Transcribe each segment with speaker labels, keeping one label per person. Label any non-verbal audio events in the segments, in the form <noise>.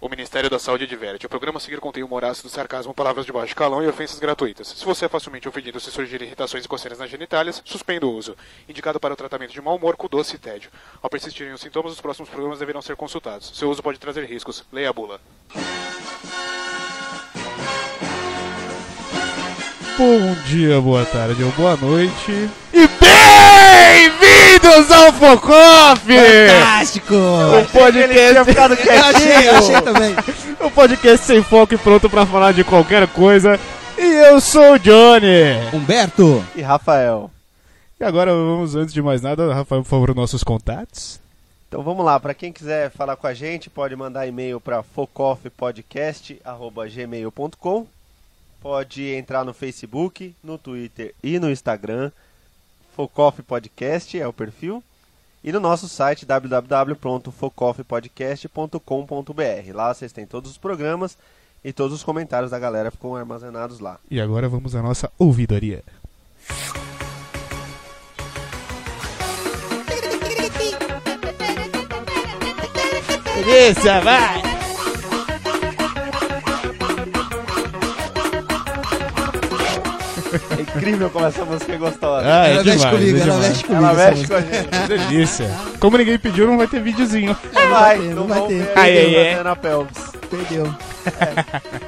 Speaker 1: O Ministério da Saúde adverte. O programa a seguir contém humor ácido, sarcasmo, palavras de baixo calão e ofensas gratuitas. Se você é facilmente ofendido se surgirem irritações e coceiras nas genitálias, suspenda o uso. Indicado para o tratamento de mau humor, com doce e tédio. Ao persistirem os sintomas, os próximos programas deverão ser consultados. Seu uso pode trazer riscos. Leia a bula.
Speaker 2: Bom dia, boa tarde ou boa noite. E bem-vindos ao Focoff!
Speaker 3: Fantástico!
Speaker 2: O podcast, <laughs>
Speaker 3: ficado
Speaker 2: achei, eu achei
Speaker 3: também.
Speaker 2: o um podcast sem foco e pronto pra falar de qualquer coisa. E eu sou o Johnny.
Speaker 3: Humberto,
Speaker 4: E Rafael.
Speaker 2: E agora vamos, antes de mais nada, Rafael, por favor, nossos contatos.
Speaker 4: Então vamos lá, para quem quiser falar com a gente, pode mandar e-mail para focoffpodcast@gmail.com. Pode entrar no Facebook, no Twitter e no Instagram. Focoff Podcast é o perfil. E no nosso site www.focoffpodcast.com.br. Lá vocês têm todos os programas e todos os comentários da galera ficam armazenados lá.
Speaker 2: E agora vamos à nossa ouvidoria. Delícia, vai!
Speaker 4: É incrível como essa música é gostosa.
Speaker 2: Ah,
Speaker 3: ela mexe comigo, ela mexe comigo.
Speaker 4: Ela
Speaker 3: essa
Speaker 4: mexe com a gente.
Speaker 3: <laughs>
Speaker 2: Que delícia. Como ninguém pediu, não vai ter videozinho.
Speaker 4: Não
Speaker 3: vai
Speaker 4: vai,
Speaker 3: ter,
Speaker 4: não
Speaker 3: não vai
Speaker 4: vão
Speaker 3: ter.
Speaker 4: ver
Speaker 2: Ai,
Speaker 4: ninguém
Speaker 2: ai, ai.
Speaker 4: batendo a pelvis.
Speaker 3: música. Perdeu.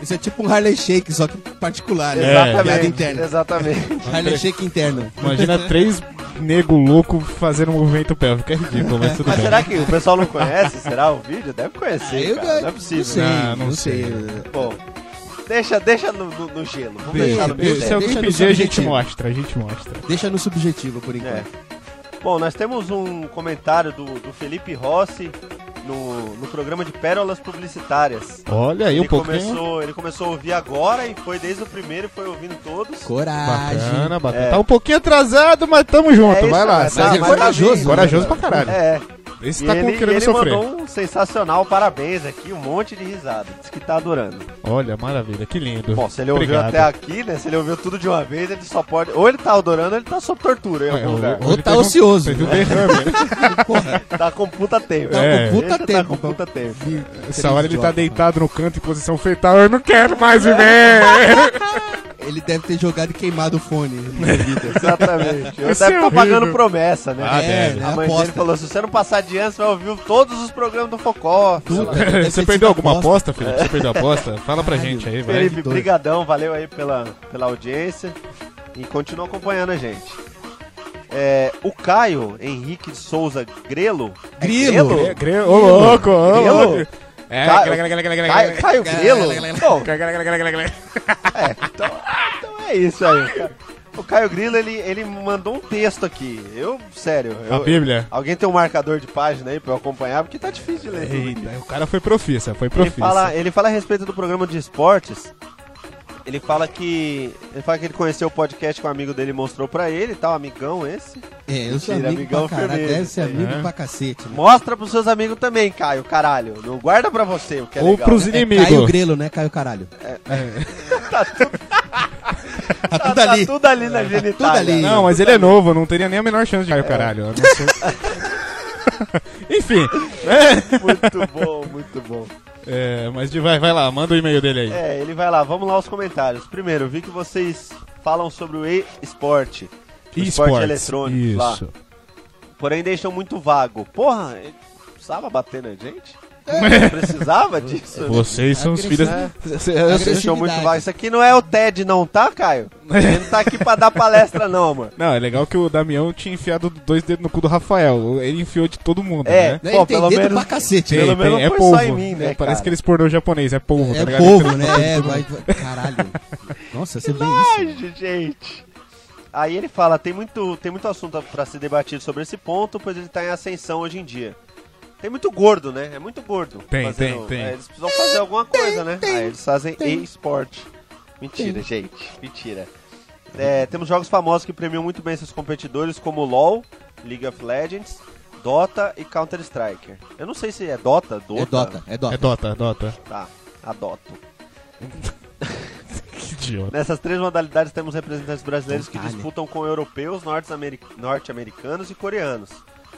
Speaker 3: Isso é tipo um Harley Shake, só que
Speaker 2: É,
Speaker 3: particular. né? Piada
Speaker 4: Exatamente,
Speaker 3: interna.
Speaker 4: exatamente.
Speaker 3: Harley Shake interno.
Speaker 2: Imagina três nego louco fazendo um movimento pélvico. É ridículo, mas tudo
Speaker 4: Mas
Speaker 2: bem.
Speaker 4: será que o pessoal não conhece? Será o vídeo? Deve conhecer,
Speaker 3: Eu
Speaker 4: cara. Não é
Speaker 3: não sei,
Speaker 4: possível. né?
Speaker 2: Ah, não
Speaker 3: não sei.
Speaker 4: Bom, deixa, deixa no, no- no gelo. Vamos
Speaker 3: Deixa,
Speaker 4: deixar no
Speaker 3: deixa. é
Speaker 4: gelo.
Speaker 2: Se alguém
Speaker 3: Deixa no
Speaker 2: pedir, a gente
Speaker 3: subjetivo.
Speaker 2: mostra, a gente mostra.
Speaker 3: Deixa no subjetivo por enquanto.
Speaker 4: É. Bom, nós temos um comentário do, do Felipe Rossi no, no programa de Pérolas Publicitárias.
Speaker 2: Olha aí
Speaker 4: Ele,
Speaker 2: um pouquinho.
Speaker 4: começou, ele começou a ouvir agora e foi desde o primeiro e foi ouvindo todos.
Speaker 3: Coragem.
Speaker 2: Bacana, bacana.
Speaker 4: É.
Speaker 2: Tá um pouquinho atrasado, mas tamo junto.
Speaker 4: isso,
Speaker 2: vai lá.
Speaker 4: mas
Speaker 2: segue
Speaker 4: tá-
Speaker 3: Mas é
Speaker 4: mas tá
Speaker 3: corajoso.
Speaker 4: vindo.
Speaker 2: Corajoso pra caralho.
Speaker 4: É,
Speaker 2: Esse
Speaker 4: e
Speaker 2: tá
Speaker 4: ele,
Speaker 2: querendo
Speaker 4: ele
Speaker 2: sofrer.
Speaker 4: mandou um sensacional parabéns aqui, um monte de risada. Diz que tá adorando.
Speaker 2: Olha, maravilha, que lindo.
Speaker 4: Bom, se ele ouviu
Speaker 2: Obrigado.
Speaker 4: até aqui, né? Se ele ouviu tudo de uma vez, ele só pode. Ou ele tá adorando, ou ele tá sob tortura em
Speaker 2: É,
Speaker 4: algum lugar.
Speaker 2: ele
Speaker 3: Ou tá
Speaker 2: teve um-
Speaker 3: ocioso.
Speaker 2: Teve um derrame.
Speaker 3: Porra,
Speaker 4: Tá com puta tempo.
Speaker 2: Tá com
Speaker 3: puta
Speaker 4: Esse Tá
Speaker 3: tempo.
Speaker 4: com puta tempo.
Speaker 2: Essa hora ele tá
Speaker 3: idiota.
Speaker 2: deitado no canto em posição fetal. Eu não quero mais viver.
Speaker 3: Ele deve ter jogado e queimado o fone.
Speaker 4: Exatamente. Eu
Speaker 2: Isso é
Speaker 4: deve tá
Speaker 2: horrível.
Speaker 4: pagando promessa, né?
Speaker 2: Ah,
Speaker 3: é,
Speaker 2: deve.
Speaker 3: né?
Speaker 4: A mãe
Speaker 3: Aposta.
Speaker 4: dele falou: se você não passar de ano, você vai ouvir todos os programas do Focó.
Speaker 3: Tudo. Deve ter
Speaker 2: Você
Speaker 3: sido
Speaker 2: perdeu alguma
Speaker 3: aposta.
Speaker 2: aposta, Felipe? Você perdeu a aposta? Fala pra
Speaker 3: Caralho.
Speaker 2: gente aí, vai.
Speaker 4: Felipe,
Speaker 3: doido.
Speaker 4: brigadão, valeu aí pela, pela audiência e continua acompanhando a gente. É, o Caio Henrique de Souza Grelo. é
Speaker 3: Grilo.
Speaker 4: Grelo?
Speaker 2: Gre- gre- Ô, louco, ô,
Speaker 4: Grelo?
Speaker 2: louco. É,
Speaker 4: Ca-
Speaker 2: gre- gre- gre- gre- gre-
Speaker 4: Caio,
Speaker 2: gre-
Speaker 4: Caio Grelo? Bom,
Speaker 2: gre- gre- gre- gre- gre-
Speaker 4: Então, então é isso aí. cara. O Caio Grilo, ele, ele mandou um texto aqui. Eu, sério.
Speaker 2: A
Speaker 4: Eu,
Speaker 2: Bíblia.
Speaker 4: alguém tem um marcador de página aí pra eu acompanhar? Porque tá difícil de ler. tudo.
Speaker 2: Eita, é um o cara foi profissa, foi
Speaker 4: Ele
Speaker 2: profissa.
Speaker 4: fala, ele fala a respeito do programa de esportes. Ele fala que. Ele fala que ele conheceu o podcast que um amigo dele mostrou pra ele, tal, amigão esse.
Speaker 3: É, eu sou amigo
Speaker 4: Mentira, amigão
Speaker 3: pra caralho.
Speaker 4: firmeza.
Speaker 3: Deve ser amigo
Speaker 2: É.
Speaker 3: pra cacete. Né?
Speaker 4: Mostra pros seus amigos também, Caio, caralho. Não guarda pra você o que é
Speaker 2: Ou
Speaker 4: legal.
Speaker 2: pros- Os
Speaker 3: É
Speaker 2: inimigos.
Speaker 3: Caio Grelo, né? Caio Caralho.
Speaker 4: É,
Speaker 3: <laughs> tá tudo,
Speaker 4: Tá
Speaker 3: ali.
Speaker 4: tudo ali na genitália. né?
Speaker 3: ali.
Speaker 2: Não, mas ele é novo, eu não teria nem a menor chance de cair o caralho. eu não sei. <laughs> Enfim,
Speaker 4: Muito bom, muito bom.
Speaker 2: é, mas de- vai, vai lá, manda o e-mail dele aí.
Speaker 4: É, ele vai lá, vamos lá os comentários. Primeiro, eu vi que vocês falam sobre o e-esporte, o esporte
Speaker 2: Esportes,
Speaker 4: eletrônico lá.
Speaker 2: Isso.
Speaker 4: porém deixam muito vago. Porra, ele precisava bater na gente? Precisava disso?
Speaker 2: Vocês são os filhos.
Speaker 4: Vocês deixam muito vago. Isso aqui não é o TED não, tá, Caio? Ele não tá aqui pra dar palestra não, amor.
Speaker 2: Não, é legal que o Damião tinha enfiado dois dedos no cu do Rafael. Ele enfiou de todo mundo,
Speaker 4: É,
Speaker 2: né?
Speaker 3: Né? Ele
Speaker 4: Pô,
Speaker 3: tem
Speaker 4: pelo
Speaker 3: dedo
Speaker 4: menos-
Speaker 3: pra cacete,
Speaker 4: Pelo
Speaker 3: né?
Speaker 4: um,
Speaker 2: Tem, tem,
Speaker 4: menos
Speaker 2: é
Speaker 4: foi
Speaker 2: polvo.
Speaker 4: só em mim, né,
Speaker 2: É, parece
Speaker 4: cara?
Speaker 2: aqueles pornô japonês, é polvo, tá
Speaker 3: É
Speaker 2: ligado?
Speaker 4: <laughs>
Speaker 3: povo, né? É, vai, vai- caralho. Nossa, você vê isso.
Speaker 4: Ai, <laughs> gente. Aí ele fala, tem muito, tem muito assunto pra ser debatido sobre esse ponto, pois ele tá em ascensão hoje em dia. Tem muito gordo, né? É muito gordo.
Speaker 2: Tem, tem, tem.
Speaker 4: é, eles precisam fazer alguma coisa, né? Aí eles fazem e-sport. Mentira, gente. Mentira. É, temos jogos famosos que premiam muito bem seus competidores, como LoL, League of Legends, Dota e Counter Striker. Eu não sei se é Dota, Dota.
Speaker 3: É Dota, é
Speaker 2: É
Speaker 3: Dota.
Speaker 2: Dota, Dota.
Speaker 4: Tá, adoto.
Speaker 2: Que idiota.
Speaker 4: Nessas três modalidades temos representantes brasileiros que
Speaker 3: Batalha.
Speaker 4: disputam com europeus, norte-ameri- norte-americanos e coreanos.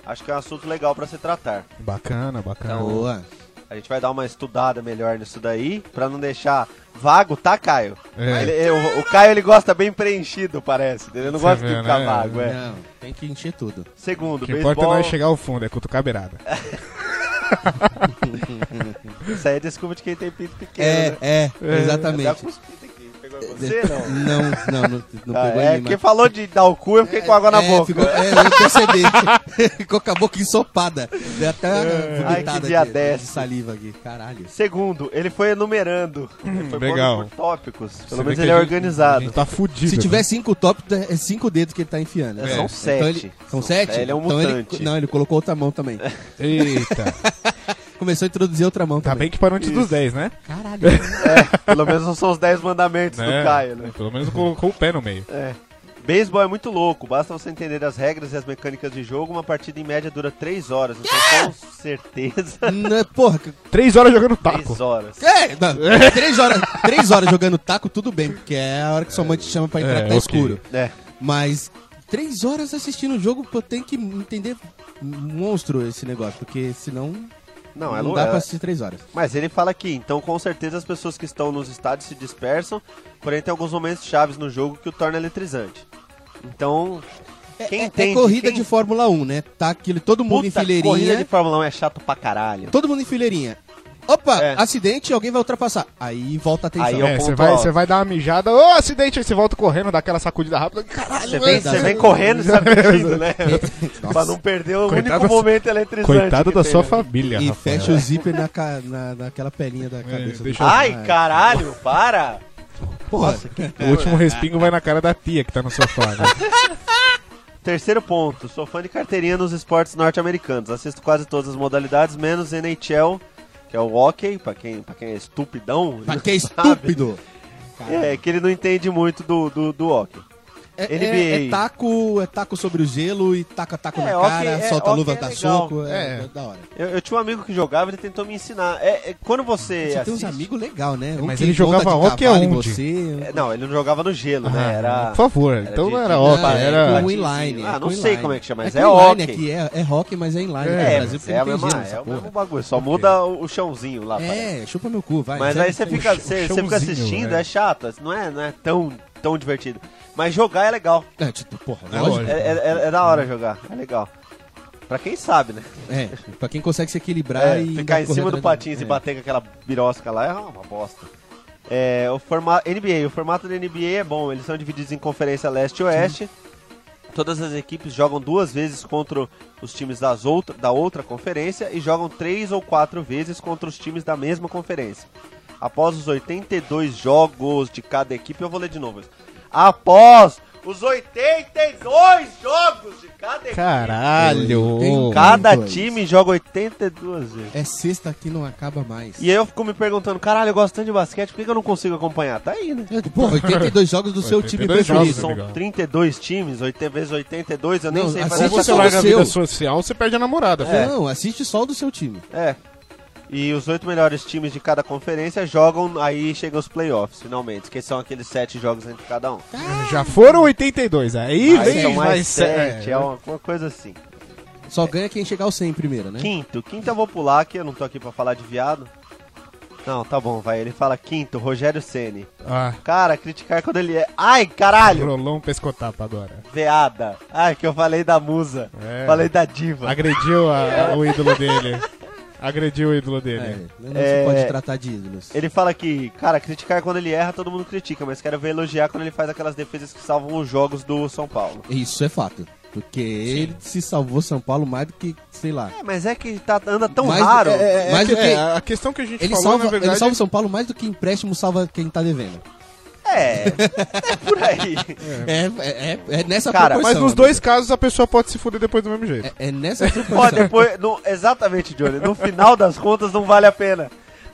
Speaker 4: Acho que é um assunto legal pra se tratar.
Speaker 2: Bacana, bacana.
Speaker 3: Tá, Boa.
Speaker 4: A gente vai dar uma estudada melhor nisso daí, pra não deixar vago, tá, Caio?
Speaker 2: É.
Speaker 4: Ele- ele- o, o Caio, ele gosta bem preenchido, parece. Ele não
Speaker 2: Você
Speaker 4: gosta de
Speaker 2: vê,
Speaker 4: ficar
Speaker 2: né?
Speaker 4: vago, é.
Speaker 3: Não, tem que encher tudo.
Speaker 4: Segundo,
Speaker 2: O que
Speaker 4: beisebol...
Speaker 2: importa é nós chegar ao fundo, é cutucar a beirada.
Speaker 4: Isso aí é desculpa de quem tem pinto pequeno,
Speaker 3: É,
Speaker 4: né?
Speaker 3: é,
Speaker 4: Dá
Speaker 3: exatamente.
Speaker 4: cuspida aqui. Pegou em você, não?
Speaker 3: Não, não, não, não
Speaker 4: Ah,
Speaker 3: <laughs> pegou
Speaker 4: é,
Speaker 3: em mim,
Speaker 4: porque
Speaker 3: mas-
Speaker 4: falou de dar o cu, eu fiquei com água na
Speaker 3: é,
Speaker 4: boca.
Speaker 3: Ficou, é, eu percebi. <laughs> ficou com a boca ensopada. Deu até uma vomitada
Speaker 4: É. Ai, que dia
Speaker 3: aqui,
Speaker 4: dessa.
Speaker 3: de saliva aqui. Caralho.
Speaker 4: Segundo, ele foi enumerando. ele foi pondo
Speaker 2: Hum, legal.
Speaker 4: por tópicos. Pelo
Speaker 2: Você vê
Speaker 4: menos
Speaker 2: que
Speaker 4: ele
Speaker 2: a gente-
Speaker 4: é
Speaker 2: A
Speaker 4: organizado.
Speaker 2: gente tá fudido.
Speaker 3: Se tiver
Speaker 2: né?
Speaker 3: cinco top, é cinco dedos que ele tá enfiando.
Speaker 4: É, são
Speaker 3: Então
Speaker 4: sete.
Speaker 3: ele- são sete?
Speaker 4: Ele é um
Speaker 3: então
Speaker 4: mutante.
Speaker 3: Ele, não, ele colocou outra mão
Speaker 4: <laughs>
Speaker 3: também.
Speaker 2: Eita.
Speaker 3: Começou a introduzir outra mão
Speaker 2: Tá
Speaker 3: também.
Speaker 2: bem que parou antes dos 10, né?
Speaker 3: Caralho.
Speaker 4: É, Pelo menos não são os 10 mandamentos
Speaker 2: Né?
Speaker 4: do Caio, né?
Speaker 2: Pelo menos colocou o pé no meio.
Speaker 4: Beisebol é muito louco, basta você entender as regras e as mecânicas de jogo. Uma partida em média dura 3 horas, então com certeza.
Speaker 3: Não, porra, que-
Speaker 2: Três horas jogando taco.
Speaker 4: 3 horas.
Speaker 3: é, não,
Speaker 4: <laughs>
Speaker 3: três, horas, três horas jogando taco, tudo bem, porque é a hora que sua mãe te chama pra entrar
Speaker 2: É,
Speaker 3: que tá
Speaker 2: ok.
Speaker 3: escuro.
Speaker 4: É.
Speaker 3: Mas três horas assistindo o jogo, pô, tem que entender monstro esse negócio, porque senão
Speaker 4: Não,
Speaker 3: não,
Speaker 4: é
Speaker 3: dá pra
Speaker 4: louco.
Speaker 3: assistir três horas.
Speaker 4: Mas ele fala aqui, então com certeza as pessoas que estão nos estádios se dispersam, porém tem alguns momentos chaves no jogo que o torna eletrizante. Então, Quem
Speaker 3: é,
Speaker 4: entende,
Speaker 3: é corrida
Speaker 4: quem-
Speaker 3: de Fórmula 1, né? Tá aquilo, todo mundo em
Speaker 4: puta,
Speaker 3: fileirinha.
Speaker 4: corrida de Fórmula 1 é chato pra caralho.
Speaker 3: Todo mundo em fileirinha. Opa,
Speaker 4: É.
Speaker 3: acidente, alguém vai ultrapassar. Aí volta a atenção.
Speaker 4: Aí, ó.
Speaker 2: É,
Speaker 4: um ponto
Speaker 2: você vai,
Speaker 4: alto.
Speaker 2: você vai dar uma mijada, ô acidente, aí você volta correndo, dá aquela sacudida rápida. Caralho,
Speaker 4: Você vem,
Speaker 2: velho.
Speaker 3: dá
Speaker 4: você vem
Speaker 3: certo.
Speaker 4: correndo e
Speaker 3: <laughs>
Speaker 4: sabendo, né?
Speaker 3: É Nossa.
Speaker 4: pra não perder o
Speaker 2: Coitado da
Speaker 4: único
Speaker 2: sua-
Speaker 4: momento eletrizante.
Speaker 2: Coitado
Speaker 4: que
Speaker 2: da
Speaker 4: tem,
Speaker 2: sua
Speaker 4: né?
Speaker 2: família,
Speaker 3: e
Speaker 2: É, Rafael. É,
Speaker 3: fecha o zíper na, ca- na- naquela pelinha da cabeça.
Speaker 2: deixa eu-
Speaker 4: Ai, caralho, para!
Speaker 3: Porra,
Speaker 2: O último respingo vai na cara da tia que tá no sofá, né?
Speaker 4: Terceiro ponto, sou fã de carteirinha nos esportes norte-americanos. Assisto quase todas as modalidades, menos NHL, que é o hockey, pra quem, pra quem é estupidão.
Speaker 3: pra
Speaker 4: <laughs>
Speaker 3: que é estúpido.
Speaker 4: É, que ele não entende muito do, do, do hockey.
Speaker 3: É, é-
Speaker 4: NBA.
Speaker 3: é taco, é taco sobre o gelo e taca taco
Speaker 4: É,
Speaker 3: na
Speaker 4: ok,
Speaker 3: cara,
Speaker 4: é,
Speaker 3: solta a
Speaker 4: ok,
Speaker 3: luva,
Speaker 4: é
Speaker 3: dá
Speaker 4: legal.
Speaker 3: soco. É,
Speaker 2: É.
Speaker 3: da hora.
Speaker 4: Eu, eu tinha um amigo que jogava, ele tentou me ensinar. É, é, quando você,
Speaker 3: Você tem uns
Speaker 4: assiste-
Speaker 3: amigos legal, né? Um
Speaker 2: Mas
Speaker 3: que
Speaker 2: ele
Speaker 3: monta
Speaker 2: jogava
Speaker 3: de
Speaker 2: hockey
Speaker 3: cavalo em
Speaker 2: aonde?
Speaker 4: É,
Speaker 3: Você, um
Speaker 4: Não, ele não jogava no gelo,
Speaker 2: Ah,
Speaker 4: né? <laughs> Era...
Speaker 2: Por favor, então
Speaker 4: de-
Speaker 2: não era
Speaker 4: de-
Speaker 2: hockey,
Speaker 3: Não, é
Speaker 2: era.
Speaker 3: com inline.
Speaker 4: Ah,
Speaker 3: é
Speaker 4: não
Speaker 3: com
Speaker 4: sei
Speaker 3: inline.
Speaker 4: como é que chama, mas
Speaker 3: com
Speaker 4: é
Speaker 3: inline
Speaker 4: hockey.
Speaker 3: Aqui, é, é hockey, mas é inline. no
Speaker 4: É,
Speaker 3: Brasil,
Speaker 4: mas
Speaker 3: porque
Speaker 4: é, a
Speaker 3: não tem
Speaker 4: mesma-
Speaker 3: gelo nessa
Speaker 4: é o
Speaker 3: porra.
Speaker 4: mesmo bagulho, só muda o, o chãozinho lá. parece.
Speaker 3: É, um chupa meu cu, vai.
Speaker 4: Mas
Speaker 3: segue
Speaker 4: aí você
Speaker 3: o
Speaker 4: fica,
Speaker 2: chão-
Speaker 4: você,
Speaker 2: o
Speaker 4: você fica
Speaker 2: chãozinho,
Speaker 4: assistindo,
Speaker 2: né?
Speaker 4: é chato, não é, não é tão, tão divertido. Mas jogar é legal.
Speaker 3: É, tipo, porra,
Speaker 2: É
Speaker 3: lógico.
Speaker 4: É, é- é- é da hora jogar, é legal. Pra quem sabe, né?
Speaker 3: É, pra quem consegue se equilibrar
Speaker 4: É,
Speaker 3: e.
Speaker 4: ficar em
Speaker 3: correr
Speaker 4: cima do
Speaker 3: atrás
Speaker 4: patins
Speaker 3: é.
Speaker 4: e bater com aquela birosca lá é uma bosta. É, o formato NBA, o formato da NBA é bom, eles são divididos em conferência leste e oeste. Todas as equipes jogam duas vezes contra os times das outra, da outra conferência e jogam três ou quatro vezes contra os times da mesma conferência. Após os 82 jogos de cada equipe, eu vou ler de novo. isso. Após os 82 jogos de cada um, equipe,
Speaker 2: Caralho!
Speaker 3: Tem
Speaker 4: cada
Speaker 3: 82.
Speaker 4: time joga 82 vezes.
Speaker 3: É sexta que não acaba mais.
Speaker 4: E é- aí eu fico me perguntando, caralho, eu gosto tanto de basquete, por que que eu não consigo acompanhar? Tá aí, né?
Speaker 3: Pô, 82 jogos do seu time
Speaker 2: 82
Speaker 3: preferido.
Speaker 2: jogos,
Speaker 4: São
Speaker 2: legal.
Speaker 4: 32 times, 8 vezes 82, eu nem
Speaker 3: Não,
Speaker 4: sei
Speaker 3: assim
Speaker 2: Ou
Speaker 4: fazer
Speaker 3: Assiste
Speaker 2: você
Speaker 3: só o
Speaker 2: larga a
Speaker 3: seu.
Speaker 2: vida social, você perde a namorada, filho.
Speaker 3: Não, assiste só o do seu time.
Speaker 4: É. E os oito melhores times de cada conferência jogam, aí chegam os playoffs, finalmente, que são aqueles sete jogos entre cada um.
Speaker 2: Já foram 82, aí,
Speaker 4: aí
Speaker 2: vem
Speaker 4: são mais
Speaker 2: mais
Speaker 4: sete,
Speaker 2: sete.
Speaker 4: é
Speaker 3: né?
Speaker 4: uma, uma coisa assim.
Speaker 3: Só ganha quem chegar ao 100 primeiro, né?
Speaker 4: Quinto, quinto eu vou pular, que eu não tô aqui pra falar de viado. Não, tá bom, vai. Ele fala quinto, Rogério Ceni.
Speaker 2: Ah,
Speaker 4: Cara, criticar quando ele é. Ai, caralho!
Speaker 2: rolou um pescotapa agora.
Speaker 4: veada. Ah, que eu falei da musa.
Speaker 2: É.
Speaker 4: Falei da diva.
Speaker 2: Agrediu a- o ídolo dele. Agrediu o ídolo
Speaker 3: É,
Speaker 2: dele.
Speaker 3: não
Speaker 4: É.
Speaker 3: se pode tratar de ídolos.
Speaker 4: Ele fala que, cara, criticar quando ele erra, todo mundo critica, mas quero ver elogiar quando ele faz aquelas defesas que salvam os jogos do São Paulo.
Speaker 3: Isso é fato. Porque ele se salvou São Paulo mais do que, sei lá.
Speaker 4: É, mas é que tá, anda tão
Speaker 3: Mas-
Speaker 4: raro.
Speaker 3: é, é,
Speaker 2: Mas
Speaker 3: que- é,
Speaker 2: a questão que a gente
Speaker 3: Ele
Speaker 2: falou,
Speaker 3: salva,
Speaker 2: na verdade...
Speaker 3: ele salva São Paulo mais do que empréstimo salva quem tá devendo.
Speaker 4: É, é por aí.
Speaker 3: É, é, é- é nessa
Speaker 4: Cara,
Speaker 3: proporção.
Speaker 2: Mas nos
Speaker 3: amigo.
Speaker 2: dois casos a pessoa pode se fuder depois do mesmo jeito.
Speaker 3: É, é nessa proporção.
Speaker 4: Ó, depois, no- exatamente, Johnny. No final das contas, não vale a pena.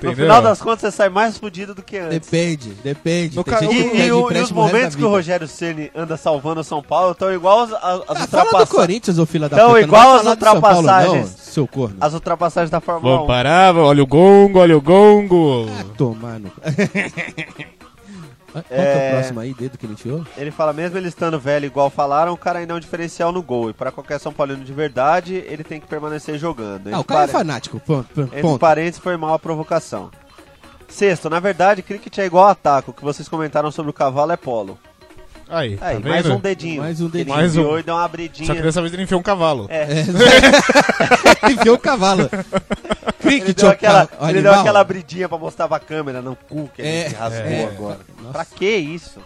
Speaker 4: No
Speaker 2: Entendeu?
Speaker 4: final das contas, você sai mais fudido do que antes.
Speaker 3: Depende, depende.
Speaker 2: No
Speaker 3: Tem
Speaker 2: ca-
Speaker 3: gente
Speaker 4: E,
Speaker 3: que
Speaker 4: e
Speaker 3: pede
Speaker 4: o- e os
Speaker 3: empréstimo resto
Speaker 4: momentos
Speaker 3: da
Speaker 4: que o
Speaker 3: vida.
Speaker 4: Rogério Ceni anda salvando o São Paulo estão igual as, as, as
Speaker 3: Ah, fala do
Speaker 4: ultrapassagens.
Speaker 3: Corinthians, ô filho da
Speaker 4: Então,
Speaker 3: puta.
Speaker 4: igual
Speaker 3: vai
Speaker 4: as
Speaker 3: falar do São Paulo,
Speaker 4: ultrapassagens.
Speaker 3: não, seu corno.
Speaker 4: As ultrapassagens da Fórmula 1.
Speaker 2: Vou parar, olha o gongo, olha o gongo.
Speaker 3: Tomar no... Ah, <laughs> Qual que é
Speaker 4: É.
Speaker 3: o próximo aí, dedo que ele tirou?
Speaker 4: Ele fala, mesmo ele estando velho igual falaram, o cara ainda é um diferencial no gol. E para qualquer São Paulino de verdade, ele tem que permanecer jogando.
Speaker 3: Ah,
Speaker 4: Entre
Speaker 3: o cara é
Speaker 4: pare-
Speaker 3: fanático. Ponto.
Speaker 4: Entre
Speaker 3: ponto.
Speaker 4: parênteses, foi mal a provocação. Sexto, na verdade, cricket é igual a taco. O que vocês comentaram sobre o cavalo é polo.
Speaker 2: Aí,
Speaker 4: Aí,
Speaker 2: tá
Speaker 4: mais
Speaker 2: vendo?
Speaker 4: um dedinho.
Speaker 3: Mais um dedinho.
Speaker 4: Ele
Speaker 2: Mais
Speaker 4: enviou
Speaker 2: um.
Speaker 4: e deu uma
Speaker 2: Só que
Speaker 4: abridinha.
Speaker 2: dessa vez ele enfiou um cavalo.
Speaker 3: <laughs> É. Enfiou o cavalo. Cricket,
Speaker 4: Ele deu,
Speaker 3: ó,
Speaker 4: aquela,
Speaker 3: ó,
Speaker 4: ele deu
Speaker 3: animal.
Speaker 4: aquela abridinha pra mostrar pra câmera no cu que ele
Speaker 3: É.
Speaker 4: se rasgou
Speaker 2: É.
Speaker 4: agora.
Speaker 3: Nossa.
Speaker 4: Pra que isso?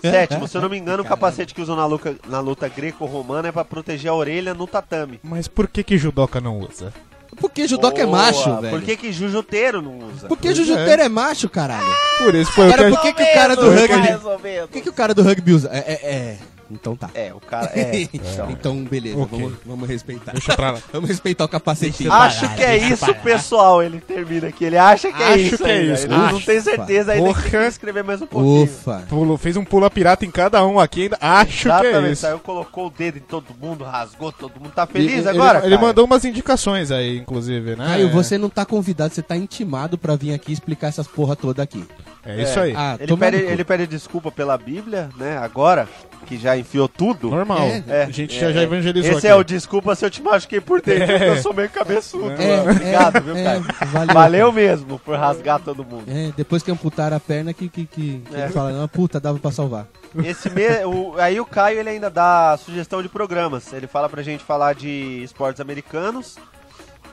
Speaker 4: Sétimo, se eu não me engano, o capacete que usam na luta, na luta greco-romana é pra proteger a orelha no tatame.
Speaker 2: Mas por que que judoca não usa?
Speaker 3: Porque judoca é
Speaker 4: Boa.
Speaker 3: macho, velho.
Speaker 4: Por que que jujuteiro não usa?
Speaker 3: Porque jujuteiro é macho, caralho.
Speaker 2: Por isso foi o que
Speaker 3: Cara,
Speaker 2: a
Speaker 3: por
Speaker 2: gente...
Speaker 3: que, que o cara do
Speaker 4: Mais ou
Speaker 3: rugby.
Speaker 4: menos, mais ou menos.
Speaker 3: Por que, que o cara do rugby usa? É, é, é. Então tá.
Speaker 4: É, o cara...
Speaker 2: <laughs>
Speaker 4: É,
Speaker 3: <laughs>
Speaker 4: então.
Speaker 3: então, beleza,
Speaker 2: Ok.
Speaker 3: vamos, vamos respeitar.
Speaker 2: Deixa pra lá.
Speaker 3: Vamos respeitar o capacetinho.
Speaker 4: Acho que é isso, pessoal. Ele termina aqui. Ele acha que é
Speaker 2: Acho
Speaker 4: isso.
Speaker 2: que é
Speaker 4: ainda.
Speaker 2: isso.
Speaker 4: Ele não- não
Speaker 2: Acho,
Speaker 4: tem certeza ainda. Ele tem que
Speaker 2: Porra.
Speaker 4: escrever mais um pouquinho.
Speaker 3: Ufa.
Speaker 2: Pulo, fez um pula pirata em cada um aqui ainda. Acho que é
Speaker 4: Exatamente.
Speaker 2: isso.
Speaker 4: Saiu, colocou o dedo em todo mundo, rasgou todo mundo. Tá
Speaker 2: Ele-
Speaker 4: feliz
Speaker 2: ele-
Speaker 4: agora?
Speaker 2: Ele,
Speaker 4: cara?
Speaker 2: mandou umas indicações aí, inclusive,
Speaker 4: Ah,
Speaker 2: né?
Speaker 4: é.
Speaker 3: Caio, você não tá convidado, você tá intimado pra vir aqui explicar essas porra toda aqui.
Speaker 2: É isso aí.
Speaker 3: Ah,
Speaker 4: Ele
Speaker 3: toma
Speaker 4: pede,
Speaker 3: no cu.
Speaker 4: ele pede desculpa pela Bíblia, né? Agora, que já enfiou tudo.
Speaker 2: Normal.
Speaker 3: É,
Speaker 2: a gente
Speaker 4: é,
Speaker 2: já, já
Speaker 4: é.
Speaker 2: evangelizou
Speaker 4: Esse
Speaker 2: aqui. É.
Speaker 4: é o desculpa se eu te machuquei por
Speaker 2: <laughs>
Speaker 4: dentro, porque eu sou meio cabeçudo.
Speaker 3: É,
Speaker 4: mano. Obrigado,
Speaker 3: é,
Speaker 4: viu,
Speaker 3: é,
Speaker 4: cara?
Speaker 3: valeu.
Speaker 4: valeu mesmo por rasgar todo mundo.
Speaker 3: É, depois que amputaram a perna, que, que, que, que
Speaker 4: É.
Speaker 3: fala, não, puta, dava pra salvar.
Speaker 4: Esse me... o- Aí o Caio ele ainda dá sugestão de programas. Ele fala pra gente falar de esportes americanos,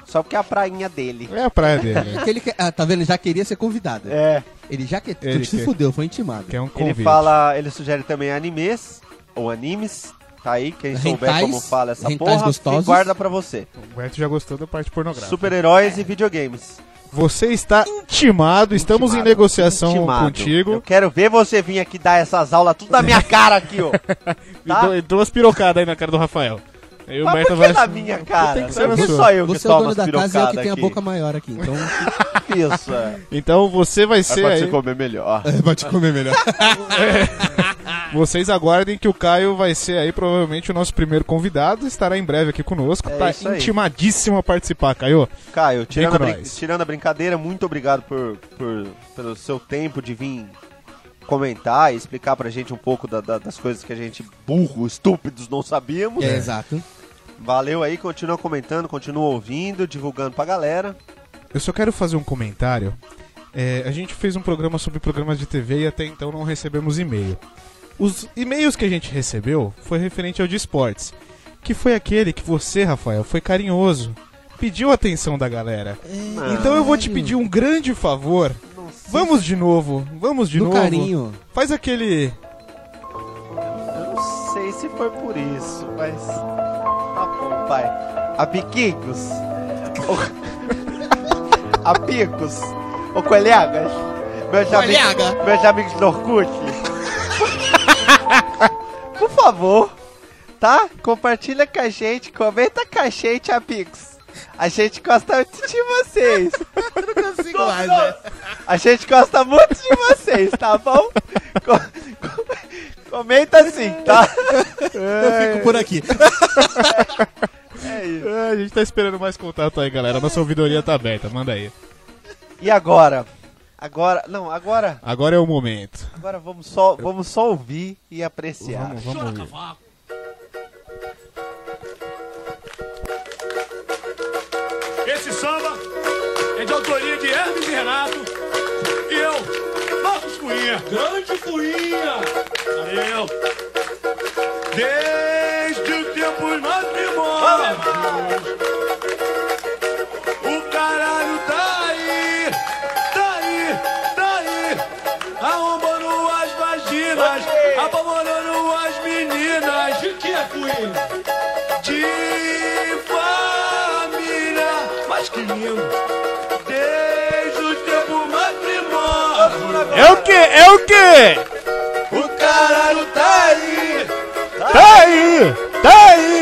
Speaker 4: só porque é a prainha dele.
Speaker 2: É a praia dele.
Speaker 3: Porque ele quer- ah, tá vendo? Já queria ser convidado.
Speaker 4: É,
Speaker 3: Ele já que
Speaker 2: Ele
Speaker 3: tu se
Speaker 2: quer.
Speaker 3: fudeu, foi intimado.
Speaker 2: que é um
Speaker 4: <laughs> ele
Speaker 2: convite.
Speaker 4: fala, ele sugere também animes ou animes. Tá aí, quem souber
Speaker 3: Hentais,
Speaker 4: como fala essa
Speaker 3: hentais
Speaker 4: porra,
Speaker 3: gostosos.
Speaker 4: guarda pra você.
Speaker 2: O Humberto já gostou da parte pornográfica.
Speaker 4: Super-heróis
Speaker 2: É.
Speaker 4: e videogames.
Speaker 2: Você está intimado, estamos
Speaker 4: Intimado.
Speaker 2: em negociação
Speaker 4: Intimado.
Speaker 2: contigo.
Speaker 4: Eu quero ver você vir aqui dar essas aulas tudo na minha
Speaker 2: <laughs>
Speaker 4: cara aqui, ó.
Speaker 2: E dou- e dou umas pirocadas aí na cara do Rafael. Aí o
Speaker 4: Tá. Mas
Speaker 2: Humberto
Speaker 4: por que
Speaker 2: vai.
Speaker 4: na minha cara?
Speaker 2: Tem que ser
Speaker 4: Por
Speaker 2: na
Speaker 4: que
Speaker 2: sua.
Speaker 4: só eu que
Speaker 3: Você é o
Speaker 4: tomo
Speaker 3: dono
Speaker 4: as
Speaker 3: da casa e é o que tem a
Speaker 4: pirocadas
Speaker 3: boca maior aqui, então...
Speaker 4: aqui? Isso, é.
Speaker 2: Então você vai ser aí.
Speaker 4: comer melhor.
Speaker 3: <laughs> Vai te comer melhor.
Speaker 2: Vocês aguardem que o Caio vai ser aí provavelmente o nosso primeiro convidado. Estará em breve aqui conosco.
Speaker 4: É
Speaker 2: tá
Speaker 4: isso aí.
Speaker 2: intimadíssimo a participar, Caio.
Speaker 4: Caio, tirando a,
Speaker 2: com
Speaker 4: brin-
Speaker 2: nós.
Speaker 4: tirando a brincadeira, muito obrigado por, por- pelo seu tempo de vir comentar e explicar pra gente um pouco da- da- das coisas que a gente, burro, estúpidos, não
Speaker 3: <laughs>
Speaker 4: sabíamos.
Speaker 3: É, exato.
Speaker 4: Valeu aí, continua comentando, continua ouvindo, divulgando pra galera.
Speaker 2: Eu só quero fazer um comentário. É, a gente fez um programa sobre programas de TV e até então não recebemos e-mail. Os e-mails que a gente recebeu foi referente ao de esportes, que foi aquele que você, Rafael, foi carinhoso, pediu a atenção da galera. Então eu vou te pedir um grande favor. Vamos de novo, vamos de
Speaker 3: Do
Speaker 2: novo.
Speaker 3: carinho.
Speaker 2: Faz aquele.
Speaker 4: Eu não sei se foi por isso, mas. Tá bom, pai. A Piquicos. O- <laughs> A Picos. Ô, colegas. Meus,
Speaker 3: Colega.
Speaker 4: Amigos, meus amigos do Orkut. <laughs> Por favor, tá? Compartilha com a gente, comenta com a gente, amigos. A gente gosta muito de vocês.
Speaker 3: consigo mais,
Speaker 4: A gente gosta muito de vocês, tá bom? Co- co- Comenta assim, tá?
Speaker 3: Eu fico por <laughs> aqui.
Speaker 4: É isso.
Speaker 2: Ah, a gente tá esperando mais contato aí, galera. Nossa ouvidoria tá aberta, manda aí.
Speaker 4: E agora? Agora, não, agora,
Speaker 2: Agora é o momento.
Speaker 4: agora vamos só, vamos só ouvir e apreciar.
Speaker 2: Vamos, vamos ouvir.
Speaker 5: Esse samba é de autoria de Hermes e Renato e eu, Marcos Cunha. Grande Cunha! Eu. Desde o tempo matrimônios, o caralho tá aí, tá aí, tá aí, arrombando as vaginas, apavorando as meninas. De que é Cunha? de família. Mas que lindo! Desde o tempo matrimônio,
Speaker 2: É o que? É o que?
Speaker 5: o caralho tá aí.
Speaker 2: Tá aí! Tá aí!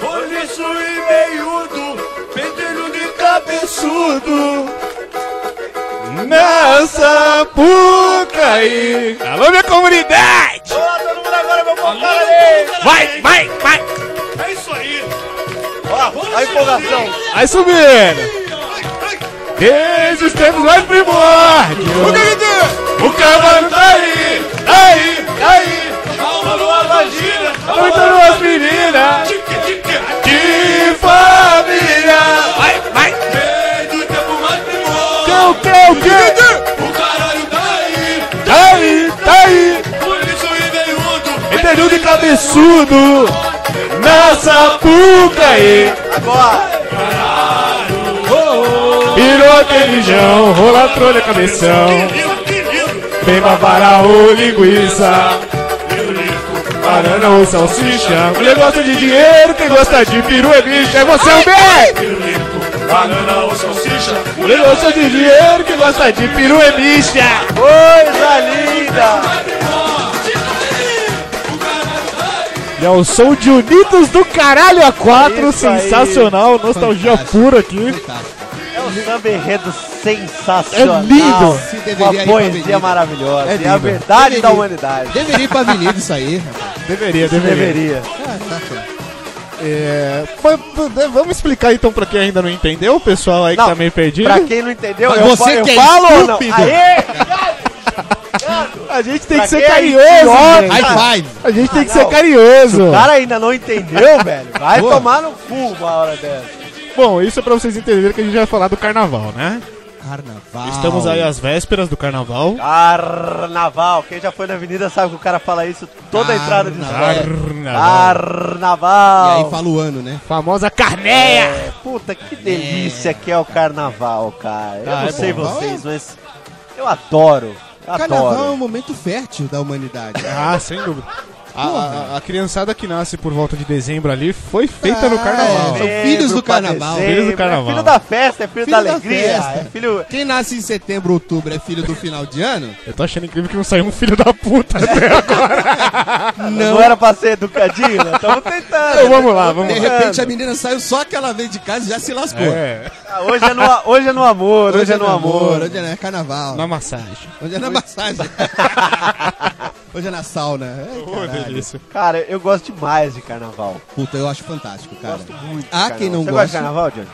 Speaker 5: Poliço e meiudo, pentelho de cabeçudo.
Speaker 2: Na Sapucaí! Alô, minha comunidade!
Speaker 4: Olá, todo mundo agora, meu povo,
Speaker 5: Olha,
Speaker 4: aí!
Speaker 2: Vai, vai, vai!
Speaker 5: É isso aí!
Speaker 4: Ó, a empolgação.
Speaker 2: Vai
Speaker 5: é
Speaker 2: subindo! Desde os tempos mais primórdios! O que que tem?
Speaker 5: O cavalo tá aí, tá aí, tá aí. Alma as vagina, alma nuas meninas. De família. Vai, vai. Vem do tempo mais primor. O caralho tá aí, tá aí, tá aí. Por isso e veio
Speaker 6: Período cabeçudo na Sapucaí.
Speaker 4: Agora!
Speaker 6: Virou beijão, rola trolha cabeção. Vem babara ou linguiça. Banana ou salsicha. Mulher gosta de dinheiro, quem gosta de peru é bicho. É você, bem!
Speaker 5: Banana ou salsicha.
Speaker 6: Mulher gosta de dinheiro, quem gosta de peru é bicha.
Speaker 4: Coisa linda!
Speaker 2: E ao som de Unidos do Caralho A4,
Speaker 4: Isso aí.
Speaker 2: sensacional, nostalgia
Speaker 3: Fantástico.
Speaker 2: pura aqui.
Speaker 3: Fantástico.
Speaker 4: É um samba enredo sensacional.
Speaker 2: É lindo.
Speaker 3: Se deveria ir
Speaker 4: Uma
Speaker 3: pra
Speaker 4: poesia
Speaker 3: avenida.
Speaker 4: maravilhosa.
Speaker 3: É
Speaker 4: É, a
Speaker 3: lindo. É
Speaker 4: verdade da
Speaker 3: Deveria.
Speaker 4: humanidade.
Speaker 3: Deveria ir pra avenida isso aí, rapaz.
Speaker 2: Deveria, deveria.
Speaker 4: Deveria.
Speaker 3: Ah, tá certo.
Speaker 2: É, mas, mas, vamos explicar então pra quem ainda não entendeu, o pessoal aí que
Speaker 4: Não,
Speaker 2: tá meio perdido.
Speaker 4: Pra quem não entendeu,
Speaker 3: Mas
Speaker 4: eu,
Speaker 3: você
Speaker 4: fa- eu
Speaker 3: que é
Speaker 4: falo ou não?
Speaker 3: estúpido.
Speaker 4: Aê!
Speaker 2: A gente tem
Speaker 4: pra
Speaker 2: que ser
Speaker 4: quem é
Speaker 2: carinhoso,
Speaker 4: idiota, Ah,
Speaker 2: gente.
Speaker 3: High five.
Speaker 2: A gente tem que
Speaker 4: não.
Speaker 2: ser carinhoso.
Speaker 4: O cara ainda não entendeu,
Speaker 3: <laughs>
Speaker 4: velho. Vai
Speaker 3: Boa.
Speaker 4: tomar no cu uma hora dessa.
Speaker 2: Bom, isso é pra vocês entenderem que a gente vai falar do carnaval, né?
Speaker 4: Ah,
Speaker 3: Carnaval.
Speaker 2: Estamos aí às vésperas do carnaval.
Speaker 4: Carnaval. Quem já foi na avenida sabe que o cara fala isso toda a entrada de
Speaker 3: Carnaval.
Speaker 4: escola.
Speaker 2: Carnaval.
Speaker 3: E
Speaker 4: Carnaval.
Speaker 3: aí fala o ano, né?
Speaker 2: Famosa carneia!
Speaker 4: É, puta, que delícia que é o carnaval, cara. Eu
Speaker 2: Ah,
Speaker 4: não
Speaker 2: é
Speaker 4: sei
Speaker 3: bom.
Speaker 4: vocês, mas eu adoro. eu
Speaker 3: Carnaval é um
Speaker 4: Adoro.
Speaker 3: momento fértil da humanidade.
Speaker 2: Ah, sem dúvida. A, a- a criançada que nasce por volta de dezembro ali foi feita no
Speaker 3: Ah,
Speaker 2: carnaval.
Speaker 3: é. São
Speaker 4: Dezembro
Speaker 3: filhos do
Speaker 4: pra
Speaker 3: carnaval.
Speaker 4: dezembro,
Speaker 2: Filhos do carnaval.
Speaker 4: É filho da festa, é filho,
Speaker 3: Filho
Speaker 4: da
Speaker 3: da
Speaker 4: alegria.
Speaker 3: festa.
Speaker 4: é filho.
Speaker 3: <laughs> Quem nasce em setembro, outubro é filho do final de ano?
Speaker 2: Eu tô achando incrível que não saiu um filho da puta <laughs> Né? até agora.
Speaker 4: Não. era pra ser educadinho? Nós Estamos tentando.
Speaker 2: Então vamos lá, vamos
Speaker 3: De
Speaker 2: lá.
Speaker 3: repente a menina saiu só aquela vez de casa e já se lascou.
Speaker 2: É,
Speaker 4: Ah, Hoje é no, hoje é no amor, hoje, é no amor.
Speaker 3: Hoje é carnaval.
Speaker 2: na massagem.
Speaker 3: Hoje é na massagem. Hoje é na sauna. Ai,
Speaker 2: Ô,
Speaker 3: caralho.
Speaker 2: delícia.
Speaker 4: Cara, eu gosto demais de carnaval.
Speaker 3: Puta, eu acho fantástico, cara. Gosto muito.
Speaker 4: de
Speaker 3: Há
Speaker 4: carnaval.
Speaker 3: quem não
Speaker 4: Você
Speaker 3: gosta.
Speaker 4: de carnaval, Johnny?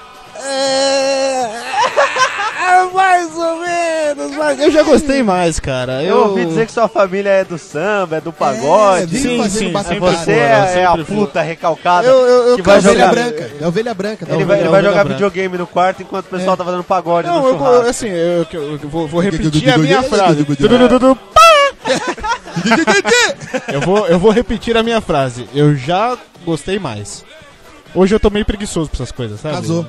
Speaker 2: mais ou menos, mas eu já gostei mais, cara.
Speaker 4: Eu ouvi dizer que sua família é do samba, é do pagode.
Speaker 3: vive
Speaker 2: Sim,
Speaker 3: fazendo
Speaker 2: sim,
Speaker 3: batucada.
Speaker 2: sempre
Speaker 4: Você
Speaker 2: foi, eu
Speaker 4: é, é a
Speaker 2: sempre fui.
Speaker 4: puta recalcada
Speaker 2: Eu- eu- eu
Speaker 4: que
Speaker 3: É
Speaker 4: vai
Speaker 3: ovelha
Speaker 4: jogar.
Speaker 3: branca. É ovelha branca.
Speaker 2: um
Speaker 3: tá
Speaker 4: Ele vai,
Speaker 3: ouvindo?
Speaker 4: ele vai
Speaker 2: Ovelha
Speaker 4: jogar
Speaker 2: branca.
Speaker 4: videogame no quarto enquanto o pessoal tá fazendo pagode
Speaker 2: É. Não,
Speaker 4: no
Speaker 2: eu,
Speaker 4: churrasco.
Speaker 2: assim, eu, que- eu, vou, vou repetir a minha frase. Eu vou, eu vou repetir a minha frase. Eu já gostei mais. Hoje eu tô meio preguiçoso pra essas coisas, sabe?
Speaker 3: Casou.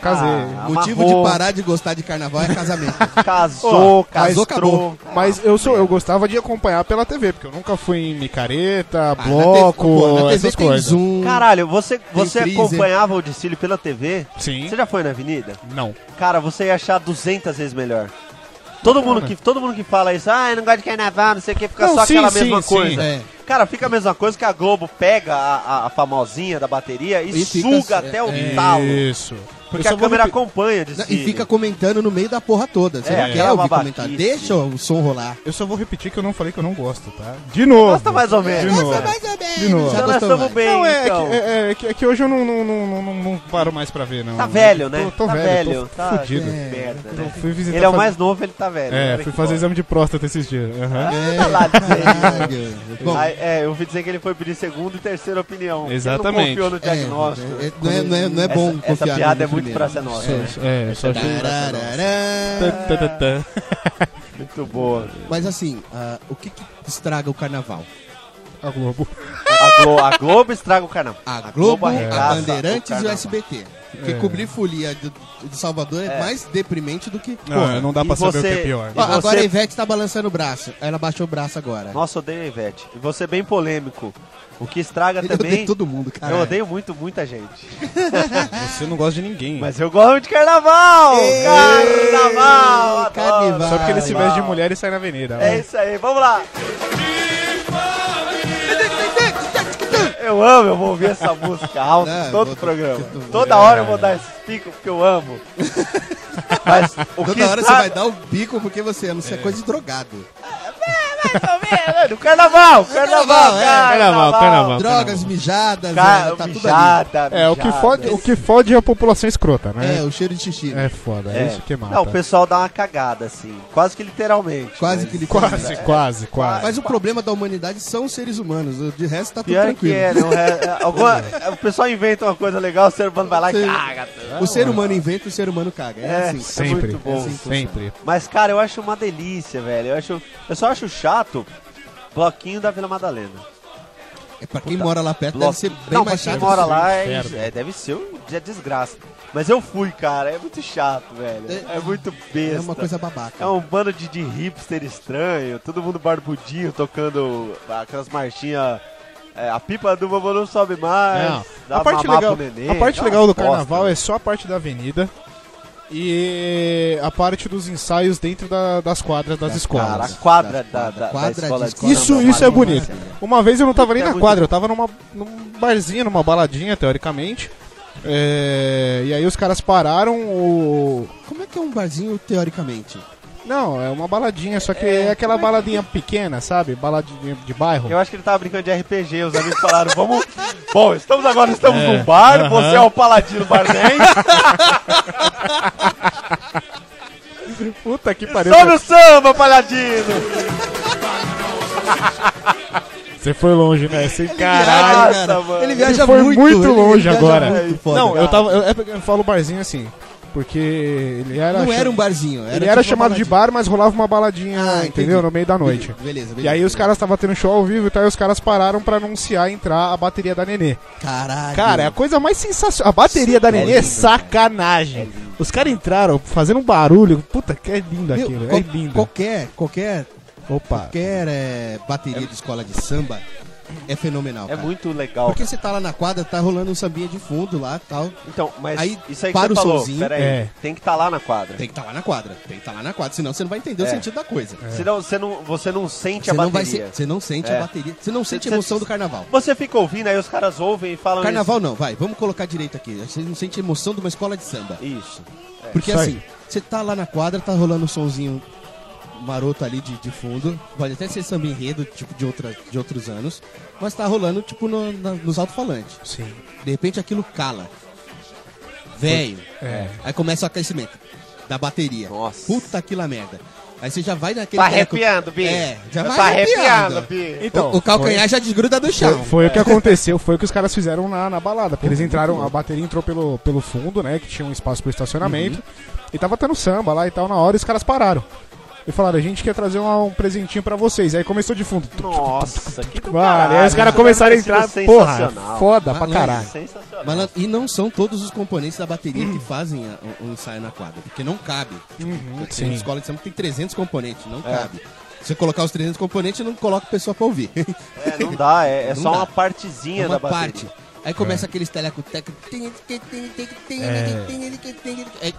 Speaker 2: Casei.
Speaker 4: Ah.
Speaker 3: <laughs> O Motivo
Speaker 4: Amarrou.
Speaker 3: de parar de gostar de carnaval é casamento. casou,
Speaker 4: Casou, castrou.
Speaker 3: acabou.
Speaker 2: Mas eu sou, eu gostava de acompanhar pela TV, porque eu nunca fui em micareta,
Speaker 3: Ah, na
Speaker 2: bloco,
Speaker 3: TV pô, na TV
Speaker 2: essas
Speaker 3: tem
Speaker 2: coisas.
Speaker 3: Zoom.
Speaker 4: Caralho, você, você
Speaker 3: freezer.
Speaker 4: acompanhava o desfile pela TV?
Speaker 2: Sim.
Speaker 4: Você já foi na avenida?
Speaker 2: Não.
Speaker 4: Cara, você ia achar 200 vezes melhor. Todo mundo, que, todo mundo que fala isso, ah, eu não gosto de carnaval, não sei o que, fica
Speaker 2: Não,
Speaker 4: só
Speaker 2: sim,
Speaker 4: aquela
Speaker 2: sim,
Speaker 4: mesma
Speaker 2: sim.
Speaker 4: coisa.
Speaker 3: É.
Speaker 4: Cara, fica a mesma coisa que a Globo pega a, a- a famosinha da bateria e,
Speaker 3: E fica-
Speaker 4: suga até o talo.
Speaker 2: Isso.
Speaker 4: Porque
Speaker 2: assim, é. Eu só
Speaker 4: a
Speaker 2: vou
Speaker 4: câmera
Speaker 2: repi-
Speaker 4: acompanha de
Speaker 3: Não, E fica comentando no meio da porra toda. Você
Speaker 4: É,
Speaker 3: não
Speaker 4: aquela
Speaker 3: quer ouvir
Speaker 4: babaquice.
Speaker 3: comentar. Deixa o som rolar.
Speaker 2: Eu só vou repetir que eu não falei que eu não gosto, tá? De novo.
Speaker 4: Gosta mais ou menos.
Speaker 2: De novo.
Speaker 3: ou menos.
Speaker 2: De novo.
Speaker 3: Já
Speaker 4: Então nós
Speaker 3: gostou
Speaker 4: estamos
Speaker 3: mais.
Speaker 4: bem,
Speaker 2: Não, é,
Speaker 4: então.
Speaker 2: que, é- é que- é que hoje eu não, não, não, não- não- não paro mais pra ver, não.
Speaker 4: Tá velho, né?
Speaker 2: Tô, tô
Speaker 4: tá
Speaker 2: velho,
Speaker 4: velho.
Speaker 2: tô
Speaker 4: tá
Speaker 2: fudido.
Speaker 4: é, merda,
Speaker 2: Então
Speaker 4: né?
Speaker 2: fui visitar
Speaker 4: Ele é o
Speaker 2: faz-
Speaker 4: mais novo, ele tá velho.
Speaker 2: É,
Speaker 4: Olha
Speaker 2: fui
Speaker 4: que
Speaker 2: fazer
Speaker 4: foda.
Speaker 2: exame de próstata esses dias. Aham.
Speaker 4: Tá lá,
Speaker 3: <laughs>
Speaker 4: dizer.
Speaker 3: Caralho. Ah, Bom,
Speaker 4: Aí, é, eu ouvi dizer que ele foi pedir segunda e terceira opinião. porque
Speaker 2: Exatamente.
Speaker 4: Ele não confiou no
Speaker 3: é,
Speaker 4: diagnóstico.
Speaker 3: é, não, é, não, é, não é bom
Speaker 4: essa,
Speaker 3: confiar
Speaker 4: essa piada
Speaker 3: no
Speaker 4: é muito
Speaker 3: primeiro.
Speaker 4: pra ser nossa. né?
Speaker 2: É, só achei. Tã,
Speaker 3: Tarará.
Speaker 2: tã, tã, tã.
Speaker 4: Muito boa.
Speaker 3: Mas assim, ah, o que, que estraga o carnaval?
Speaker 2: A Globo.
Speaker 4: A Globo, a Globo estraga o carnaval.
Speaker 3: A Globo, a,
Speaker 4: arregaça
Speaker 3: Bandeirantes e o
Speaker 4: carnaval.
Speaker 3: SBT. Porque
Speaker 2: É.
Speaker 3: cobrir folia do- de Salvador é, mais deprimente do que.
Speaker 2: Não, não dá pra
Speaker 4: e
Speaker 2: saber o que
Speaker 4: você-
Speaker 2: é pior.
Speaker 3: Ó,
Speaker 4: E você-
Speaker 3: Agora a Ivete tá balançando o braço. Ela baixou o braço agora.
Speaker 4: Nossa, odeio a Ivete. E você é bem polêmico. O que estraga
Speaker 3: Eu
Speaker 4: também.
Speaker 3: odeio todo mundo, cara.
Speaker 4: Eu odeio muito, muita gente.
Speaker 2: Você não gosta de ninguém.
Speaker 4: Mas eu gosto de carnaval!
Speaker 3: Ei,
Speaker 4: carnaval! Ah, adoro.
Speaker 3: carnaval.
Speaker 2: Só porque ele se veste de
Speaker 4: Carnaval.
Speaker 2: mulher e sai na avenida. ó.
Speaker 4: É isso aí, vamos lá! Eu amo, eu vou ouvir essa música alto
Speaker 3: Não,
Speaker 4: todo
Speaker 3: vou-
Speaker 4: o programa.
Speaker 3: vou- é.
Speaker 4: Toda hora eu vou dar esse pico porque eu amo. Mas o que
Speaker 3: Toda hora você
Speaker 4: estraga-
Speaker 3: vai dar o bico porque você ama. Isso é coisa de drogado.
Speaker 7: mais ou menos.
Speaker 4: Mano, carnaval, carnaval,
Speaker 3: Carnaval, é.
Speaker 2: Carnaval, carnaval.
Speaker 3: Drogas, mijadas, é,
Speaker 4: Ca...
Speaker 3: tá tudo ali.
Speaker 4: mijada,
Speaker 2: É, o que,
Speaker 4: mijada.
Speaker 2: fode, o que fode é a população escrota,
Speaker 3: É,
Speaker 2: né?
Speaker 3: o cheiro de xixi.
Speaker 2: É, foda, é. isso que mata.
Speaker 4: Não, o pessoal dá uma cagada, assim. Quase que literalmente.
Speaker 3: Quase
Speaker 4: mas-
Speaker 3: que ele
Speaker 2: Quase, quase, quase.
Speaker 3: Mas o problema da humanidade são os seres humanos. o De resto tá tudo
Speaker 4: Pior que
Speaker 3: tranquilo.
Speaker 4: é, não é, é, alguma- é, o pessoal inventa uma coisa legal, o ser humano vai lá e
Speaker 3: Sim.
Speaker 4: caga. tudo.
Speaker 2: né?
Speaker 3: <laughs> O ser humano inventa, o ser humano caga. É,
Speaker 4: É,
Speaker 3: assim.
Speaker 4: sim.
Speaker 2: sempre,
Speaker 4: muito bom.
Speaker 2: sempre.
Speaker 4: Mas, cara, eu acho uma delícia, velho. Eu, acho, eu só acho chato bloquinho da Vila Madalena.
Speaker 3: É, pra quem mora lá perto,
Speaker 4: Bloco-
Speaker 3: deve ser bem
Speaker 4: não, pra
Speaker 3: mais
Speaker 4: quem
Speaker 3: chato. assim.
Speaker 4: mora lá é,
Speaker 2: inferno.
Speaker 4: é, deve ser um dia desgraça. Mas eu fui, cara. É muito chato, velho. É,
Speaker 3: É-
Speaker 4: muito besta.
Speaker 3: É uma coisa babaca.
Speaker 4: É um bando de, de hipster estranho, todo mundo barbudinho, tocando aquelas marchinhas. é, a pipa do vovô não sobe mais.
Speaker 2: Não,
Speaker 4: dá
Speaker 2: A parte,
Speaker 4: mamar
Speaker 2: legal,
Speaker 4: pro neném,
Speaker 2: a parte
Speaker 4: dá
Speaker 2: legal do
Speaker 4: uma bosta.
Speaker 2: carnaval é só a parte da avenida e a parte dos ensaios dentro da- das quadras das
Speaker 4: Cara, a
Speaker 2: escolas.
Speaker 4: quadra da, da, da
Speaker 3: Quadra de
Speaker 4: escola de
Speaker 3: escola
Speaker 2: Isso-
Speaker 4: samba
Speaker 2: isso é
Speaker 4: maravilhosa.
Speaker 2: bonito. Uma vez eu não tava nem
Speaker 4: É
Speaker 2: na
Speaker 4: muito
Speaker 2: quadra, eu tava numa, num barzinho, numa baladinha, teoricamente. É, e aí os caras pararam o.
Speaker 3: Como é que é um barzinho, teoricamente?
Speaker 2: Não, é uma baladinha, só que é, aquela baladinha pequena, sabe? Baladinha de bairro.
Speaker 4: Eu acho que ele tava brincando de RPG, os amigos falaram, vamos. Bom, estamos agora, estamos num bar, você é o paladino
Speaker 3: <laughs>
Speaker 4: barman,
Speaker 2: Puta que pariu.
Speaker 4: sobe o samba, paladino!
Speaker 2: Você foi longe, né? Você, caralho.
Speaker 4: Caraca,
Speaker 3: Viaja, cara.
Speaker 4: mano.
Speaker 3: Ele viaja
Speaker 2: foi
Speaker 3: muito,
Speaker 2: muito
Speaker 3: ele
Speaker 2: longe
Speaker 3: viaja
Speaker 2: agora.
Speaker 3: muito, foda.
Speaker 2: Não, eu tava. Eu, é porque eu falo barzinho assim, porque ele era.
Speaker 3: Não era
Speaker 2: cha-
Speaker 3: um barzinho. Era
Speaker 2: ele era
Speaker 3: tipo uma
Speaker 2: chamado de bar,
Speaker 3: baladinha.
Speaker 2: mas rolava uma baladinha,
Speaker 3: Ah, entendi.
Speaker 2: entendeu? No meio da noite.
Speaker 3: Beleza, beleza.
Speaker 2: E aí os caras estavam tendo show ao vivo e tal, e os caras pararam pra anunciar entrar a bateria da Nenê.
Speaker 3: Caralho.
Speaker 2: Cara, é a coisa mais sensacional. A bateria da Nenê é
Speaker 3: É
Speaker 2: sacanagem. Os caras entraram fazendo um barulho. Puta, que é lindo
Speaker 3: Meu,
Speaker 2: aquilo.
Speaker 3: qual-
Speaker 2: É lindo.
Speaker 3: Qualquer, qualquer,
Speaker 2: Opa.
Speaker 3: qualquer é, bateria de escola de samba é fenomenal,
Speaker 4: É
Speaker 3: cara.
Speaker 4: muito legal.
Speaker 3: Porque você tá lá na quadra, tá rolando um sambinha de fundo lá tal.
Speaker 4: Então, mas
Speaker 3: Aí,
Speaker 4: isso aí que
Speaker 3: para
Speaker 4: você
Speaker 3: o
Speaker 4: falou,
Speaker 3: solzinho.
Speaker 4: peraí,
Speaker 2: É.
Speaker 4: tem que estar lá na quadra.
Speaker 3: Tem que estar tá lá na quadra. Tem que estar tá lá na quadra, senão você não vai entender
Speaker 4: É.
Speaker 3: o sentido da coisa.
Speaker 4: Senão você não, você não sente
Speaker 3: Você
Speaker 4: a
Speaker 3: não, vai
Speaker 4: bateria.
Speaker 3: se- você não sente
Speaker 4: É.
Speaker 3: a bateria. Você não sente
Speaker 4: Você-
Speaker 3: a emoção
Speaker 4: você-
Speaker 3: do carnaval.
Speaker 4: Você fica ouvindo, aí os caras ouvem e falam
Speaker 3: Carnaval não, vai, vamos colocar direito aqui. Você não sente a emoção de uma escola de samba.
Speaker 4: isso. Isso.
Speaker 3: Porque
Speaker 2: isso aí.
Speaker 3: assim, você tá lá na quadra, tá rolando um sonzinho maroto ali de, de fundo. Pode até ser samba enredo, tipo, de, outra, de outros anos. Mas tá rolando, tipo, no- na- nos alto-falantes.
Speaker 2: Sim.
Speaker 3: De repente aquilo cala. Velho.
Speaker 2: É.
Speaker 3: Aí começa o aquecimento da bateria.
Speaker 4: Nossa.
Speaker 3: Puta que lá merda. Aí você já vai naquele.
Speaker 4: Tá
Speaker 3: treco-
Speaker 4: arrepiando, Bi.
Speaker 3: É, já vai
Speaker 4: tá arrepiando,
Speaker 3: arrepiando.
Speaker 4: Bi.
Speaker 2: Então,
Speaker 3: o, o calcanhar já desgruda do chão.
Speaker 2: Foi, foi o que aconteceu, foi o que os caras fizeram na, na balada. Porque eles entraram, a bateria entrou pelo, pelo fundo, né? Que tinha um espaço pro estacionamento. E tava tendo samba lá e tal, na hora, e os caras pararam. E falaram, a gente quer trazer uma- um presentinho pra vocês. Aí começou de fundo.
Speaker 4: Nossa, que do
Speaker 2: Mano,
Speaker 4: caralho.
Speaker 2: aí os caras
Speaker 4: Isso
Speaker 2: começaram a
Speaker 4: deve ter
Speaker 2: entrar,
Speaker 4: sido
Speaker 2: porra,
Speaker 4: sensacional.
Speaker 2: foda pra
Speaker 3: Malandro.
Speaker 2: caralho.
Speaker 4: Sensacional.
Speaker 3: Malandro, e não são todos os componentes da bateria que fazem a- o, o ensaio na quadra, porque não cabe. Tipo, tem
Speaker 4: Uhum,
Speaker 2: sim.
Speaker 3: escola de samba que tem 300 componentes, não
Speaker 4: É.
Speaker 3: cabe. Se você colocar os 300 componentes, não coloca o pessoal pra ouvir. <laughs>
Speaker 4: É, não dá, é, é
Speaker 3: Não
Speaker 4: só
Speaker 3: dá.
Speaker 4: uma partezinha
Speaker 3: É uma
Speaker 4: da bateria.
Speaker 3: parte. Aí começa aqueles telecotecos. É.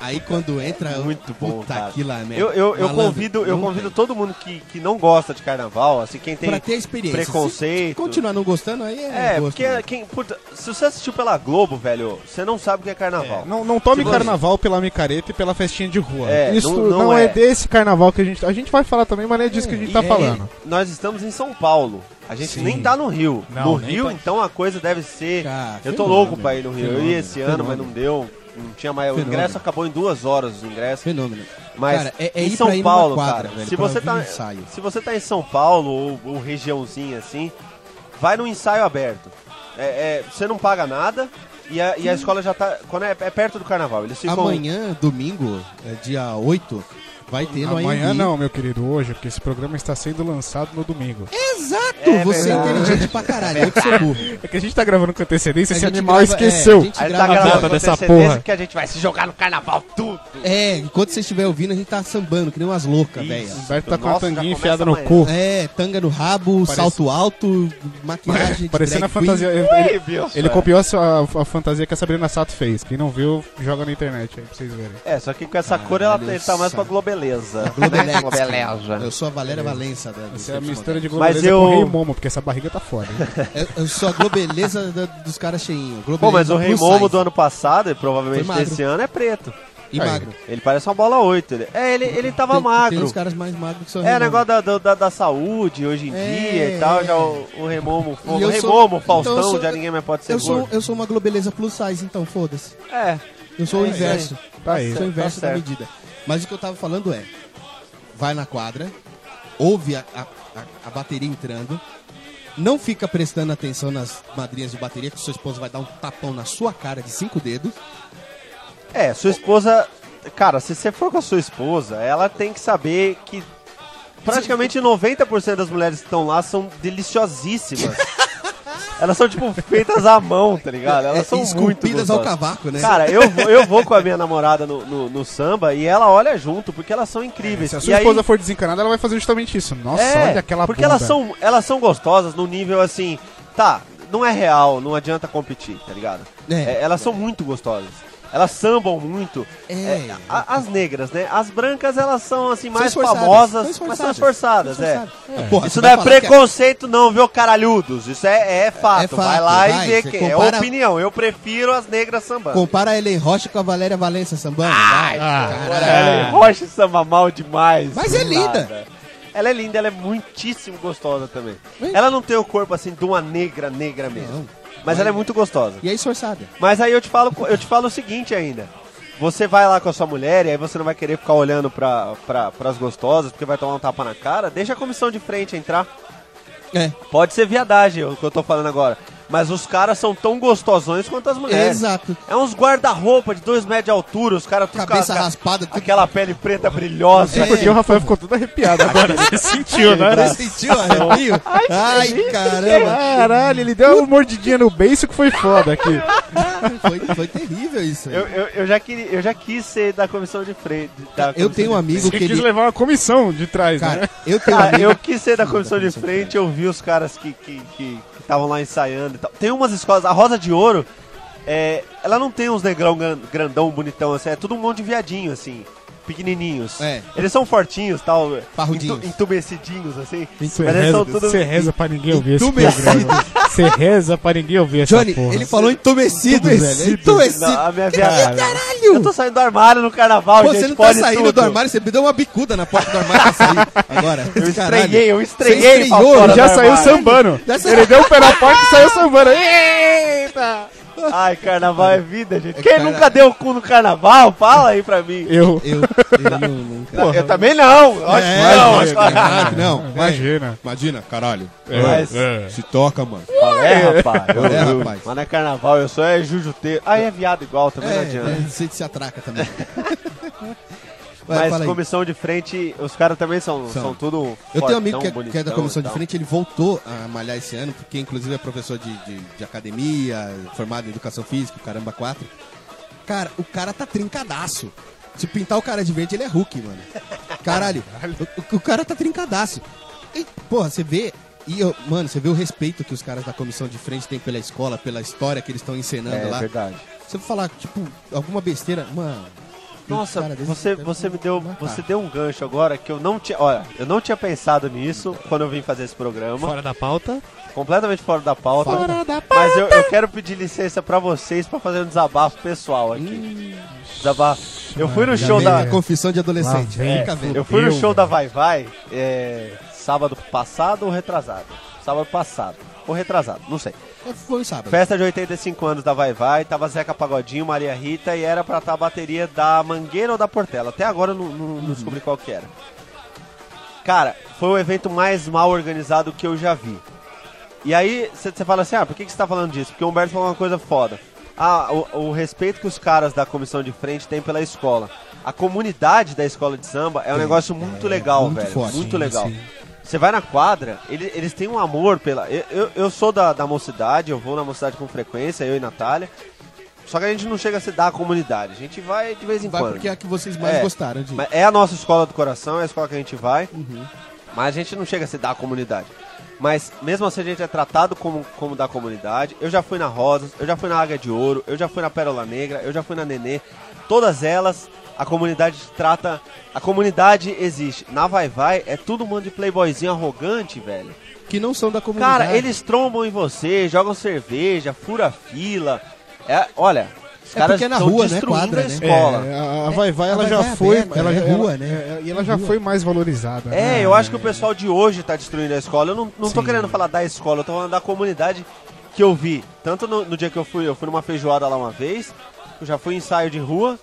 Speaker 3: Aí quando entra.
Speaker 4: É Muito bom,
Speaker 3: Puta
Speaker 4: cara.
Speaker 3: que lá, merda.
Speaker 4: Eu, eu, eu
Speaker 3: Malandro,
Speaker 4: convido, eu
Speaker 3: não
Speaker 4: convido
Speaker 3: tem.
Speaker 4: todo mundo que, que não gosta de carnaval, assim, quem tem
Speaker 3: Pra ter a experiência. Se
Speaker 4: preconceito.
Speaker 3: continuar não gostando, aí é.
Speaker 4: É,
Speaker 3: gosto,
Speaker 4: porque
Speaker 3: né?
Speaker 4: quem, puta, se você assistiu pela Globo, velho, você não sabe o que é carnaval.
Speaker 2: Não, não tome
Speaker 4: Tipo assim.
Speaker 2: carnaval pela micareta e pela festinha de rua.
Speaker 4: É,
Speaker 2: Isso
Speaker 4: não-
Speaker 2: não,
Speaker 4: não
Speaker 2: é.
Speaker 4: é. Hum,
Speaker 2: desse carnaval que a gente. tá- A gente vai falar também, mas não é disso que a gente tá
Speaker 4: E
Speaker 2: falando.
Speaker 4: Nós estamos em São Paulo. A gente
Speaker 2: Sim.
Speaker 4: nem tá no Rio.
Speaker 2: Não,
Speaker 4: no
Speaker 2: nem
Speaker 4: Rio,
Speaker 2: tá.
Speaker 4: então a coisa deve ser.
Speaker 3: Cara,
Speaker 4: eu tô
Speaker 3: fenômeno,
Speaker 4: louco pra ir no Rio. eu ia
Speaker 3: fenômeno,
Speaker 4: esse ano, mas não deu. Não tinha mais. O
Speaker 3: Fenômeno.
Speaker 4: ingresso acabou em duas horas os ingressos.
Speaker 3: Fenômeno.
Speaker 4: Mas
Speaker 3: Cara, é- é
Speaker 4: em
Speaker 3: ir
Speaker 4: São
Speaker 3: pra ir numa
Speaker 4: Paulo,
Speaker 3: quadra,
Speaker 4: cara,
Speaker 3: velho,
Speaker 4: se
Speaker 3: pra
Speaker 4: você
Speaker 3: ouvir
Speaker 4: tá
Speaker 3: um ensaio.
Speaker 4: se você tá em São Paulo ou, ou regiãozinha assim, vai no ensaio aberto. É, é, você não paga nada e a, e a escola já tá quando é, é perto do Carnaval. Eles ficam
Speaker 3: Amanhã, domingo, é, dia 8, vai ter
Speaker 4: é
Speaker 3: no
Speaker 2: Amanhã
Speaker 3: AMB.
Speaker 2: não, meu querido, hoje, porque esse programa está sendo lançado no domingo.
Speaker 3: Exato!
Speaker 4: É
Speaker 3: você é
Speaker 4: verdade.
Speaker 3: inteligente pra caralho, eu que sou
Speaker 4: <laughs>
Speaker 3: burro.
Speaker 2: É que a gente tá gravando com antecedência,
Speaker 3: A
Speaker 2: esse
Speaker 3: gente
Speaker 2: animal
Speaker 3: grava- É, a
Speaker 2: esqueceu.
Speaker 3: gente
Speaker 4: Aí
Speaker 3: grava
Speaker 4: tá
Speaker 2: a
Speaker 4: gravando
Speaker 2: data
Speaker 4: com
Speaker 2: dessa
Speaker 4: antecedência
Speaker 2: porra.
Speaker 4: que a gente vai se jogar no Carnaval tudo.
Speaker 3: É, enquanto você estiver ouvindo, a gente tá sambando, que nem umas loucas,
Speaker 4: Isso.
Speaker 3: velho.
Speaker 2: Humberto tá com a
Speaker 4: Nossa, já
Speaker 2: tanguinha
Speaker 4: começa
Speaker 2: enfiada no
Speaker 4: amanhã. né?
Speaker 2: cu.
Speaker 3: É, tanga no rabo,
Speaker 2: Parece-
Speaker 3: salto alto, maquiagem de
Speaker 2: Parecendo a
Speaker 3: drag
Speaker 2: fantasia. Ele,
Speaker 4: Ei, Wilson,
Speaker 2: ele
Speaker 4: é.
Speaker 2: copiou a, sua- a fantasia que a Sabrina Sato fez. Quem não viu, joga na internet aí pra vocês verem.
Speaker 4: É, só que com essa cor ela
Speaker 3: Caralho,
Speaker 4: ele tá mais pra
Speaker 3: sabe.
Speaker 4: globeleza.
Speaker 3: Globelex.
Speaker 4: globeleza.
Speaker 3: Queen. Eu sou a Valéria Valença. Da,
Speaker 2: Essa é a mistura de
Speaker 4: Mas
Speaker 2: Globeleza
Speaker 4: eu-
Speaker 2: com Rei Momo, porque essa barriga tá foda. hein?
Speaker 3: Eu,
Speaker 4: <laughs>
Speaker 3: eu sou a globeleza da- dos caras cheinhos.
Speaker 4: Pô, mas o Rei Momo do
Speaker 3: dono
Speaker 4: ano passado, e provavelmente
Speaker 3: tá Foi magro.
Speaker 4: desse ano, é preto.
Speaker 3: E magro.
Speaker 4: Ele parece uma bola 8. Ele... É, ele, ele tava
Speaker 3: Tem- Tem
Speaker 4: magro.
Speaker 3: uns caras mais magros que são
Speaker 4: É,
Speaker 3: Renan.
Speaker 4: negócio da, do- da, da saúde hoje em
Speaker 3: É,
Speaker 4: dia e tal.
Speaker 3: é.
Speaker 4: Já o, o Remomo, o
Speaker 3: E eu sou-
Speaker 4: Remomo, o
Speaker 3: então
Speaker 4: Faustão,
Speaker 3: eu sou-
Speaker 4: já ninguém mais pode ser
Speaker 3: Eu sou,
Speaker 4: gordo.
Speaker 3: eu sou uma globeleza plus size, então, foda-se.
Speaker 4: É,
Speaker 3: Eu sou o
Speaker 4: É,
Speaker 3: inverso.
Speaker 2: Tá aí.
Speaker 3: Eu sou o inverso
Speaker 4: Tá
Speaker 3: da
Speaker 4: certo.
Speaker 3: medida. Mas o que eu tava falando é: vai na quadra, ouve a, a, a- a bateria entrando, não fica prestando atenção nas madrinhas de bateria, que sua esposa vai dar um tapão na sua cara de cinco dedos.
Speaker 4: é, sua esposa... Cara, se você for com a sua esposa, ela tem que saber que praticamente 90% das mulheres que estão lá são
Speaker 3: <laughs>
Speaker 4: deliciosíssimas. Elas são, tipo, feitas à mão, tá ligado? Elas
Speaker 3: É,
Speaker 4: são muito
Speaker 3: esculpidas ao
Speaker 4: gostosas.
Speaker 3: cavaco, né?
Speaker 4: Cara, eu vou, eu vou com a minha namorada no, no, no samba e ela olha junto, porque elas são incríveis.
Speaker 2: Se
Speaker 3: É,
Speaker 2: a
Speaker 4: e
Speaker 2: sua
Speaker 4: aí,
Speaker 2: esposa for desencanada, ela vai fazer justamente isso. Nossa, olha aquela
Speaker 4: É, porque
Speaker 2: bunda.
Speaker 4: elas são, elas são gostosas no nível assim, tá, não é real, não adianta competir, tá ligado?
Speaker 3: É.
Speaker 4: É, elas são muito gostosas. Elas sambam muito.
Speaker 3: É.
Speaker 4: a- as negras, né? As brancas, elas são assim, mais
Speaker 3: esforçadas,
Speaker 4: famosas,
Speaker 3: são
Speaker 4: mas são
Speaker 3: esforçadas,
Speaker 4: esforçadas,
Speaker 3: são
Speaker 4: é.
Speaker 3: esforçadas. Porra,
Speaker 4: Isso
Speaker 3: você
Speaker 4: não
Speaker 3: vai
Speaker 4: é
Speaker 3: falar que
Speaker 4: preconceito, não, viu, caralhudos? Isso é, é fato.
Speaker 3: fato,
Speaker 4: Vai lá
Speaker 3: vai,
Speaker 4: e vê
Speaker 3: você
Speaker 4: que
Speaker 3: compara-
Speaker 4: é opinião. Eu prefiro as negras sambando.
Speaker 3: Compara a Ellen Rocha com a Valéria Valença sambando.
Speaker 4: Ah!
Speaker 3: vai.
Speaker 4: Agora, Ellen Rocha samba mal demais.
Speaker 3: Mas é
Speaker 4: nada.
Speaker 3: linda.
Speaker 4: Ela é linda, ela é muitíssimo gostosa também.
Speaker 3: Bem-
Speaker 4: Ela não tem o corpo assim de uma negra, negra mesmo.
Speaker 3: Não.
Speaker 4: Mas ela é muito gostosa.
Speaker 3: E é esforçada.
Speaker 4: Mas aí eu te falo, eu te falo o seguinte ainda. Você vai lá com a sua mulher e aí você não vai querer ficar olhando pra, pra, pras gostosas porque vai tomar um tapa na cara. Deixa a comissão de frente entrar.
Speaker 3: É.
Speaker 4: Pode ser viadagem o que eu tô falando agora. Mas os caras são tão gostosões quanto as mulheres.
Speaker 3: Exato.
Speaker 4: É uns guarda-roupa de dois metros de altura, os caras tudo
Speaker 3: Cabeça
Speaker 4: com a-
Speaker 3: raspada, tudo-
Speaker 4: Aquela pele preta brilhosa.
Speaker 2: É porque o Rafael ficou todo
Speaker 4: <laughs>
Speaker 2: arrepiado agora. Ele sentiu, né?
Speaker 3: Você sentiu o arrepio? Ai, caramba.
Speaker 2: Caralho, ele deu uma mordidinha no beiço que foi foda aqui.
Speaker 3: Foi, foi terrível isso. aí.
Speaker 4: Eu, eu, eu já queria, eu já quis ser da comissão de frente. da
Speaker 3: Eu
Speaker 4: comissão
Speaker 3: tenho um
Speaker 4: de-
Speaker 3: amigo que
Speaker 2: Ele quis
Speaker 3: ele...
Speaker 2: levar uma comissão de trás, né?
Speaker 3: Cara, eu tenho um
Speaker 4: Cara,
Speaker 3: amigo...
Speaker 4: eu quis ser da comissão de frente, eu vi os caras que estavam que, que estavam lá ensaiando e tal. Tem umas escolas, a Rosa de Ouro, é, ela não tem uns negrão gran- grandão, bonitão, assim, é tudo um monte de viadinho, assim, pequenininhos.
Speaker 3: É.
Speaker 4: Eles são fortinhos, tal,
Speaker 3: Parrudinhos.
Speaker 4: entu- entumescidinhos, assim.
Speaker 2: Você
Speaker 3: é
Speaker 4: mas eles
Speaker 2: reza,
Speaker 4: são tudo...
Speaker 2: você reza pra ninguém ouvir esse
Speaker 3: entumecido.
Speaker 2: programa. Você reza pra ninguém ouvir essa
Speaker 3: Johnny,
Speaker 2: porra.
Speaker 3: ele falou entumecido, velho. é
Speaker 2: Entumecido.
Speaker 3: Entumecido.
Speaker 4: Não, a minha
Speaker 3: Caralho.
Speaker 4: viagem. Eu tô saindo do armário no carnaval,
Speaker 3: Pô,
Speaker 4: gente,
Speaker 3: você não tá
Speaker 4: pode
Speaker 3: saindo
Speaker 4: tudo.
Speaker 3: do armário, você me deu uma bicuda na porta do armário pra sair agora.
Speaker 4: Eu
Speaker 3: Caralho.
Speaker 4: estranhei, eu
Speaker 3: Você
Speaker 4: estranhei. pra
Speaker 3: estranhou,
Speaker 4: fora
Speaker 2: Ele
Speaker 4: do
Speaker 2: já saiu
Speaker 4: armário.
Speaker 2: sambando.
Speaker 3: Já saiu.
Speaker 2: Ele deu o pé na porta e saiu sambando. Eita!
Speaker 4: Ai, carnaval é vida, gente. Quem
Speaker 3: cara-
Speaker 4: nunca deu o cu no carnaval, fala aí pra mim.
Speaker 2: Eu.
Speaker 3: Eu, eu não, nunca...
Speaker 4: Não, eu também não. Eu acho que
Speaker 3: É,
Speaker 4: não.
Speaker 3: mas
Speaker 4: acho que-
Speaker 3: caralho, não.
Speaker 2: Imagina.
Speaker 3: Imagina, caralho.
Speaker 2: É,
Speaker 4: Mas-
Speaker 3: Se toca, mano.
Speaker 4: Qual é, rapaz? Eu-
Speaker 3: É,
Speaker 4: eu-
Speaker 3: rapaz.
Speaker 4: Mas não é carnaval, eu sou é jujuteiro. Ah, é viado igual, também não
Speaker 3: É,
Speaker 4: adianta.
Speaker 3: é, você se atraca
Speaker 4: <laughs>
Speaker 3: também. Vai,
Speaker 4: Mas
Speaker 3: fala aí.
Speaker 4: comissão de frente, os caras também são, são.
Speaker 3: São.
Speaker 4: tudo
Speaker 3: Eu tenho um amigo
Speaker 4: fortão,
Speaker 3: que é, que é da
Speaker 4: bonitão
Speaker 3: comissão
Speaker 4: e
Speaker 3: de
Speaker 4: tal.
Speaker 3: frente, ele voltou a malhar esse ano, porque inclusive é professor de, de, de academia, formado em educação física, o caramba, quatro. Cara, o cara tá trincadaço. Se pintar o cara de verde, ele é Hulk, mano. Caralho, o, o cara tá trincadaço. E, porra, você vê. E, eu- mano, você vê o respeito que os caras da comissão de frente têm pela escola, pela história que eles estão encenando
Speaker 4: É,
Speaker 3: lá.
Speaker 4: verdade.
Speaker 3: Se eu falar, tipo, alguma besteira, mano.
Speaker 4: Nossa,
Speaker 3: um cara desse
Speaker 4: você,
Speaker 3: deve
Speaker 4: você me deu,
Speaker 3: matar.
Speaker 4: você deu um gancho agora que eu não tinha, olha, eu não tinha pensado nisso quando eu vim fazer esse programa.
Speaker 7: Fora da pauta.
Speaker 4: completamente fora da pauta.
Speaker 3: Fora
Speaker 4: Mas eu, eu quero pedir licença pra vocês pra fazer um desabafo pessoal aqui. Desabafo. Eu fui no
Speaker 3: Já
Speaker 4: show
Speaker 3: vem
Speaker 4: da.
Speaker 3: a é confissão de adolescente.
Speaker 2: Lá vem.
Speaker 3: Fica vendo.
Speaker 4: Eu fui no
Speaker 2: Eu,
Speaker 4: show da Vai Vai é, sábado passado ou retrasado? Sábado passado. Ou retrasado, não sei.
Speaker 3: É, Foi sábado.
Speaker 4: Festa de 85 anos da Vai Vai, tava Zeca Pagodinho, Maria Rita e era pra estar a bateria da Mangueira ou da Portela. Até agora eu não, não- não descobri qual que era. Cara, foi o evento mais mal organizado que eu já vi. E aí você fala assim, ah, por que que você tá falando disso? Porque o Humberto falou uma coisa foda. Ah, o, o respeito que os caras da comissão de frente têm pela escola. A comunidade da escola de samba é um negócio muito legal,
Speaker 3: muito
Speaker 4: velho.
Speaker 3: forte,
Speaker 4: muito
Speaker 3: sim,
Speaker 4: legal.
Speaker 3: sim.
Speaker 4: Você vai na quadra, ele- eles têm um amor pela. Eu, eu, eu sou da, da mocidade, eu vou na mocidade com frequência, eu e Natália. Só que a gente não chega a se dar à comunidade, a gente vai de vez em
Speaker 3: Vai
Speaker 4: quando.
Speaker 3: porque é a que vocês mais
Speaker 4: É,
Speaker 3: gostaram de. Uhum.
Speaker 4: Mas É a nossa escola do coração, é a escola que a gente vai. Mas a gente não chega a se dar à comunidade. Mas mesmo assim a gente é tratado como, como da comunidade. Eu já fui na Rosas, eu já fui na Águia de Ouro, eu já fui na Pérola Negra, eu já fui na Nenê. Todas elas, a comunidade trata. A comunidade existe. Na Vai Vai é tudo um monte de playboyzinho arrogante, velho.
Speaker 3: Que não são da comunidade.
Speaker 4: Cara, eles trombam em você, jogam cerveja, fura fila. É, olha, Os
Speaker 3: É
Speaker 4: caras
Speaker 3: porque é na
Speaker 4: tão
Speaker 3: rua, né,
Speaker 4: destruindo
Speaker 3: quadra,
Speaker 4: a
Speaker 3: né?
Speaker 4: escola.
Speaker 2: É, a- a Vai Vai, ela
Speaker 3: a
Speaker 2: já
Speaker 3: Vai Vai é
Speaker 2: foi.
Speaker 3: aberta,
Speaker 2: ela
Speaker 3: é
Speaker 2: já,
Speaker 3: rua,
Speaker 2: ela-
Speaker 3: né?
Speaker 2: é, E ela já
Speaker 3: Rua.
Speaker 2: foi mais valorizada.
Speaker 4: É,
Speaker 2: né?
Speaker 4: eu acho que o pessoal de hoje tá destruindo a escola. Eu não, não tô
Speaker 2: Sim.
Speaker 4: querendo falar da escola, eu tô falando da comunidade que eu vi. Tanto no, no dia que eu fui, eu fui numa feijoada lá uma vez, eu já fui em ensaio de rua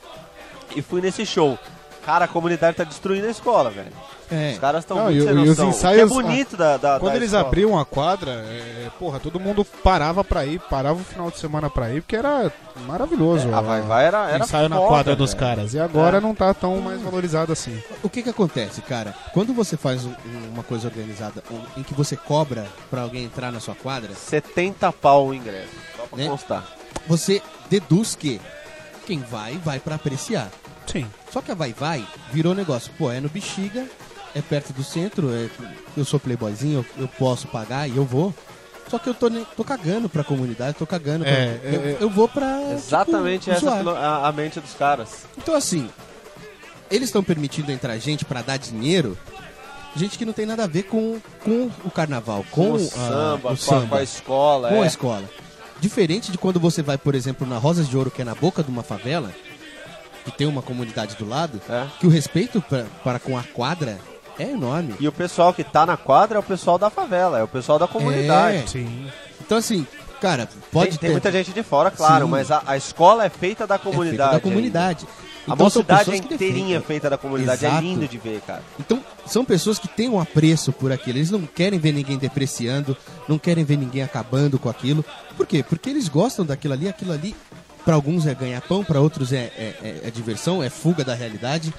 Speaker 4: e fui nesse show. Cara, a comunidade tá destruindo a escola, velho.
Speaker 3: É.
Speaker 4: Os caras estão
Speaker 2: Não,
Speaker 4: muito
Speaker 2: e o-
Speaker 4: sem
Speaker 2: e os
Speaker 4: noção. O que
Speaker 2: ensaios- ah,
Speaker 4: é bonito da, da
Speaker 2: Quando
Speaker 4: da
Speaker 2: eles
Speaker 4: escola.
Speaker 2: abriam a quadra, é, porra, todo mundo parava pra ir, parava o final de semana pra ir, porque era maravilhoso.
Speaker 4: É, A Ah, vai vai era,
Speaker 2: o
Speaker 4: era
Speaker 2: ensaio na
Speaker 4: foda,
Speaker 2: quadra dos
Speaker 4: velho. É.
Speaker 2: caras. E agora não tá tão mais valorizado assim.
Speaker 3: O que que acontece, cara? Quando você faz um- um- uma coisa organizada um- em que você cobra pra alguém entrar na sua quadra,
Speaker 4: 70 pau o ingresso. Só pra
Speaker 3: Né?
Speaker 4: constar.
Speaker 2: É
Speaker 3: você deduz que quem vai, vai pra apreciar.
Speaker 2: Sim.
Speaker 3: Só que a Vai Vai virou negócio. Pô, é no Bexiga, é perto do centro, é- eu sou playboyzinho, eu, eu posso pagar e eu vou. Só que eu tô, nem- tô cagando pra comunidade, tô cagando pra...
Speaker 2: É,
Speaker 3: eu,
Speaker 2: é, é.
Speaker 3: eu vou pra... tipo,
Speaker 4: Exatamente essa
Speaker 3: zoar.
Speaker 4: é a, a mente dos caras.
Speaker 3: Então, assim, eles estão permitindo entrar gente pra dar dinheiro, gente que não tem nada a ver com, com o carnaval, com,
Speaker 4: Com o
Speaker 3: ah,
Speaker 4: samba,
Speaker 3: o
Speaker 4: com, a-
Speaker 3: samba,
Speaker 4: com a escola.
Speaker 3: com a
Speaker 4: é.
Speaker 3: escola. Diferente de quando você vai, por exemplo, na Rosas de Ouro, que é na boca de uma favela, que tem uma comunidade do lado,
Speaker 4: É.
Speaker 3: que o respeito pra- para com a quadra é enorme.
Speaker 4: E o pessoal que tá na quadra é o pessoal da favela, é o pessoal da comunidade.
Speaker 3: É.
Speaker 2: Sim.
Speaker 3: Então, assim, cara, pode
Speaker 4: tem,
Speaker 3: ter.
Speaker 4: tem muita gente de fora, claro,
Speaker 3: Sim.
Speaker 4: mas a, a escola é feita da
Speaker 3: é feito
Speaker 4: comunidade.
Speaker 3: da comunidade.
Speaker 4: ainda. A
Speaker 3: Então, são
Speaker 4: mocidade é
Speaker 3: pessoas que
Speaker 4: inteirinha
Speaker 3: defendem.
Speaker 4: feita da comunidade. É
Speaker 3: Exato.
Speaker 4: lindo de ver, cara.
Speaker 3: Então, são pessoas que têm um apreço por aquilo. Eles não querem ver ninguém depreciando, não querem ver ninguém acabando com aquilo. Por quê? Porque eles gostam daquilo ali. Aquilo ali, para alguns é ganhar pão, para outros é, é- é- é diversão, é fuga da realidade.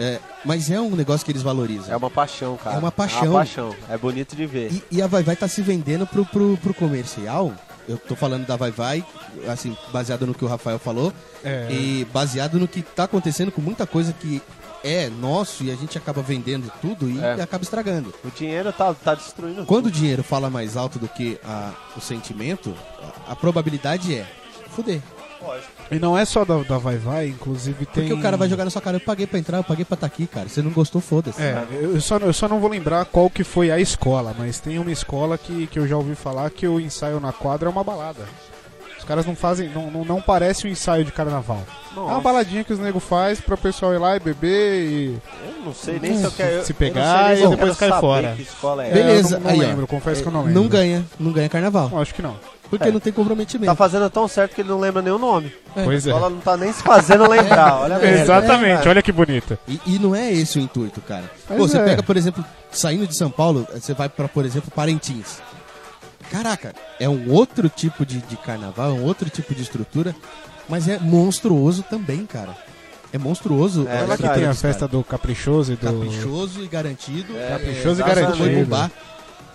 Speaker 3: É, mas é um negócio que eles valorizam.
Speaker 4: É uma paixão, cara.
Speaker 3: É uma paixão.
Speaker 4: É uma paixão. É bonito de ver.
Speaker 3: E, e a Vai Vai tá se vendendo pro, pro, pro comercial. Eu tô falando da Vai Vai, assim, baseado no que o Rafael falou.
Speaker 2: É.
Speaker 3: E baseado no que tá acontecendo com muita coisa que é nosso e a gente acaba vendendo tudo e
Speaker 4: É.
Speaker 3: acaba estragando.
Speaker 4: O dinheiro tá, tá destruindo
Speaker 3: Quando o dinheiro fala mais alto do que a- o sentimento, a, a probabilidade é fuder.
Speaker 4: tudo. Lógico.
Speaker 2: E não é só da, da Vai Vai, inclusive tem.
Speaker 3: Porque o cara vai jogar na sua cara, eu paguei pra entrar, eu paguei pra estar aqui, cara. Você não gostou, foda-se.
Speaker 2: É, eu só, eu só não vou lembrar qual que foi a escola, mas tem uma escola que, que eu já ouvi falar que o ensaio na quadra é uma balada. Os caras não fazem, não, não, não parece um ensaio de carnaval. É uma
Speaker 4: Nossa.
Speaker 2: baladinha que os nego faz pra o pessoal ir lá e beber e.
Speaker 4: Eu não sei nem se
Speaker 3: É,
Speaker 4: eu
Speaker 2: Se
Speaker 4: quero. eu
Speaker 2: pegar
Speaker 4: não sei nem se
Speaker 2: e
Speaker 4: eu
Speaker 2: depois
Speaker 4: quero
Speaker 2: cai
Speaker 4: saber
Speaker 2: fora.
Speaker 4: Que escola é.
Speaker 2: É,
Speaker 3: Beleza,
Speaker 2: eu não, não
Speaker 3: aí, ó.
Speaker 2: lembro, confesso que eu não lembro.
Speaker 3: Não ganha, não ganha carnaval.
Speaker 2: Não, acho que não.
Speaker 3: Porque
Speaker 4: É.
Speaker 3: não tem comprometimento.
Speaker 4: Tá fazendo tão certo que ele não lembra nenhum nome.
Speaker 2: Pois
Speaker 4: A
Speaker 2: é.
Speaker 4: escola não tá nem se fazendo lembrar.
Speaker 3: <laughs>
Speaker 4: Olha a
Speaker 3: né,
Speaker 4: merda.
Speaker 2: Exatamente, olha que bonita.
Speaker 3: E, e não é esse o intuito, cara. Pô,
Speaker 2: Mas
Speaker 3: você
Speaker 2: é.
Speaker 3: pega, por exemplo, saindo de São Paulo, eh, você vai pra, por exemplo, Parintins. Caraca, é um outro tipo de, de carnaval, é um outro tipo de estrutura, mas é monstruoso também, cara. É monstruoso.
Speaker 4: É,
Speaker 3: os
Speaker 4: lá
Speaker 2: Olha que
Speaker 4: verdade,
Speaker 2: tem a
Speaker 3: estruturas,
Speaker 2: festa
Speaker 3: cara.
Speaker 2: do Caprichoso e do.
Speaker 3: Caprichoso e garantido.
Speaker 4: É,
Speaker 2: Caprichoso e
Speaker 4: exatamente.
Speaker 2: garantido.
Speaker 3: Foi bombar.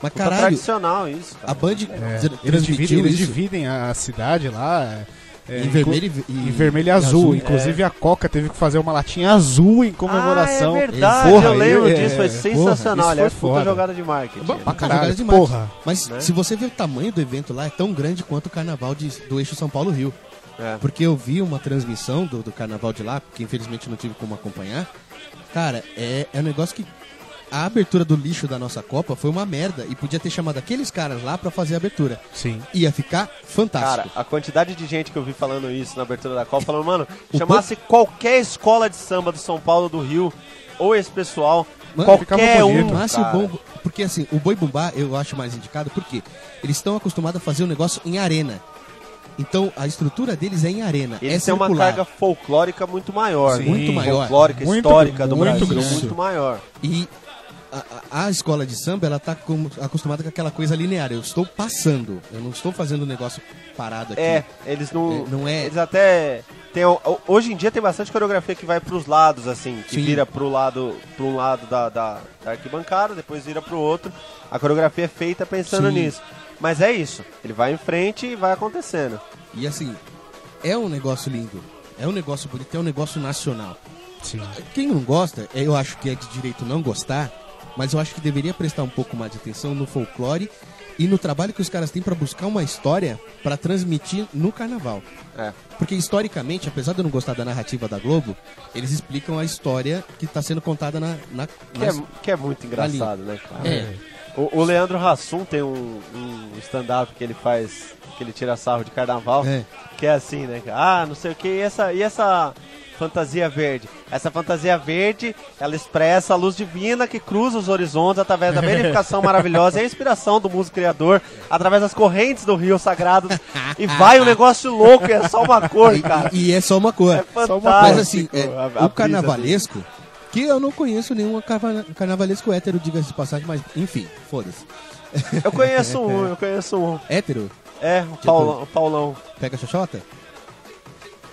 Speaker 3: Mas
Speaker 4: Puta
Speaker 3: caralho,
Speaker 4: Tá tradicional isso, cara.
Speaker 3: a Band
Speaker 2: É,
Speaker 3: tra-
Speaker 2: eles
Speaker 3: transmitiu
Speaker 2: dividem, eles
Speaker 3: isso
Speaker 2: dividem a a cidade lá. é, é,
Speaker 3: em
Speaker 2: inclu-
Speaker 3: vermelho e, né?
Speaker 2: Em vermelho e azul. é. Inclusive a Coca teve que fazer uma latinha azul em comemoração.
Speaker 4: Ah, é verdade,
Speaker 2: Porra,
Speaker 4: eu lembro
Speaker 2: é,
Speaker 4: disso, foi
Speaker 2: é,
Speaker 4: sensacional.
Speaker 2: porra,
Speaker 4: Aliás,
Speaker 2: isso foi
Speaker 4: puta
Speaker 2: foda.
Speaker 4: jogada de marketing.
Speaker 3: Bom,
Speaker 2: Pra
Speaker 3: Tá
Speaker 2: caralho,
Speaker 3: jogado demais.
Speaker 2: porra.
Speaker 3: Mas
Speaker 4: Né?
Speaker 3: se você ver o tamanho do evento lá, é tão grande quanto o carnaval de- do eixo São Paulo-Rio.
Speaker 4: É.
Speaker 3: Porque eu vi uma transmissão do, do carnaval de lá, que infelizmente não tive como acompanhar. Cara, é, é um negócio que. A abertura do lixo da nossa Copa foi uma merda e podia ter chamado aqueles caras lá pra fazer a abertura.
Speaker 2: Sim.
Speaker 3: Ia ficar
Speaker 4: Cara,
Speaker 3: fantástico.
Speaker 4: a quantidade de gente que eu vi falando isso na abertura da Copa, falando, mano,
Speaker 3: O
Speaker 4: chamasse qualquer escola de samba do São Paulo, do Rio, ou esse pessoal,
Speaker 3: Mano,
Speaker 4: qualquer
Speaker 2: ficava
Speaker 4: um,
Speaker 2: bonito.
Speaker 4: cara.
Speaker 3: Mas o bom, porque assim, o boi bumbá eu acho mais indicado porque eles estão acostumados a fazer o negócio em arena. Então a estrutura deles é em arena. é
Speaker 4: Eles têm
Speaker 3: circular.
Speaker 4: uma carga folclórica muito maior.
Speaker 2: Sim.
Speaker 4: né?
Speaker 3: muito maior.
Speaker 4: Folclórica,
Speaker 2: Muito-
Speaker 4: histórica do
Speaker 2: muito
Speaker 4: Brasil,
Speaker 2: grande.
Speaker 4: muito maior.
Speaker 3: E a- a, a escola de samba, ela tá como- acostumada com aquela coisa linear. Eu estou passando, eu não estou fazendo um negócio parado aqui.
Speaker 4: É, eles não...
Speaker 3: É, não é-
Speaker 4: Eles até... Tem, hoje em dia tem bastante coreografia que vai pros lados, assim, que
Speaker 3: Sim.
Speaker 4: vira pro lado, pro um lado da, da, da arquibancada, depois vira pro outro. A coreografia é feita pensando
Speaker 3: Sim.
Speaker 4: nisso. Mas é isso, ele vai em frente e vai acontecendo.
Speaker 3: E assim, é um negócio lindo, é um negócio bonito, é um negócio nacional.
Speaker 2: Sim.
Speaker 3: Quem não gosta, eu acho que é de direito não gostar, mas eu acho que deveria prestar um pouco mais de atenção no folclore e no trabalho que os caras têm pra buscar uma história pra transmitir no carnaval.
Speaker 4: É.
Speaker 3: Porque historicamente, apesar de eu não gostar da narrativa da Globo, eles explicam a história que tá sendo contada na, na,
Speaker 4: Que
Speaker 3: na
Speaker 4: é, que é muito engraçado, né, cara?
Speaker 3: tá É.
Speaker 4: O, o Leandro Hassum tem um, um stand-up que ele faz, que ele tira sarro de carnaval,
Speaker 3: É.
Speaker 4: que é assim, né? Ah, não sei o que, e essa, e essa fantasia verde? Essa fantasia verde, ela expressa a luz divina que cruza os horizontes através
Speaker 3: <laughs>
Speaker 4: da verificação maravilhosa e a inspiração do músico criador, através das correntes do rio sagrado, e vai um negócio louco, e é só uma cor, cara.
Speaker 3: <laughs> E, e é só uma cor.
Speaker 4: É
Speaker 3: Só uma
Speaker 4: fantástico,
Speaker 3: Mas assim, é,
Speaker 4: a- a brisa
Speaker 3: o carnavalesco, que eu não conheço nenhum carva- carnavalesco hétero, diga-se de passagem, mas enfim, foda-se.
Speaker 4: Eu conheço um, eu conheço um.
Speaker 3: Hétero?
Speaker 4: É, o
Speaker 3: Tipo
Speaker 4: Paulão. o Paulão.
Speaker 3: Pega xoxota?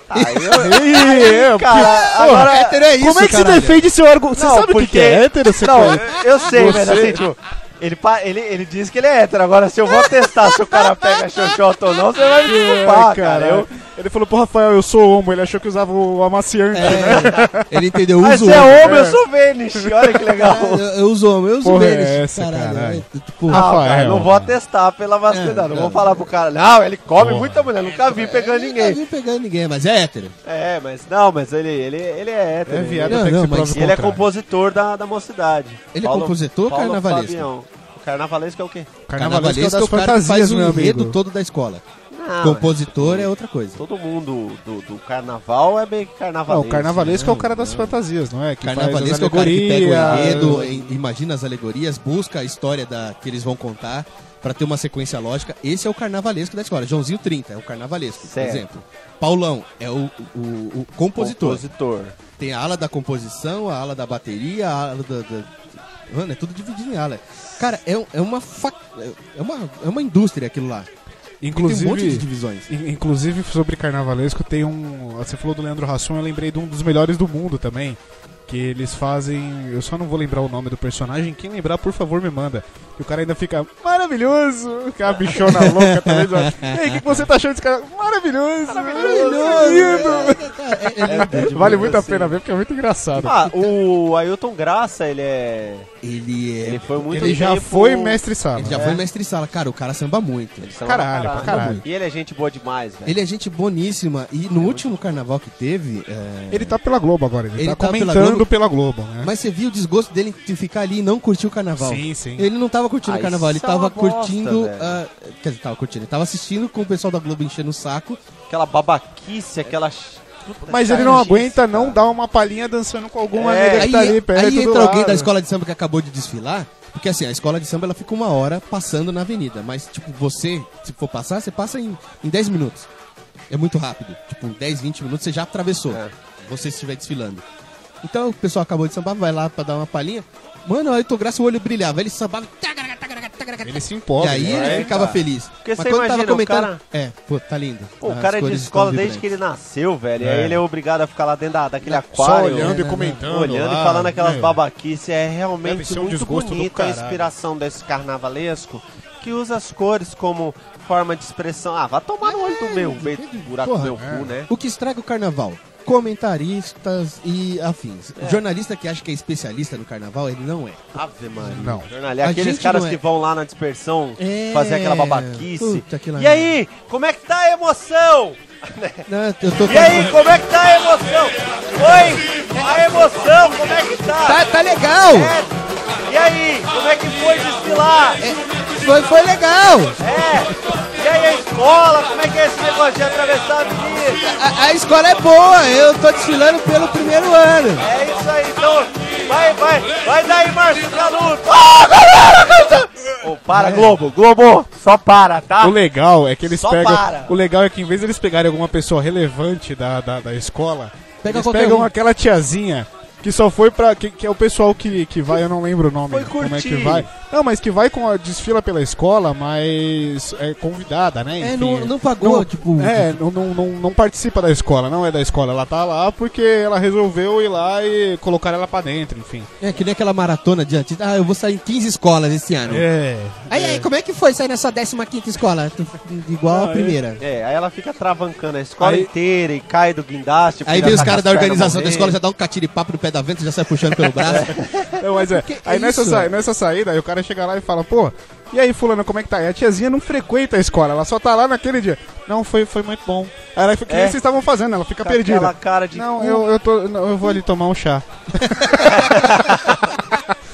Speaker 4: Tá,
Speaker 3: <laughs>
Speaker 2: é,
Speaker 4: eu, cara,
Speaker 3: Porra,
Speaker 4: agora,
Speaker 3: hétero é isso,
Speaker 2: Como é que você
Speaker 3: caralho.
Speaker 2: defende seu argumento? Você
Speaker 4: Não,
Speaker 2: sabe o que
Speaker 4: porque-
Speaker 2: que é hétero? Você
Speaker 4: Não,
Speaker 2: conhece?
Speaker 4: eu- eu sei, mas assim, tipo, ele, pa- ele, ele diz que ele é hétero. Agora, se eu vou testar se o cara pega xoxota ou não, você vai me desculpar,
Speaker 2: Ai,
Speaker 4: cara.
Speaker 2: caralho.
Speaker 4: Eu,
Speaker 2: Ele falou pro Rafael, eu sou homo. Ele achou que usava o né? amaciante.
Speaker 3: É, ele entendeu,
Speaker 4: ah,
Speaker 3: uso
Speaker 4: você é
Speaker 3: homem.
Speaker 4: homem, eu sou Vênus. Olha
Speaker 3: <laughs>
Speaker 4: que legal.
Speaker 3: Ah, eu- eu uso homem, eu uso
Speaker 2: Porra, é
Speaker 3: deles.
Speaker 2: essa, caralho?
Speaker 3: é, tipo,
Speaker 4: Ah,
Speaker 2: Rafael,
Speaker 4: cara, não vou
Speaker 2: mano.
Speaker 4: atestar pela vacina,
Speaker 3: É,
Speaker 4: não
Speaker 3: é.
Speaker 4: vou falar pro cara. Não, ele come muita mulher, nunca vi pegando
Speaker 3: ninguém.
Speaker 4: ninguém.
Speaker 3: Não pegando ninguém, mas é hétero.
Speaker 4: É, mas não, mas ele, ele, ele é hétero.
Speaker 2: É
Speaker 4: ele-
Speaker 2: viado,
Speaker 3: Não,
Speaker 2: tem que
Speaker 3: não,
Speaker 2: se
Speaker 3: mas-
Speaker 2: prova
Speaker 4: E ele é
Speaker 2: contrário.
Speaker 4: compositor da, da mocidade.
Speaker 3: Ele é compositor carnavalesco?
Speaker 4: Fabião. O carnavalesco é o quê?
Speaker 2: Carnavalesco
Speaker 3: Carnavalesco é o
Speaker 2: das
Speaker 3: cara que faz
Speaker 2: fantasias,
Speaker 3: o
Speaker 2: meu
Speaker 3: enredo
Speaker 2: amigo.
Speaker 3: todo da escola.
Speaker 4: Não,
Speaker 3: Compositor é outra coisa.
Speaker 4: Todo mundo do, do carnaval é meio que
Speaker 2: Não,
Speaker 4: carnavalesco. né?
Speaker 2: o carnavalesco é o
Speaker 3: Não,
Speaker 2: cara das
Speaker 3: não.
Speaker 2: fantasias, não é? Que
Speaker 3: Carnavalesco é
Speaker 2: faz
Speaker 3: o cara
Speaker 2: as
Speaker 3: que pega o
Speaker 2: alegorias.
Speaker 3: enredo, em- imagina as alegorias, busca a história da, que eles vão contar pra ter uma sequência lógica. Esse é o carnavalesco da escola. Joãozinho 30 é o carnavalesco, por
Speaker 4: Certo.
Speaker 3: exemplo. Paulão é o, o- o compositor.
Speaker 4: Compositor.
Speaker 3: Tem a ala da composição, a ala da bateria, a ala da... da- Mano, é tudo dividido em ala. Cara, é, um- é uma fac... é uma é uma indústria aquilo lá. Tem um monte de
Speaker 2: Inclusive,
Speaker 3: divisões.
Speaker 2: in- inclusive, sobre carnavalesco, tem um. Você falou do Leandro Hassum, eu lembrei de um dos melhores do mundo também. Que eles fazem. Eu só não vou lembrar o nome do personagem. Quem lembrar, por favor, me manda. E o cara ainda fica maravilhoso. Que é a bichona louca também. E aí, o que, que você tá achando desse cara? Maravilhoso! Maravilhoso! Vale muito a pena ver porque é muito engraçado.
Speaker 4: Ah, o Ailton Graça, ele é.
Speaker 3: Ele é...
Speaker 4: Ele foi É. muito
Speaker 2: ele já
Speaker 4: tempo-
Speaker 2: foi mestre sala.
Speaker 3: Ele já foi mestre sala. Cara, o cara samba muito.
Speaker 4: Ele samba
Speaker 2: Caralho,
Speaker 4: pra
Speaker 2: pra caralho.
Speaker 4: E ele é gente boa demais, velho.
Speaker 3: Ele é gente boníssima. E no último carnaval que teve. é,
Speaker 2: Ele tá pela Globo agora, ele,
Speaker 3: Ele
Speaker 2: tá,
Speaker 3: tá pela
Speaker 2: comentando
Speaker 3: Globo.
Speaker 2: pela Globo, né?
Speaker 3: Mas você viu o desgosto dele de ficar ali e não curtir o carnaval.
Speaker 2: Sim, sim.
Speaker 3: Ele não tava curtindo
Speaker 4: Ah,
Speaker 3: o carnaval, ele
Speaker 4: isso é uma
Speaker 3: tava
Speaker 4: bosta,
Speaker 3: curtindo.
Speaker 4: velho.
Speaker 3: ah, quer dizer, tava curtindo, ele tava assistindo com o pessoal da Globo enchendo o saco.
Speaker 4: Aquela babaquice, aquela. ch- puta
Speaker 2: Mas ele não
Speaker 4: chatice,
Speaker 2: aguenta
Speaker 4: cara.
Speaker 2: não dar uma palhinha dançando com alguma
Speaker 4: Tá É,
Speaker 2: nega que
Speaker 3: aí
Speaker 2: tá ali perto
Speaker 3: aí
Speaker 2: do
Speaker 3: entra alguém
Speaker 2: lado.
Speaker 3: da escola de samba que acabou de desfilar. Porque assim, a escola de samba ela fica uma hora passando na avenida. Mas, tipo, você, se for passar, você passa em, em 10 minutos. É muito rápido. Tipo, em 10, 20 minutos você já atravessou.
Speaker 4: É.
Speaker 3: Você estiver desfilando. Então o pessoal acabou de sambar, vai lá pra dar uma palhinha. Mano, aí o graça o olho brilhava. Ele sambava. tagaraca, tagaraca, tagaraca,
Speaker 2: Ele se empolga.
Speaker 3: e aí
Speaker 2: né?
Speaker 3: ele
Speaker 4: né,
Speaker 3: ficava
Speaker 4: cara?
Speaker 3: feliz.
Speaker 4: Porque você imagina, o cara-
Speaker 3: É, pô, tá lindo.
Speaker 4: Pô, o
Speaker 3: As
Speaker 4: cara é de
Speaker 3: cores
Speaker 4: escola
Speaker 3: estão
Speaker 4: desde que ele
Speaker 3: vibrantes.
Speaker 4: nasceu, velho. E
Speaker 2: É.
Speaker 4: aí ele é obrigado a ficar lá dentro da, daquele
Speaker 2: Só
Speaker 4: aquário.
Speaker 2: olhando
Speaker 3: né,
Speaker 2: e
Speaker 3: né,
Speaker 2: comentando.
Speaker 4: olhando
Speaker 2: lá,
Speaker 4: e falando aquelas
Speaker 2: né?
Speaker 4: babaquices. É
Speaker 2: Deve
Speaker 4: realmente
Speaker 2: ser um
Speaker 4: muito
Speaker 2: desgosto do
Speaker 4: bonita a
Speaker 2: caralho.
Speaker 4: inspiração desse carnavalesco que usa as cores como forma de expressão. Ah, vai tomar no olho do meu peito, do buraco do
Speaker 3: É, Porra,
Speaker 4: meu
Speaker 2: é.
Speaker 4: cu, né?
Speaker 3: O que estraga o carnaval? Comentaristas e afins. Jornalista que acha que é especialista no carnaval, ele não é.
Speaker 4: Ave, mano.
Speaker 2: Não.
Speaker 4: Jornalha,
Speaker 3: A
Speaker 4: aqueles
Speaker 3: gente
Speaker 4: caras
Speaker 3: não é.
Speaker 4: que vão lá na dispersão
Speaker 3: É.
Speaker 4: fazer aquela babaquice.
Speaker 3: Puta, que
Speaker 4: e
Speaker 3: lá-
Speaker 4: aí, como é que tá a emoção?
Speaker 3: Não, eu tô
Speaker 4: É. E aí, como é que tá a emoção? Oi, a emoção, como é que tá?
Speaker 3: Tá, tá legal!
Speaker 4: É. E aí, como é que foi desfilar?
Speaker 3: É. Foi, foi legal!
Speaker 4: É. E aí, a escola, como é que é esse negócio de atravessar a avenida?
Speaker 3: A, a escola é boa, eu tô desfilando pelo primeiro ano.
Speaker 4: É isso aí, então. Vai, vai, vai daí, Márcio Canuto. Ô, para, Globo, Globo, só para, tá?
Speaker 2: O legal é que eles
Speaker 4: Só
Speaker 2: pegam.
Speaker 4: para.
Speaker 2: O legal é que em vez de eles pegarem alguma pessoa relevante da, da, da escola,
Speaker 3: Pega
Speaker 2: eles
Speaker 3: qualquer
Speaker 2: pegam
Speaker 3: um.
Speaker 2: aquela tiazinha que só foi pra. Que, que é o pessoal que, que vai, eu não lembro o nome.
Speaker 4: Foi
Speaker 2: como é que
Speaker 4: curtir.
Speaker 2: vai. Não, mas que vai com a desfila pela escola, mas é convidada, né?
Speaker 3: É,
Speaker 2: Enfim,
Speaker 3: não, não pagou,
Speaker 2: Não,
Speaker 3: tipo.
Speaker 2: É, não, não, não, não participa da escola, não é da escola. Ela tá lá porque ela resolveu ir lá e colocar ela pra dentro, enfim.
Speaker 3: É que nem aquela maratona de antes. Ah, eu vou sair em 15 escolas esse ano.
Speaker 2: É.
Speaker 3: Aí, aí, como é que foi sair na sua 15 quinta escola? Igual a primeira.
Speaker 4: É, aí ela fica travancando a escola
Speaker 2: Aí-
Speaker 4: inteira e cai do guindaste.
Speaker 3: Aí
Speaker 2: Tá
Speaker 3: vem os caras da organização da escola, já dá um catiripapo no pé da venta, já sai puxando
Speaker 2: <laughs>
Speaker 3: pelo braço.
Speaker 2: Não, mas
Speaker 3: <laughs>
Speaker 2: é.
Speaker 3: Que que
Speaker 2: Aí
Speaker 3: é
Speaker 2: nessa,
Speaker 3: isso?
Speaker 2: sa- nessa saída, aí o cara chega lá e fala, pô, e aí, fulano, como é que tá? E a tiazinha não frequenta a escola, ela só tá lá naquele dia. Não, foi, foi muito bom. Aí ela fica, o que
Speaker 4: É.
Speaker 2: vocês estavam fazendo? Ela
Speaker 3: Tá
Speaker 2: fica
Speaker 4: Com
Speaker 2: perdida.
Speaker 4: aquela cara de
Speaker 2: Não,
Speaker 4: cu.
Speaker 2: eu, eu, tô, não, eu vou ali tomar um chá.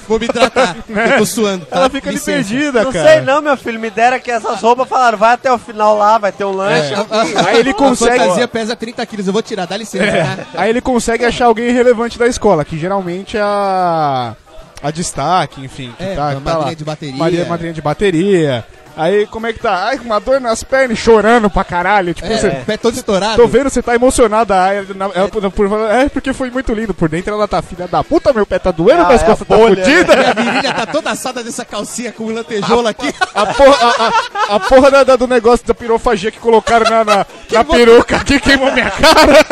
Speaker 3: Vou me hidratar.
Speaker 2: <laughs>
Speaker 3: Eu tô suando. tá?
Speaker 2: É. Ela fica ali
Speaker 3: Licença.
Speaker 2: perdida,
Speaker 4: não
Speaker 2: cara.
Speaker 4: sei não, meu filho. Me deram que essas roupas falaram, vai até o final lá, vai ter um lanche.
Speaker 3: É.
Speaker 2: Aí ele
Speaker 3: A
Speaker 2: consegue. É.
Speaker 3: fantasia pesa 30 quilos, eu vou tirar, dá licença. tá?
Speaker 2: Aí ele consegue achar alguém relevante da escola, que geralmente é a. A destaque, enfim. Que
Speaker 3: É,
Speaker 2: tá,
Speaker 3: a
Speaker 2: tá
Speaker 3: madrinha
Speaker 2: lá.
Speaker 3: de bateria.
Speaker 2: Maria, madrinha de bateria. Aí como é que tá? Ai, com uma dor nas pernas, chorando pra caralho. Tipo,
Speaker 3: É,
Speaker 2: você.
Speaker 3: o pé todo estourado.
Speaker 2: Tô vendo, você tá emocionada. Ai, ela- ela- ela- por- é porque foi muito lindo. Por dentro ela tá filha da puta, meu pé tá doendo,
Speaker 4: Ah,
Speaker 2: minhas
Speaker 4: é a
Speaker 2: costas tá
Speaker 4: bolha,
Speaker 2: fodida.
Speaker 3: Minha virilha tá toda assada dessa calcinha com lantejola aqui. <laughs>
Speaker 2: A porra, a, a- a porra da- da- do negócio da pirofagia que colocaram na, na, na peruca aqui queimou minha cara.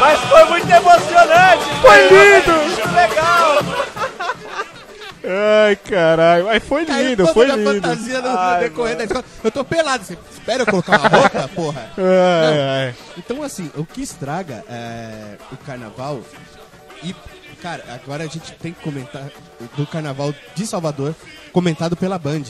Speaker 4: Mas foi muito emocionante.
Speaker 2: Foi lindo!
Speaker 4: Muito legal.
Speaker 2: Ai, caralho. Mas foi
Speaker 3: Caiu
Speaker 2: lindo,
Speaker 3: toda
Speaker 2: foi
Speaker 3: minha
Speaker 2: lindo.
Speaker 3: fantasia no, no
Speaker 4: Ai,
Speaker 3: decorrer da escola. Eu tô pelado. Você espera eu colocar uma roupa, porra?
Speaker 2: É. Ai, ai.
Speaker 3: Então, assim, o que estraga é, o carnaval. E, cara, agora a gente tem que comentar do carnaval de Salvador, comentado pela Band.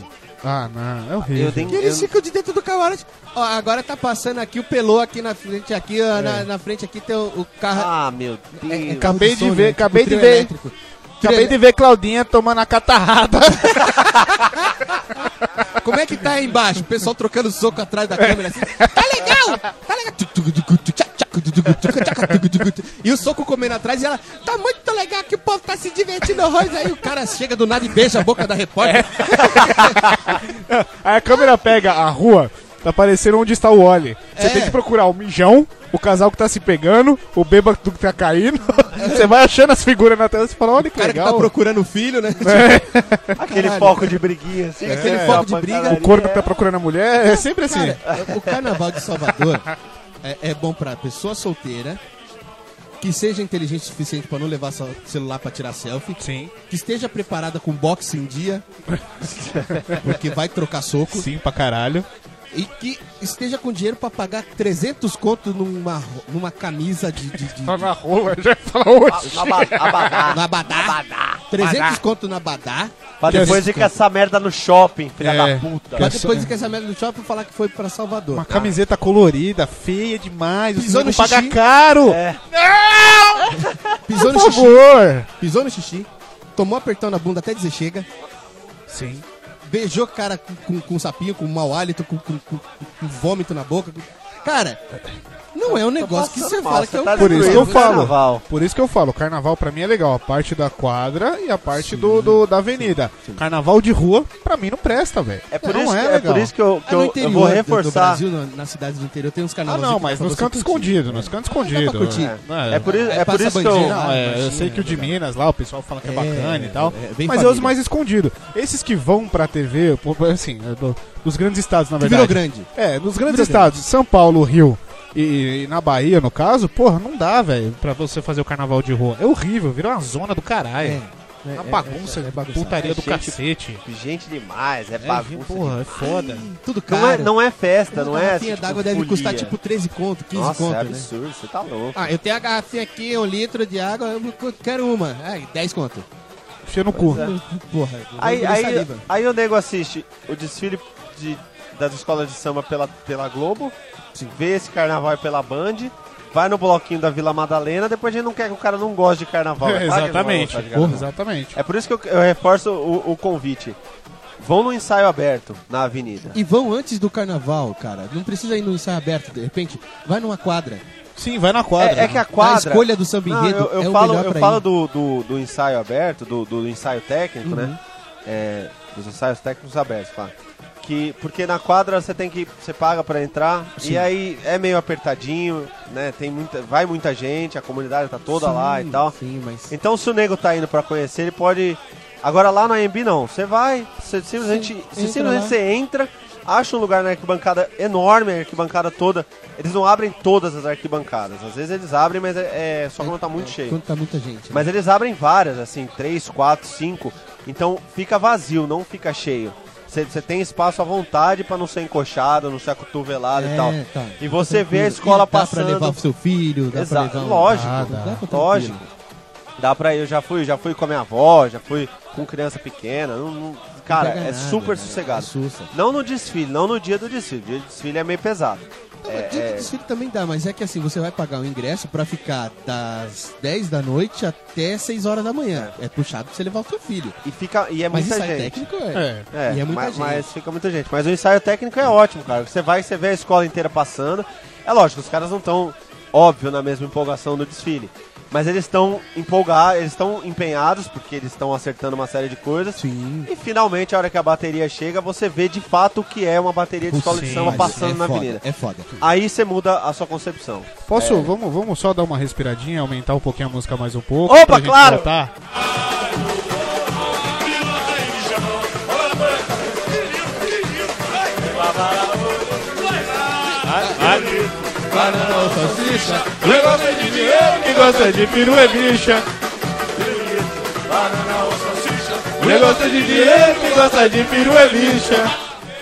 Speaker 2: Ah, não, é
Speaker 4: Eu
Speaker 2: horrível.
Speaker 4: tenho,
Speaker 3: E eles
Speaker 4: eu-
Speaker 3: ficam de dentro do camarote. Ó, agora tá passando aqui o pelô aqui na frente, aqui, ó, na, na frente aqui tem o, o carro.
Speaker 4: Ah, meu Deus.
Speaker 3: é- é carro
Speaker 2: É. Acabei de
Speaker 3: som,
Speaker 2: ver,
Speaker 3: né?
Speaker 2: acabei
Speaker 3: O trio
Speaker 2: de ver.
Speaker 3: elétrico.
Speaker 2: Acabei de ver Claudinha tomando a catarrada.
Speaker 3: Como é que tá aí embaixo? O pessoal trocando soco atrás da câmera assim. Tá legal! Tá legal! E o soco comendo atrás e ela. Tá muito legal que o povo tá se divertindo horrores. Aí o cara chega do nada e beija a boca da repórter.
Speaker 2: Aí a câmera pega a rua, tá parecendo onde está o Oli. Você
Speaker 3: É.
Speaker 2: tem que procurar o mijão, o casal que tá se pegando, o bêbado que tá caindo. <laughs> Você vai achando as figuras na tela e você fala, olha
Speaker 3: O
Speaker 2: que
Speaker 3: cara que tá
Speaker 2: legal.
Speaker 3: procurando o filho, né?
Speaker 4: Aquele
Speaker 3: Caralho. É,
Speaker 4: foco de briguinha, assim.
Speaker 3: Aquele foco de
Speaker 4: uma
Speaker 3: briga.
Speaker 2: O
Speaker 4: pancadaria.
Speaker 2: corno que tá procurando a mulher, é sempre assim.
Speaker 3: Tipo, Cara, o carnaval de Salvador é, é bom pra pessoa solteira, que seja inteligente o suficiente pra não levar seu celular pra tirar selfie,
Speaker 2: Sim,
Speaker 3: que esteja preparada com boxe em dia, porque vai trocar soco.
Speaker 2: sim, pra caralho.
Speaker 3: E que esteja com dinheiro pra pagar 300 conto numa, ro- numa camisa de. de,
Speaker 2: <laughs>
Speaker 3: de
Speaker 2: Tá na rola, já fala hoje.
Speaker 4: Aba- Abadá.
Speaker 3: na Badá. 300 conto na Badá.
Speaker 4: Pra depois ir com essa merda no shopping, filha
Speaker 2: É.
Speaker 4: da puta.
Speaker 2: Que
Speaker 3: Pra
Speaker 2: é só-
Speaker 3: depois ir com essa merda do shopping e falar que foi pra Salvador.
Speaker 2: Uma camiseta colorida, feia demais,
Speaker 3: Pisou
Speaker 2: o
Speaker 3: no
Speaker 2: não paga
Speaker 3: xixi. É.
Speaker 2: caro.
Speaker 3: Pisou no
Speaker 2: Por
Speaker 3: xixi,
Speaker 2: favor.
Speaker 3: pisou no xixi, tomou apertão na bunda até dizer chega.
Speaker 2: Sim.
Speaker 3: beijou o cara com, com, com sapinho, com mau hálito, com, com, com- com vômito na boca. Cara, não é um negócio que
Speaker 4: Tá passando
Speaker 3: você
Speaker 4: mal,
Speaker 3: fala
Speaker 4: você
Speaker 3: que é um
Speaker 4: tá
Speaker 2: Por isso que eu
Speaker 4: Destruindo o
Speaker 2: falo.
Speaker 4: carnaval.
Speaker 2: Por isso que eu falo, carnaval pra mim é legal, a parte da quadra e a parte do, do- da avenida. Carnaval de rua, pra mim não presta, velho.
Speaker 4: É por,
Speaker 2: não
Speaker 4: isso,
Speaker 2: é,
Speaker 4: que- é
Speaker 2: legal.
Speaker 4: por isso que eu,
Speaker 3: Ah,
Speaker 4: que eu-
Speaker 3: no
Speaker 4: eu
Speaker 3: interior
Speaker 4: vou
Speaker 3: do- do
Speaker 4: reforçar.
Speaker 3: Brasil, na- nas cidades do interior, tem uns
Speaker 2: Ah,
Speaker 3: carnavais.
Speaker 2: não, mas né? nos cantos escondidos, nos cantos escondidos.
Speaker 3: pra curtir.
Speaker 2: É,
Speaker 4: É por, i-
Speaker 3: Aí
Speaker 4: é por
Speaker 3: passa
Speaker 4: isso que
Speaker 3: bandeira,
Speaker 4: eu.
Speaker 2: Não, é, eu
Speaker 3: Imagina,
Speaker 2: sei que o de
Speaker 3: legal.
Speaker 2: Minas lá, o pessoal fala que é,
Speaker 3: É,
Speaker 2: bacana e tal.
Speaker 3: é, bem
Speaker 2: mas é os
Speaker 3: família.
Speaker 2: mais escondidos. Esses que vão pra TV, pô, assim, é do- dos grandes estados, na
Speaker 3: Virou
Speaker 2: verdade.
Speaker 3: grande.
Speaker 2: É, nos grandes
Speaker 3: Virou
Speaker 2: estados, São Paulo, Rio e, e na Bahia, no caso, porra, não dá, velho, pra você fazer o carnaval de rua. É horrível, virou uma zona do caralho.
Speaker 3: É,
Speaker 2: uma
Speaker 3: é,
Speaker 2: bagunça,
Speaker 3: é, é bagunçado.
Speaker 2: putaria
Speaker 4: É
Speaker 2: do
Speaker 4: gente-
Speaker 2: cacete.
Speaker 4: Gente demais, é
Speaker 2: É,
Speaker 4: bagunça.
Speaker 2: porra, é foda.
Speaker 3: Tudo caro.
Speaker 4: não, é, não é festa,
Speaker 3: Uma
Speaker 4: não é.
Speaker 3: garrafinha
Speaker 4: tipo,
Speaker 3: d'água deve
Speaker 4: folia.
Speaker 3: custar tipo 13 conto, 15
Speaker 4: Nossa,
Speaker 3: conto,
Speaker 4: é
Speaker 3: né?
Speaker 4: absurdo, você tá louco.
Speaker 3: Ah, eu tenho a garrafinha aqui, um litro de água, eu cu- quero uma. Ai, 10 conto.
Speaker 2: Enfia no cu.
Speaker 3: Porra, eu
Speaker 4: Aí,
Speaker 3: vou
Speaker 4: aí,
Speaker 3: saliva.
Speaker 4: aí o nego assiste o desfile de- das escolas de samba pela, pela Globo, vê esse carnaval pela Band, vai no bloquinho da Vila Madalena, depois a gente não quer que o cara não goste de
Speaker 2: <laughs>
Speaker 4: carnaval. é claro que ele não vai
Speaker 2: exatamente,
Speaker 4: gostar de
Speaker 2: porra,
Speaker 4: carnaval.
Speaker 2: exatamente.
Speaker 4: É por isso que eu, eu reforço o, o convite. Vão no ensaio aberto na avenida.
Speaker 3: E vão antes do carnaval, cara. Não precisa ir no ensaio aberto, de repente. Vai numa quadra.
Speaker 2: Sim, vai na quadra.
Speaker 4: É, é que a
Speaker 3: A
Speaker 4: quadra.
Speaker 3: escolha do samba
Speaker 4: Não,
Speaker 3: enredo
Speaker 4: eu, eu
Speaker 3: é o
Speaker 4: falo,
Speaker 3: melhor
Speaker 4: eu
Speaker 3: pra
Speaker 4: falo
Speaker 3: ir.
Speaker 4: do, do, do ensaio aberto, do, do ensaio técnico,
Speaker 3: Uhum.
Speaker 4: né? É, dos ensaios técnicos abertos, claro. Que, porque na quadra você tem que. Você paga pra entrar.
Speaker 3: Sim.
Speaker 4: E aí é meio apertadinho, né? Tem muita, vai muita gente, a comunidade tá toda lá e tal.
Speaker 3: Sim, mas.
Speaker 4: Então se o nego tá indo pra conhecer, ele pode. Agora lá na EMB não. Você vai, você simplesmente,
Speaker 3: Sim,
Speaker 4: você
Speaker 3: entra
Speaker 4: simplesmente
Speaker 3: lá.
Speaker 4: você entra, acha um lugar na arquibancada enorme, a arquibancada toda. Eles não abrem todas as arquibancadas. Às vezes eles abrem, mas é, é só quando tá muito cheio.
Speaker 3: Quando tá muita gente.
Speaker 4: Mas eles abrem várias, assim, três, quatro, cinco. Então fica vazio, não fica cheio. Você você tem espaço à vontade pra não ser encoxado, não ser acotovelado
Speaker 3: É,
Speaker 4: e tal.
Speaker 3: tá.
Speaker 4: E você vê a escola
Speaker 3: dá
Speaker 4: passando.
Speaker 3: Dá pra levar o seu filho, dá
Speaker 4: Exato,
Speaker 3: pra levar. um
Speaker 4: lógico,
Speaker 3: dá, dá pra um tranquilo.
Speaker 4: Lógico. Dá pra ir, eu já fui, já fui com a minha avó, já fui com criança pequena. não- não-
Speaker 3: Não
Speaker 4: cara,
Speaker 3: pega
Speaker 4: é
Speaker 3: nada, né?
Speaker 4: super sossegado.
Speaker 3: É sussa.
Speaker 4: Não no desfile, não no dia do desfile. Dia do desfile é meio pesado.
Speaker 3: Não, mas dia de desfile também dá, mas é que assim, você vai pagar o ingresso pra ficar das 10 da noite até 6 horas da manhã. É, puxado pra você levar o seu filho.
Speaker 4: E, fica, e é
Speaker 3: Mas
Speaker 4: muita
Speaker 3: ensaio
Speaker 4: gente.
Speaker 3: técnico é.
Speaker 4: É,
Speaker 3: E é muita
Speaker 4: mas,
Speaker 3: gente.
Speaker 4: mas fica muita gente. Mas o ensaio técnico é ótimo, cara. Você vai, você vê a escola inteira passando. É lógico, os caras não estão, óbvio, na mesma empolgação do desfile. Mas eles estão empolgados, eles estão empenhados, porque eles estão acertando uma série de coisas.
Speaker 3: Sim.
Speaker 4: E finalmente, a hora que a bateria chega, você vê de fato o que é uma bateria de escola de
Speaker 2: Sim,
Speaker 4: samba
Speaker 3: Mas é
Speaker 4: passando na
Speaker 3: foda,
Speaker 4: avenida.
Speaker 3: É foda.
Speaker 4: Aí você muda a sua concepção.
Speaker 2: Posso, vamos, vamos só dar uma respiradinha, aumentar um pouquinho a música mais um pouco.
Speaker 4: Opa,
Speaker 2: pra gente
Speaker 4: claro!
Speaker 2: voltar?
Speaker 6: Negócio é de dinheiro, quem gosta de peru é bicha. Negócio é de dinheiro, quem gosta de peru é bicha.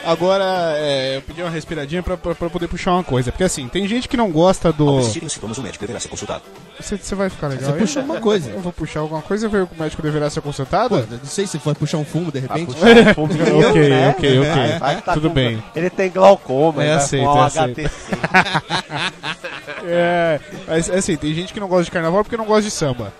Speaker 2: Agora, é, eu pedi uma respiradinha pra, pra, pra poder puxar uma coisa. Porque assim, tem gente que não gosta do.
Speaker 7: e sintomas, o médico deverá ser consultado.
Speaker 2: Você você vai ficar legal
Speaker 3: Você
Speaker 2: aí?
Speaker 3: puxou uma coisa.
Speaker 2: Eu vou puxar alguma coisa e ver o médico deverá ser
Speaker 3: Pô,
Speaker 2: consultado?
Speaker 3: não sei se foi puxar um fumo
Speaker 4: Ah,
Speaker 3: de
Speaker 2: <laughs>
Speaker 3: repente.
Speaker 2: ok,
Speaker 4: né?
Speaker 2: ok, ok.
Speaker 4: É, Vai que tá
Speaker 2: Tudo
Speaker 4: com-
Speaker 2: bem.
Speaker 4: Ele tem glaucoma,
Speaker 2: É,
Speaker 4: ele tá
Speaker 2: aceito,
Speaker 4: com
Speaker 2: é
Speaker 4: HTC.
Speaker 2: É, mas assim, tem gente que não gosta de carnaval porque não gosta de samba.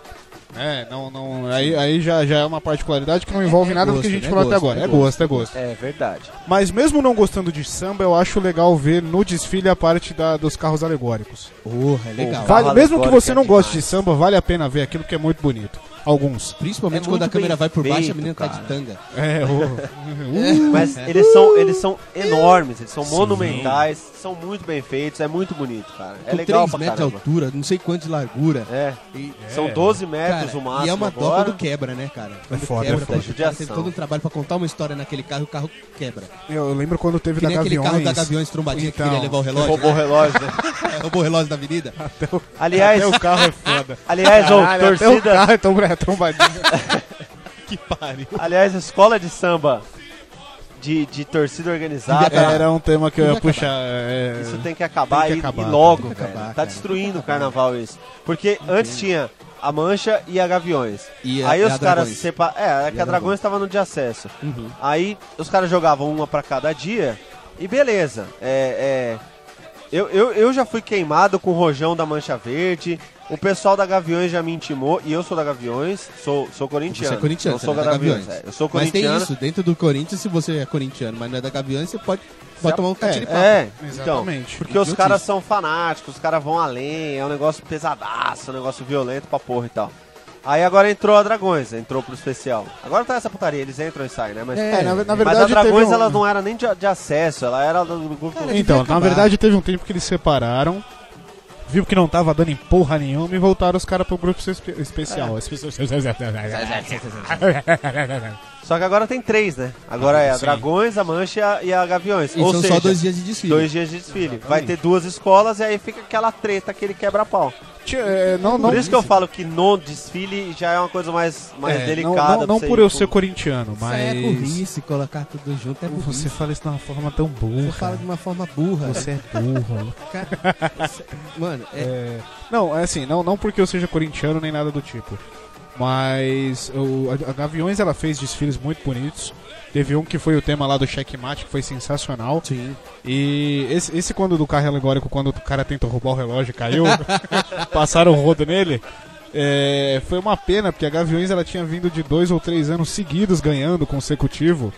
Speaker 2: É, não, não, aí, aí já, já é uma particularidade que não envolve
Speaker 3: é
Speaker 2: nada do que a
Speaker 3: gosto,
Speaker 2: gente
Speaker 3: né?
Speaker 2: falou até
Speaker 3: Gosto,
Speaker 2: agora.
Speaker 3: é
Speaker 2: É gosto, é gosto.
Speaker 4: É verdade.
Speaker 2: Mas mesmo não gostando de samba, eu acho legal ver no desfile a parte da- dos carros alegóricos.
Speaker 3: Porra, é legal.
Speaker 2: Vale-
Speaker 4: Carro
Speaker 2: mesmo que
Speaker 4: alegórico
Speaker 2: você
Speaker 4: é
Speaker 2: não goste de
Speaker 4: demais.
Speaker 2: samba, vale a pena ver aquilo que é muito bonito. Alguns.
Speaker 3: Principalmente
Speaker 4: É
Speaker 3: quando a
Speaker 4: muito
Speaker 3: câmera
Speaker 4: bem
Speaker 3: vai por baixo e a
Speaker 4: feito,
Speaker 3: menina tá
Speaker 4: cara.
Speaker 3: de tanga.
Speaker 2: É,
Speaker 4: Mas eles são, eles são enormes, eles são monumentais, são muito bem feitos, é muito bonito, cara. É
Speaker 3: Com
Speaker 4: legal
Speaker 3: 3 metros
Speaker 4: pra
Speaker 3: de
Speaker 4: caramba.
Speaker 3: altura, não sei quanto de largura.
Speaker 4: É.
Speaker 3: E-
Speaker 4: São 12 metros
Speaker 3: Cara,
Speaker 4: o máximo.
Speaker 3: e é uma dobra
Speaker 4: agora.
Speaker 3: do quebra, né, cara? Quando
Speaker 2: foda,
Speaker 3: quebra,
Speaker 2: é foda.
Speaker 3: tá- cara, Teve
Speaker 4: Judiação.
Speaker 3: todo um trabalho pra contar uma história naquele carro e o carro quebra. Que
Speaker 2: <laughs> eu lembro quando teve da
Speaker 3: nem aquele
Speaker 2: Gaviões.
Speaker 3: carro da Gaviões trombadinha
Speaker 2: Então.
Speaker 3: que queria levar o relógio.
Speaker 4: Roubou o relógio. né?
Speaker 3: É, roubou o relógio da avenida.
Speaker 4: aliás,
Speaker 2: Até o carro é foda.
Speaker 4: aliás, ô,
Speaker 2: Caralho, até o
Speaker 4: torcida,
Speaker 2: carro é tão é trombadinho. <laughs> que pariu.
Speaker 4: aliás, escola de samba de, de torcida organizada.
Speaker 2: Cara, era um tema que eu ia
Speaker 3: Devia acabar.
Speaker 2: puxar. é-
Speaker 4: tá. Isso tem que acabar,
Speaker 2: Tem que
Speaker 4: e-
Speaker 2: acabar,
Speaker 4: e,
Speaker 2: cara.
Speaker 4: logo,
Speaker 3: Tem que
Speaker 4: velho.
Speaker 3: acabar,
Speaker 4: tá
Speaker 3: cara.
Speaker 4: destruindo o carnaval isso. Porque antes tinha a Mancha e a Gaviões.
Speaker 3: E a-
Speaker 4: Aí
Speaker 3: e
Speaker 4: os
Speaker 3: a
Speaker 4: caras
Speaker 3: Dragões.
Speaker 4: separaram. É, é que a
Speaker 3: a
Speaker 4: Dragões
Speaker 3: Dragões. Uhum.
Speaker 4: tava no de acesso. Aí os caras jogavam uma pra cada dia e beleza. É. é, eu, eu, eu já fui queimado com o Rojão da Mancha Verde. O pessoal da Gaviões já me intimou. E eu sou da Gaviões. Sou, sou corintiano.
Speaker 3: Você é corintiano,
Speaker 4: Não sou
Speaker 3: você não é
Speaker 4: da
Speaker 3: da
Speaker 4: Gaviões.
Speaker 3: Gaviões.
Speaker 4: é. eu sou
Speaker 3: Mas tem
Speaker 4: corintiano.
Speaker 3: isso, dentro do Corinthians, se você é corintiano, mas não é da Gaviões, você pode, pode tomar um catiripá.
Speaker 4: É, então.
Speaker 2: Exatamente.
Speaker 4: Porque os caras são fanáticos, os caras vão além, é um negócio pesadaço, um negócio violento pra porra e tal. Aí agora entrou a Dragões, entrou pro especial. Agora tá essa putaria, eles entram e saem, né? Mas,
Speaker 2: É, na, na
Speaker 4: mas
Speaker 2: verdade.
Speaker 4: a Dragões
Speaker 2: teve um-
Speaker 4: ela não era nem de, de acesso, ela era do do grupo.
Speaker 3: Cara,
Speaker 2: Então,
Speaker 3: devia
Speaker 2: na
Speaker 3: acabar.
Speaker 2: verdade teve um tempo que eles separaram. Viu que não tava dando em porra nenhuma e voltaram os caras pro grupo espe- especial. As pessoas- <laughs>
Speaker 4: Só que agora tem três, né? Agora é a
Speaker 2: sim.
Speaker 4: Dragões, a Mancha e a, e a Gaviões.
Speaker 3: E
Speaker 4: Ou
Speaker 3: são
Speaker 4: seja,
Speaker 3: só dois dias de desfile.
Speaker 4: dois dias de desfile. Vai ter duas escolas e aí fica aquela treta, aquele quebra-pau.
Speaker 2: Tinha- é, não, não,
Speaker 4: Por isso que eu falo que no desfile já é uma coisa mais, mais
Speaker 2: é, não,
Speaker 4: delicada.
Speaker 2: não,
Speaker 4: pra
Speaker 2: não
Speaker 4: você
Speaker 2: por
Speaker 4: ir
Speaker 2: eu
Speaker 4: pro-
Speaker 2: ser corintiano,
Speaker 3: Isso é
Speaker 2: mas.
Speaker 3: burrice, colocar tudo junto é burrice.
Speaker 2: Você
Speaker 3: Você, é
Speaker 2: fala isso de uma forma tão burra.
Speaker 3: fala de uma forma burra.
Speaker 2: Você é burro.
Speaker 3: Mano, é,
Speaker 2: É, não, é assim, não, não porque eu seja corintiano nem nada do tipo. Mas o, a, a Gaviões ela fez desfiles muito bonitos. Teve um que foi o tema lá do checkmate, que foi sensacional.
Speaker 3: Sim.
Speaker 2: E esse, esse quando do carro alegórico, quando o cara tentou roubar o relógio e caiu, <laughs> passaram o rodo nele. É, foi uma pena, porque a Gaviões ela tinha vindo de dois ou três anos seguidos ganhando consecutivo.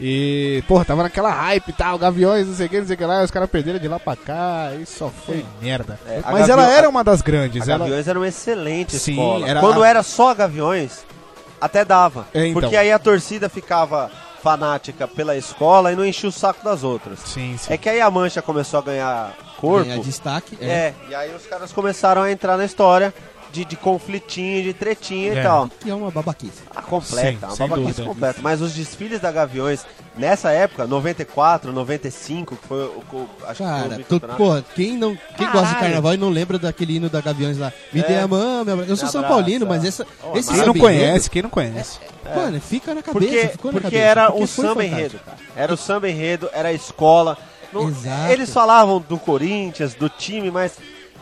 Speaker 2: E, porra, tava naquela hype e tal, Gaviões, não sei o que, não sei o que lá, e os caras perderam de lá pra cá, e só foi merda.
Speaker 4: É, a
Speaker 2: Mas
Speaker 4: Gavião-
Speaker 2: ela era uma das grandes,
Speaker 4: A
Speaker 2: ela.
Speaker 4: Gaviões era uma excelente
Speaker 2: Sim,
Speaker 4: escola.
Speaker 2: era-
Speaker 4: Quando
Speaker 2: a-
Speaker 4: era só a Gaviões, até dava.
Speaker 2: É, então.
Speaker 4: Porque aí a torcida ficava fanática pela escola e não enchia o saco das outras.
Speaker 2: Sim, sim.
Speaker 4: É que aí a Mancha começou a ganhar corpo.
Speaker 3: ganhar destaque.
Speaker 4: é. e aí os caras começaram a entrar na história de, de conflitinho, de tretinha
Speaker 2: É.
Speaker 4: e tal.
Speaker 3: Que é uma babaquice.
Speaker 4: Ah, completa,
Speaker 2: Sim,
Speaker 4: uma
Speaker 2: sem
Speaker 4: babaquice
Speaker 2: dúvida.
Speaker 4: completa. Mas os desfiles da Gaviões, nessa época, 94, 95, que foi o. o acho que foi
Speaker 3: Cara,
Speaker 4: o
Speaker 3: tu,
Speaker 4: bicampeonato.
Speaker 3: porra, quem, não, quem gosta de
Speaker 4: Caralho.
Speaker 3: carnaval e não lembra daquele hino da Gaviões lá? Me
Speaker 4: É.
Speaker 3: dê a mão, meu abraço. Eu sou
Speaker 4: Me
Speaker 3: São
Speaker 4: abraça.
Speaker 3: Paulino, mas essa,
Speaker 4: Oh,
Speaker 3: esse
Speaker 2: Quem não
Speaker 3: samba
Speaker 2: conhece, quem não conhece.
Speaker 3: enredo, Mano, fica na cabeça.
Speaker 4: Porque,
Speaker 3: ficou na
Speaker 4: porque
Speaker 3: cabeça,
Speaker 4: era
Speaker 3: porque
Speaker 4: o
Speaker 3: foi
Speaker 4: samba
Speaker 3: fantástico.
Speaker 4: enredo, cara. Era o samba enredo, era a escola. Não-
Speaker 3: Exato.
Speaker 4: Eles falavam do Corinthians, do time, mas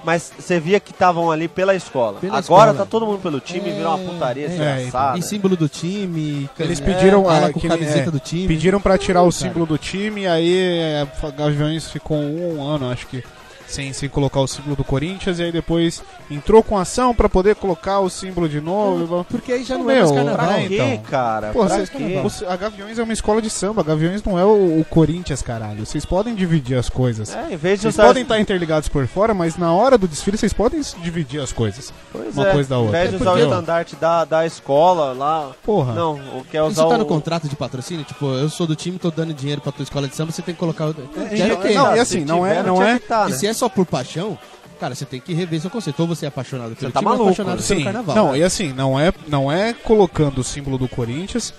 Speaker 4: mas você via que estavam ali pela escola.
Speaker 3: Pela
Speaker 4: Agora
Speaker 3: escola.
Speaker 4: tá todo mundo pelo time,
Speaker 3: É,
Speaker 4: virou uma putaria
Speaker 3: é.
Speaker 4: desgraçada.
Speaker 3: E símbolo do time.
Speaker 2: Eles
Speaker 3: é,
Speaker 2: pediram
Speaker 3: ala
Speaker 2: a
Speaker 3: com
Speaker 4: é,
Speaker 3: camiseta do time.
Speaker 2: Pediram pra tirar o símbolo do time, aí é, a Gaviões ficou um ano, acho que. sem, sem colocar o símbolo do Corinthians, e aí depois entrou com ação pra poder colocar o símbolo de novo. e blá-
Speaker 3: Porque aí já não é
Speaker 2: Meu,
Speaker 3: mais carnaval.
Speaker 2: pra
Speaker 4: Pra
Speaker 2: É,
Speaker 4: quê,
Speaker 2: então.
Speaker 4: cara?
Speaker 2: Pô,
Speaker 4: pra
Speaker 2: vocês-
Speaker 4: quê?
Speaker 2: você- a Gaviões é uma escola de samba, a Gaviões não é o, o Corinthians, caralho. Vocês podem dividir as coisas.
Speaker 4: É, em vez de
Speaker 2: Vocês
Speaker 4: usar...
Speaker 2: podem tá estar interligados por fora, mas na hora do desfile vocês podem se dividir as coisas.
Speaker 4: Pois
Speaker 2: uma
Speaker 4: é,
Speaker 2: coisa da outra.
Speaker 4: Em vez de
Speaker 2: É
Speaker 4: usar o
Speaker 2: porque-
Speaker 4: estandarte da, da escola lá...
Speaker 2: Porra.
Speaker 4: Não, o que é usar
Speaker 3: Isso tá
Speaker 4: o...
Speaker 3: no contrato de patrocínio? Tipo, eu sou do time, tô dando dinheiro pra tua escola de samba, você tem que colocar... o-
Speaker 4: É,
Speaker 3: Quero
Speaker 4: é,
Speaker 3: que-
Speaker 2: não,
Speaker 4: tá,
Speaker 2: e
Speaker 4: se
Speaker 2: assim, não é-
Speaker 4: tiver,
Speaker 2: não
Speaker 4: tinha
Speaker 2: é-
Speaker 4: que tá,
Speaker 3: E
Speaker 4: né?
Speaker 3: se é só por paixão, cara, você tem que rever seu conceito. Ou você é apaixonado pelo
Speaker 4: Você tá
Speaker 3: time ou
Speaker 4: maluco,
Speaker 3: apaixonado
Speaker 2: Sim.
Speaker 3: pelo carnaval.
Speaker 2: Não, e assim, não é, não é colocando o símbolo do Corinthians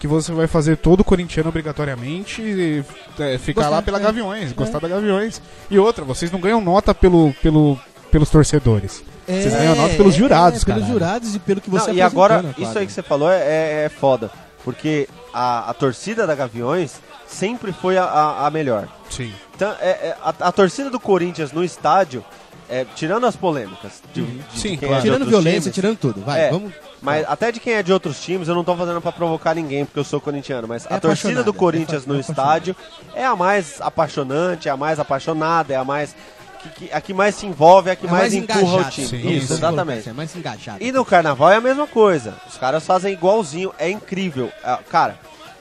Speaker 2: que você vai fazer todo corintiano obrigatoriamente e, é, ficar
Speaker 3: Gostar,
Speaker 2: lá pela
Speaker 3: é.
Speaker 2: Gaviões, gostar da Gaviões. E outra, vocês não ganham nota pelo, pelo, pelos torcedores.
Speaker 3: É,
Speaker 2: Vocês ganham nota pelos jurados,
Speaker 3: é, pelos
Speaker 2: caralho.
Speaker 3: jurados e pelo que
Speaker 4: Não,
Speaker 3: você um
Speaker 4: e
Speaker 3: apresentou
Speaker 4: agora,
Speaker 3: na
Speaker 4: isso
Speaker 3: quadra.
Speaker 4: aí que você falou é, é, é foda. Porque a, a torcida da Gaviões sempre foi a, a- a melhor.
Speaker 2: Sim.
Speaker 4: Então, é- é, a, a torcida do Corinthians no estádio, é, tirando as polêmicas, de, de
Speaker 2: Sim,
Speaker 4: quem é
Speaker 2: claro.
Speaker 4: de
Speaker 3: Uhum. Tirando
Speaker 4: outros
Speaker 3: violência,
Speaker 4: tá times,
Speaker 3: tirando tudo. Vai,
Speaker 4: É,
Speaker 3: vamos...
Speaker 4: Mas até de quem é de outros times, eu não tô fazendo pra provocar ninguém, porque eu sou corintiano, mas a
Speaker 3: apaixonada,
Speaker 4: torcida do
Speaker 3: é
Speaker 4: Corinthians
Speaker 3: apa-
Speaker 4: no
Speaker 3: é
Speaker 4: estádio é a mais apaixonante, é a mais apaixonada, é a mais. Que, que- a que mais se envolve, é a que
Speaker 3: É
Speaker 4: mais, empurra o
Speaker 3: engajado.
Speaker 4: time.
Speaker 2: sim,
Speaker 3: Vamos-
Speaker 4: Isso,
Speaker 3: vamos colocar
Speaker 4: exatamente.
Speaker 3: assim, É mais engajado.
Speaker 4: E no carnaval é a mesma coisa. Os caras fazem igualzinho, é incrível. Ah, Cara,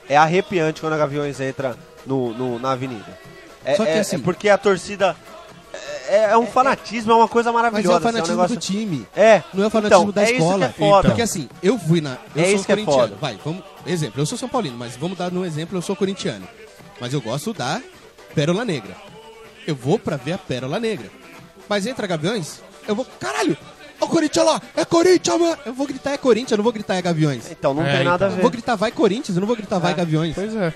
Speaker 4: é arrepiante quando a Gaviões entra no, no- na avenida. É,
Speaker 3: Só que
Speaker 4: é-
Speaker 3: assim-
Speaker 4: é porque a torcida. É, é um fanatismo, é uma coisa
Speaker 3: Mas é o
Speaker 4: maravilhosa. assim, um
Speaker 3: fanatismo
Speaker 4: negócio-
Speaker 3: do time.
Speaker 4: É.
Speaker 3: Não é o fanatismo
Speaker 4: então,
Speaker 3: da escola.
Speaker 4: É isso que é foda.
Speaker 3: Porque assim, eu fui na. Eu
Speaker 4: É
Speaker 3: sou
Speaker 4: isso que é
Speaker 3: corintiano.
Speaker 4: foda.
Speaker 3: Vai, vamos. Exemplo, eu sou São Paulino, mas vamos dar um exemplo, eu sou corintiano. Mas eu gosto da Pérola Negra. Eu vou pra ver a Pérola Negra. Mas entra Gaviões, eu vou. Caralho! Ó, Corinthians lá! É Corinthians, mano! Eu vou gritar é Corinthians, eu não vou gritar é Gaviões.
Speaker 4: Então, não
Speaker 2: É,
Speaker 4: tem nada
Speaker 2: então.
Speaker 4: a
Speaker 3: Eu vou
Speaker 4: ver.
Speaker 3: gritar vai Corinthians, eu não vou gritar vai Gaviões.
Speaker 2: Pois é.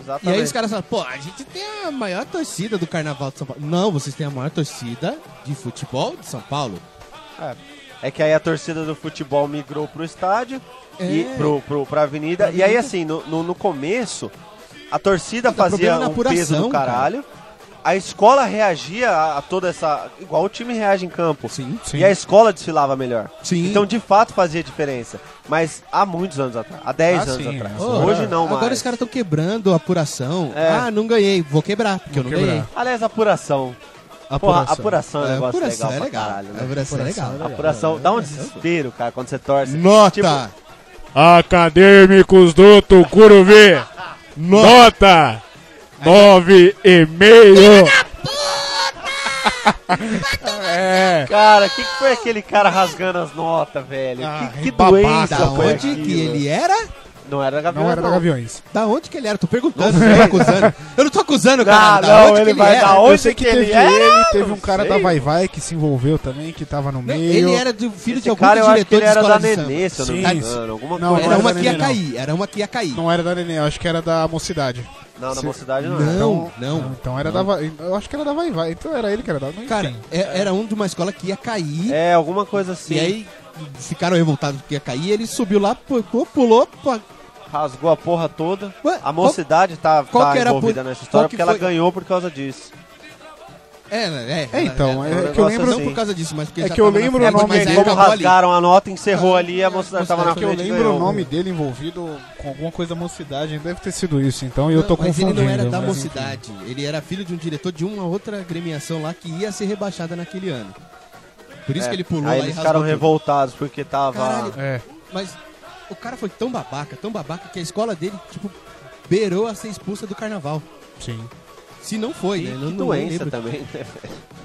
Speaker 3: E aí
Speaker 4: Exatamente.
Speaker 3: os caras falam, pô, a gente tem a maior torcida do Carnaval de São Paulo. Não, vocês têm a maior torcida de futebol de São Paulo.
Speaker 4: É que aí a torcida do futebol migrou pro estádio
Speaker 3: É.
Speaker 4: e pro, pro, pra avenida.
Speaker 3: Pra
Speaker 4: e aí,
Speaker 3: avenida.
Speaker 4: assim, no, no, no começo, a torcida
Speaker 3: Puta,
Speaker 4: fazia
Speaker 3: problema é na
Speaker 4: um peso
Speaker 3: apuração,
Speaker 4: do caralho. A escola reagia a, a toda essa. Igual o time reage em campo.
Speaker 3: Sim.
Speaker 2: Sim.
Speaker 4: E a escola desfilava melhor.
Speaker 3: Sim.
Speaker 4: Então, de fato, fazia diferença. Mas há muitos anos atrás. Há 10
Speaker 2: Ah,
Speaker 4: anos
Speaker 2: sim,
Speaker 4: atrás.
Speaker 2: é.
Speaker 4: Hoje não mais.
Speaker 3: Agora os caras estão quebrando a apuração.
Speaker 4: É.
Speaker 3: Ah, não ganhei. Vou quebrar, porque eu não
Speaker 2: quebrar.
Speaker 3: ganhei.
Speaker 4: Aliás, apuração. Porra, apuração é um negócio legal pra caralho, né?
Speaker 3: Apuração é legal.
Speaker 4: Apuração dá um desespero, cara, quando você torce.
Speaker 3: Nota!
Speaker 4: Tipo,
Speaker 6: Acadêmicos do
Speaker 2: <laughs>
Speaker 6: Tucuruvi. Nota 9,5.
Speaker 4: Cara, o que, que foi aquele cara rasgando as notas, velho?
Speaker 2: Ah,
Speaker 4: que que
Speaker 2: babado.
Speaker 4: doença
Speaker 3: da
Speaker 4: foi
Speaker 3: onde
Speaker 4: aquilo?
Speaker 3: que ele é? era?
Speaker 4: Não era da Gaviões,
Speaker 2: Não era da
Speaker 4: não.
Speaker 2: Gaviões.
Speaker 3: Da onde que ele era? Tô perguntando, não tô acusando. Eu não tô acusando,
Speaker 4: Ah,
Speaker 3: cara. Da
Speaker 4: não,
Speaker 3: onde
Speaker 4: ele
Speaker 3: que
Speaker 4: vai
Speaker 3: ele
Speaker 4: dar
Speaker 3: era?
Speaker 4: onde
Speaker 2: eu sei que,
Speaker 4: que ele
Speaker 2: teve
Speaker 4: era,
Speaker 2: ele, teve um
Speaker 4: não
Speaker 2: cara
Speaker 4: sei.
Speaker 2: da Vai Vai que se envolveu também, que tava no
Speaker 3: Não,
Speaker 2: meio.
Speaker 3: Ele era do filho de
Speaker 4: Esse
Speaker 3: algum
Speaker 4: cara, eu acho
Speaker 3: diretor
Speaker 4: que ele
Speaker 3: de
Speaker 4: era
Speaker 3: escola
Speaker 4: da
Speaker 3: de samba.
Speaker 4: Nenê, se eu não me
Speaker 2: Sim.
Speaker 4: engano. Alguma
Speaker 2: Não,
Speaker 4: coisa. assim.
Speaker 3: Era
Speaker 2: Não
Speaker 3: uma
Speaker 2: era
Speaker 3: que é-
Speaker 2: Nenê,
Speaker 3: ia
Speaker 2: não.
Speaker 3: cair, era uma que ia cair.
Speaker 2: Não era da Nenê, eu acho que era da Mocidade.
Speaker 4: Não, na
Speaker 2: Sim.
Speaker 4: mocidade não, era.
Speaker 3: Não,
Speaker 2: Então-
Speaker 3: não.
Speaker 2: Então era da Vai. Eu acho que era da Vai Vai. Então era ele que era da. Enfim.
Speaker 3: Cara, é- era um de uma escola que ia cair.
Speaker 4: É, alguma coisa assim.
Speaker 3: E aí ficaram revoltados porque ia cair. e Ele subiu lá, pu- pu- pulou. pô, É,
Speaker 4: Rasgou a porra toda.
Speaker 3: Ué,
Speaker 4: A mocidade tá,
Speaker 3: qual
Speaker 4: tá
Speaker 3: que era a
Speaker 4: envolvida
Speaker 3: pu-
Speaker 4: nessa
Speaker 3: qual
Speaker 4: história
Speaker 3: que
Speaker 4: porque ela
Speaker 3: foi?
Speaker 4: ganhou por causa disso.
Speaker 3: É, é,
Speaker 2: É, então, é, que
Speaker 4: um
Speaker 2: eu
Speaker 4: negócio
Speaker 2: lembro.
Speaker 3: Não por causa disso, mas porque
Speaker 2: É
Speaker 3: já
Speaker 2: que eu
Speaker 3: tava na
Speaker 2: lembro
Speaker 3: frente,
Speaker 2: o nome
Speaker 3: mas
Speaker 2: dele,
Speaker 3: aí
Speaker 4: Como
Speaker 3: acabou ali.
Speaker 4: rasgaram a nota, encerrou ali e a mocidade tava na
Speaker 2: é
Speaker 3: Mocidade,
Speaker 2: que eu
Speaker 4: frente. e
Speaker 2: lembro
Speaker 4: ganhou.
Speaker 2: o nome dele envolvido com alguma coisa da mocidade, deve ter sido isso, então e eu tô
Speaker 3: Não, mas ele
Speaker 2: confundindo. né?
Speaker 3: não era da
Speaker 2: mas enfim.
Speaker 3: mocidade. Ele era filho de um diretor de uma outra gremiação lá que ia ser rebaixada naquele ano. Por isso que ele pulou lá
Speaker 4: É, Aí
Speaker 3: e
Speaker 4: eles
Speaker 3: rasgou
Speaker 4: ficaram
Speaker 3: tudo.
Speaker 4: revoltados porque tava.
Speaker 3: Caralho.
Speaker 2: É,
Speaker 3: Mas o cara foi tão babaca, tão babaca, que a escola dele, tipo, beirou a ser expulsa do carnaval.
Speaker 2: sim.
Speaker 3: Se não foi,
Speaker 4: Que,
Speaker 3: né?
Speaker 4: que
Speaker 3: Não, não
Speaker 4: doença
Speaker 3: lembro.
Speaker 4: também, né?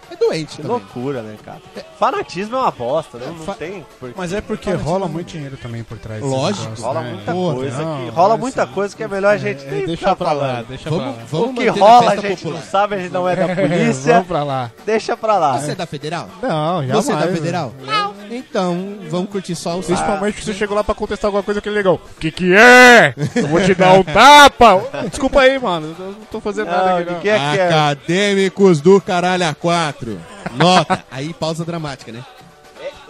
Speaker 3: É doente
Speaker 4: Que
Speaker 3: também.
Speaker 4: loucura, né, cara? Fanatismo é uma bosta, né?
Speaker 3: É,
Speaker 4: Não
Speaker 3: fa-
Speaker 4: tem porquê.
Speaker 2: Mas é porque
Speaker 3: Fala,
Speaker 2: rola
Speaker 3: assim,
Speaker 2: muito dinheiro também por trás.
Speaker 3: Lógico.
Speaker 2: desses negócios,
Speaker 4: Rola
Speaker 2: né?
Speaker 4: muita
Speaker 3: Porra,
Speaker 4: coisa
Speaker 2: não,
Speaker 4: aqui. Rola
Speaker 2: olha
Speaker 4: muita
Speaker 2: só.
Speaker 4: coisa que é melhor a gente
Speaker 2: É,
Speaker 4: nem
Speaker 2: deixa
Speaker 4: deixar
Speaker 2: pra lá, <laughs>
Speaker 4: falando.
Speaker 2: deixa pra lá.
Speaker 3: Vamos, vamos
Speaker 4: o que
Speaker 3: manter na
Speaker 4: rola a
Speaker 3: festa
Speaker 4: gente
Speaker 3: popular.
Speaker 4: não sabe, a gente não é da
Speaker 2: vamos
Speaker 4: polícia.
Speaker 2: pra lá.
Speaker 4: deixa pra lá.
Speaker 3: Você é da federal?
Speaker 2: Não, né? já
Speaker 3: Você é da federal? Não. Então, vamos curtir só o Ah,
Speaker 2: Principalmente que você chegou lá pra contestar alguma coisa que é legal. O que que é? Eu vou te dar
Speaker 3: <laughs>
Speaker 2: um tapa. Desculpa aí, mano. Eu não tô fazendo nada
Speaker 4: Não,
Speaker 2: aqui, não.
Speaker 4: ninguém é que
Speaker 3: Ah,
Speaker 4: é.
Speaker 3: Acadêmicos do caralho a 4. Nota. Aí pausa dramática, né?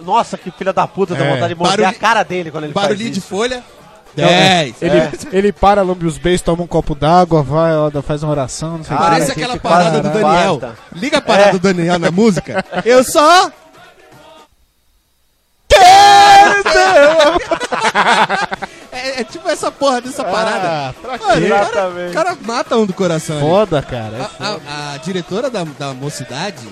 Speaker 4: Nossa, que filha da puta, dá
Speaker 2: É.
Speaker 4: vontade de morder
Speaker 3: Barulhi-
Speaker 4: a cara dele quando ele
Speaker 3: Barulhinho
Speaker 4: faz
Speaker 3: de
Speaker 4: isso. É.
Speaker 3: folha. 10.
Speaker 2: Ele, ele para, lambe os beijos, toma um copo d'água, vai, ó, faz uma oração, não sei o
Speaker 4: Cara,
Speaker 3: Parece
Speaker 4: que
Speaker 3: aquela
Speaker 4: que
Speaker 3: parada do
Speaker 4: quase
Speaker 3: Daniel.
Speaker 4: quarta.
Speaker 3: Liga a parada
Speaker 4: É.
Speaker 3: do Daniel na música.
Speaker 4: <laughs>
Speaker 3: Eu só. <laughs> é, é tipo essa porra dessa
Speaker 4: Ah,
Speaker 3: parada. Mano, o cara,
Speaker 4: Exatamente.
Speaker 3: o cara mata um do coração. ali.
Speaker 2: Foda, cara.
Speaker 3: A, a- a diretora da, da mocidade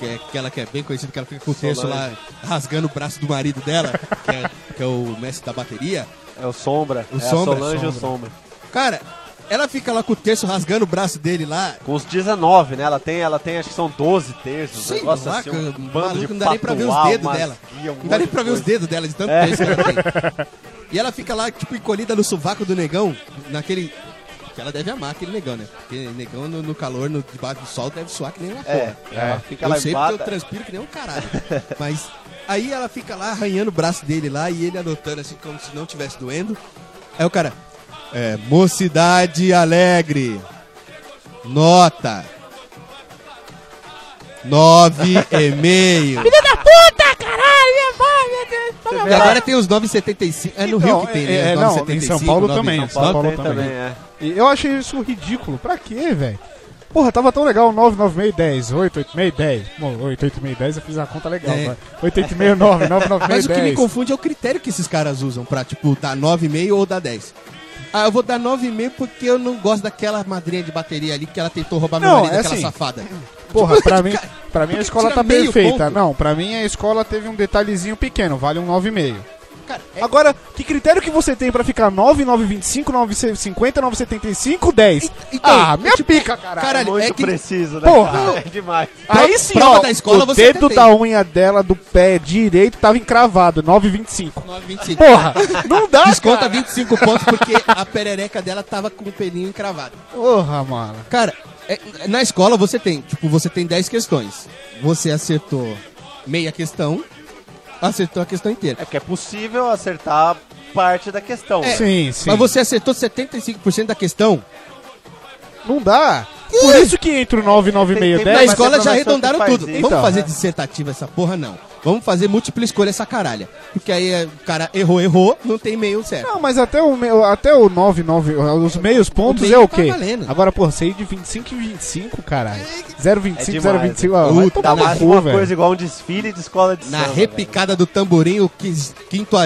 Speaker 3: que é aquela que é bem conhecida, que ela fica com o terço lá rasgando o braço do marido dela, que é, que é o mestre da bateria.
Speaker 4: É o Sombra.
Speaker 3: O
Speaker 4: é
Speaker 3: Sombra,
Speaker 4: a Solange
Speaker 3: Sombra.
Speaker 4: e o Sombra.
Speaker 3: Cara, ela fica lá com o terço rasgando o braço dele lá.
Speaker 4: Com os 19, né? Ela tem, ela tem acho que são 12 terços.
Speaker 3: Sim,
Speaker 4: um negócio assim, um
Speaker 3: maluco,
Speaker 4: bando de
Speaker 3: não dá nem pra ver os
Speaker 4: patuá,
Speaker 3: dedos
Speaker 4: umas
Speaker 3: dela.
Speaker 4: guia, um
Speaker 3: não dá nem
Speaker 4: monte
Speaker 3: pra
Speaker 4: de
Speaker 3: ver os
Speaker 4: coisa.
Speaker 3: dedos dela de tanto
Speaker 4: É.
Speaker 3: peso que ela
Speaker 4: <laughs>
Speaker 3: tem. E ela fica lá, tipo, encolhida no sovaco do negão, naquele. Que ela deve amar aquele negão, né? Porque negão no, no calor, no, debaixo do sol, deve suar que nem uma
Speaker 4: É,
Speaker 3: porra.
Speaker 4: ela fica
Speaker 3: eu
Speaker 4: lá
Speaker 3: sei
Speaker 4: embaixo. é.
Speaker 3: porque eu transpiro que nem um
Speaker 4: <laughs>
Speaker 3: caralho. Mas aí ela fica lá arranhando o braço dele lá e ele anotando assim como se não tivesse doendo. Aí o cara, é, mocidade alegre, nota, nove e meio.
Speaker 7: Filha da puta, caralho, minha mãe, meu Deus. Toma
Speaker 3: E agora tem os 9,75. É no
Speaker 2: Então,
Speaker 3: Rio que tem,
Speaker 2: é-
Speaker 3: né?
Speaker 2: é,
Speaker 3: Os
Speaker 2: não,
Speaker 3: 9,75,
Speaker 2: em São Paulo
Speaker 3: 9,75.
Speaker 2: também.
Speaker 4: São Paulo
Speaker 2: São Paulo
Speaker 4: tem também, é.
Speaker 2: E eu achei isso ridículo. Pra quê, velho? Porra, tava tão legal 996 10, 886 10. Bom, 886 10 eu fiz uma conta legal,
Speaker 3: É.
Speaker 2: vai. 886 9, 996
Speaker 3: Mas o que me
Speaker 2: 10.
Speaker 3: confunde é o critério que esses caras usam pra, tipo, dar 9,5 ou dar 10. Ah, eu vou dar 9,5 porque eu não gosto daquela madrinha de bateria ali que ela tentou roubar meu
Speaker 2: Não,
Speaker 3: marido,
Speaker 2: é
Speaker 3: aquela
Speaker 2: assim.
Speaker 3: safada. Tipo,
Speaker 2: Porra,
Speaker 3: <laughs>
Speaker 2: pra mim,
Speaker 3: Cara,
Speaker 2: pra mim
Speaker 3: por
Speaker 2: a
Speaker 3: que
Speaker 2: escola
Speaker 3: tira
Speaker 2: tá
Speaker 3: meio
Speaker 2: perfeita.
Speaker 3: ponto?
Speaker 2: Não, pra mim a escola teve um detalhezinho pequeno, vale um 9,5.
Speaker 3: Cara, é-
Speaker 2: Agora, que critério que você tem pra ficar 9, 925, 950, 975, 10?
Speaker 3: então,
Speaker 2: ah, minha pica, caralho.
Speaker 3: caralho,
Speaker 4: Muito
Speaker 3: é que-
Speaker 4: preciso, né?
Speaker 2: Porra!
Speaker 4: cara? É demais.
Speaker 2: Aí sim,
Speaker 3: prova
Speaker 2: ó,
Speaker 3: da escola
Speaker 2: o
Speaker 3: você
Speaker 2: dedo
Speaker 3: até tem.
Speaker 2: da unha dela do pé direito tava encravado, 9,25.
Speaker 3: 9,25.
Speaker 2: Porra, não dá,
Speaker 3: Desconta
Speaker 2: cara.
Speaker 3: 25 pontos porque a perereca dela tava com o pelinho encravado.
Speaker 2: Porra, mano.
Speaker 3: Cara, é- na escola você tem, tipo, você tem 10 questões. Você acertou meia questão, acertou a questão inteira.
Speaker 4: É porque é possível acertar parte da questão.
Speaker 3: É.
Speaker 2: Sim, sim.
Speaker 3: Mas você acertou 75% da questão.
Speaker 2: Não dá. Por isso que entra o 9, 9,
Speaker 4: Tem-
Speaker 2: 6,
Speaker 4: tem
Speaker 2: 10.
Speaker 3: Na
Speaker 4: É, mas
Speaker 3: escola
Speaker 4: tem
Speaker 3: já
Speaker 4: professor
Speaker 3: arredondaram
Speaker 4: que faz
Speaker 3: tudo.
Speaker 4: isso.
Speaker 3: Vamos
Speaker 2: Então.
Speaker 3: fazer dissertativa essa porra, não. Vamos fazer múltipla escolha essa caralha. Porque aí é, o cara errou, errou, não tem meio certo.
Speaker 2: Não, mas até o, meu, até o 9, 9, os meios pontos
Speaker 3: meio
Speaker 2: é o
Speaker 3: tá
Speaker 2: quê?
Speaker 3: valendo.
Speaker 2: Agora, porra, sair de 25 em 25, caralho. 0,25,
Speaker 4: É demais,
Speaker 2: 0,25. Ah, vai
Speaker 3: Puta,
Speaker 2: tomar
Speaker 4: Tá
Speaker 2: no
Speaker 4: mais
Speaker 2: cu,
Speaker 4: uma
Speaker 2: velho.
Speaker 4: coisa igual um desfile de escola de
Speaker 3: Na
Speaker 4: samba,
Speaker 3: repicada do tamborim, o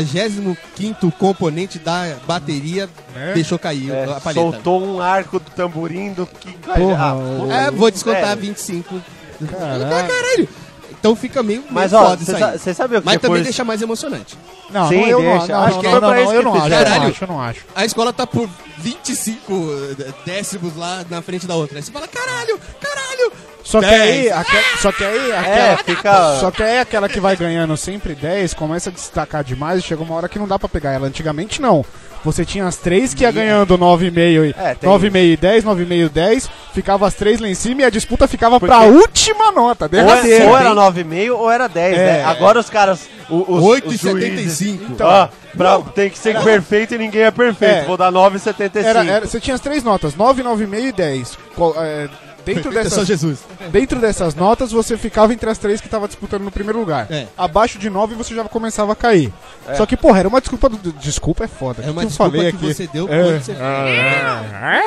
Speaker 3: 55 componente da bateria
Speaker 2: É.
Speaker 3: deixou cair
Speaker 4: velho. É,
Speaker 3: a palheta. né?
Speaker 4: soltou um arco do tamborim do que...
Speaker 2: Porra, o-
Speaker 3: É, vou descontar
Speaker 4: velho.
Speaker 3: 25.
Speaker 2: Caralho.
Speaker 3: Caralho. Então fica meio, meio
Speaker 4: Mas, ó,
Speaker 3: foda isso
Speaker 4: você
Speaker 3: aí.
Speaker 4: sa- você sabe o que é
Speaker 3: Mas também
Speaker 4: foi-
Speaker 3: deixa mais emocionante.
Speaker 2: Não,
Speaker 4: Sim,
Speaker 2: não, eu não,
Speaker 4: deixa.
Speaker 2: não,
Speaker 4: Acho
Speaker 2: não,
Speaker 4: que
Speaker 2: não,
Speaker 4: foi
Speaker 2: não,
Speaker 4: pra isso
Speaker 2: eu
Speaker 4: que
Speaker 2: não acho, eu
Speaker 3: fizeram.
Speaker 2: não acho, eu não acho.
Speaker 3: A escola tá por 25 eh, décimos lá na frente da outra. Aí você fala, caralho, caralho.
Speaker 2: Só que
Speaker 3: Dez.
Speaker 2: aí, aque- só que aí,
Speaker 4: É,
Speaker 2: aquela,
Speaker 4: fica...
Speaker 2: Só que aí aquela que vai ganhando sempre 10 começa a destacar demais e chega uma hora que não dá pra pegar ela. Antigamente não. Você tinha as três que ia ganhando 9,5
Speaker 4: É,
Speaker 2: e
Speaker 4: tem
Speaker 2: 9,5 e 10, 9,5 e 10, ficava as três lá em cima e a disputa ficava
Speaker 4: Porque-
Speaker 2: pra última nota,
Speaker 4: Ou, é-
Speaker 2: derradeira.
Speaker 4: ou era 9,5 ou era 10, né?
Speaker 2: É.
Speaker 4: Agora os caras... o- os- os juízes-
Speaker 3: 8,75.
Speaker 2: Então,
Speaker 4: Ah, pra- tem que ser perfeito e ninguém é perfeito.
Speaker 2: É.
Speaker 4: Vou dar 9,75.
Speaker 2: Era- era- você tinha as três notas, 9, 9,5 e 10. Qual- é,
Speaker 3: <laughs>
Speaker 2: dentro,
Speaker 3: Perfeito é só
Speaker 2: dessas,
Speaker 3: Jesus.
Speaker 2: dentro dessas notas, você ficava entre as três que tava disputando no primeiro lugar.
Speaker 3: É.
Speaker 2: Abaixo de 9 você já começava a cair. Só que, porra, era uma desculpa. do- do- desculpa é foda.
Speaker 3: É uma
Speaker 2: que
Speaker 3: desculpa
Speaker 2: eu falei
Speaker 3: que
Speaker 2: aqui.
Speaker 3: você deu
Speaker 2: É.
Speaker 3: quando você
Speaker 2: <laughs>
Speaker 4: Ah,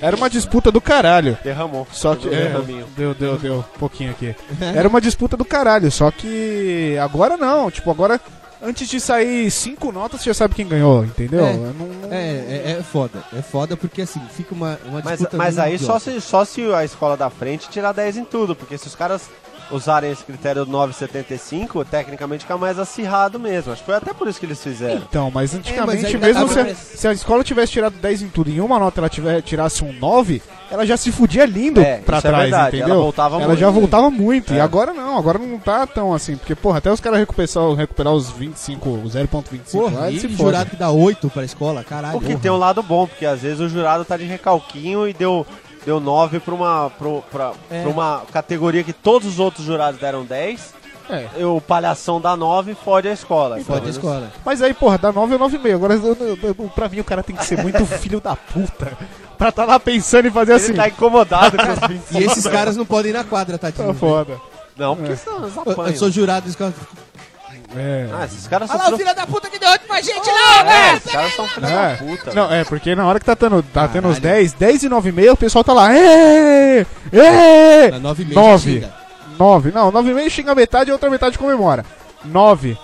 Speaker 2: Era uma disputa do caralho.
Speaker 4: Derramou.
Speaker 2: Só que.
Speaker 4: Deu um
Speaker 2: é,
Speaker 4: derraminho.
Speaker 2: deu, deu, deu. Um pouquinho aqui.
Speaker 3: É.
Speaker 2: Era uma disputa do caralho. Só que. Agora não. Tipo, agora. Antes de sair cinco notas, você já sabe quem ganhou, entendeu?
Speaker 3: É.
Speaker 2: Eu não- não-
Speaker 3: É, é, é foda. É foda porque assim, fica uma, uma
Speaker 4: Mas,
Speaker 3: disputa
Speaker 4: mas
Speaker 3: meio
Speaker 4: aí só
Speaker 3: idiota.
Speaker 4: se, só se a escola da frente tirar 10 em tudo, porque se os caras usarem esse critério do 9,75, tecnicamente fica mais acirrado mesmo. Acho que foi até por isso que eles fizeram.
Speaker 2: Então, mas
Speaker 4: É,
Speaker 2: antigamente,
Speaker 3: mas aí dá-
Speaker 2: mesmo
Speaker 3: dá
Speaker 2: se, a,
Speaker 3: pra-
Speaker 2: se a escola tivesse tirado 10 em tudo e em uma nota ela tiver, tirasse um 9, ela já se fudia lindo
Speaker 4: É,
Speaker 2: pra
Speaker 4: isso é
Speaker 2: trás,
Speaker 4: verdade,
Speaker 2: entendeu?
Speaker 4: ela voltava muito,
Speaker 2: já
Speaker 4: né?
Speaker 2: voltava muito. E
Speaker 4: É.
Speaker 2: agora não, agora não tá tão assim. Porque, porra, até os caras recuperar, recuperar os 25, o 0.25 lá,
Speaker 3: Porra,
Speaker 2: eles
Speaker 3: e
Speaker 2: se
Speaker 3: jurado
Speaker 2: fodem.
Speaker 3: que dá 8 pra escola, caralho.
Speaker 4: O que tem um lado bom, porque às vezes o jurado tá de recalquinho e deu, deu 9 pra uma, pro- pra,
Speaker 3: É.
Speaker 4: pra uma categoria que todos os outros jurados deram 10.
Speaker 2: É.
Speaker 4: E o palhação dá 9 e fode a escola.
Speaker 3: Fode a
Speaker 4: Então,
Speaker 3: escola.
Speaker 2: Mas aí, porra, dá 9 ou 9,5. Agora, eu- eu- eu- pra mim, o cara tem que ser muito
Speaker 3: <laughs>
Speaker 2: filho da puta pra tá lá pensando e fazer
Speaker 4: Ele
Speaker 2: assim.
Speaker 4: tá incomodado com
Speaker 3: <laughs>
Speaker 4: os 25.
Speaker 3: E esses caras não podem ir na quadra, tadinho.
Speaker 2: Tá foda.
Speaker 4: Não, porque são eles
Speaker 3: É. Eu, eu
Speaker 4: apanham.
Speaker 3: sou jurado da escola.
Speaker 2: É.
Speaker 4: Ah, esses caras são
Speaker 7: Olha lá o
Speaker 4: filho-
Speaker 7: filho da puta que deu outro pra gente lá,
Speaker 4: É,
Speaker 7: velho.
Speaker 4: esses caras são filho
Speaker 2: É.
Speaker 4: da puta.
Speaker 2: Não, é, porque na hora que tá tendo, tá tendo os
Speaker 3: Caralho.
Speaker 2: 10, 10 e 9 e meia, o pessoal tá lá. "Ê, ê,
Speaker 3: Na 9 e meia.
Speaker 2: Nove.
Speaker 3: já chega.
Speaker 2: 9, não, 9 e meia xinga metade e a outra metade comemora. 9.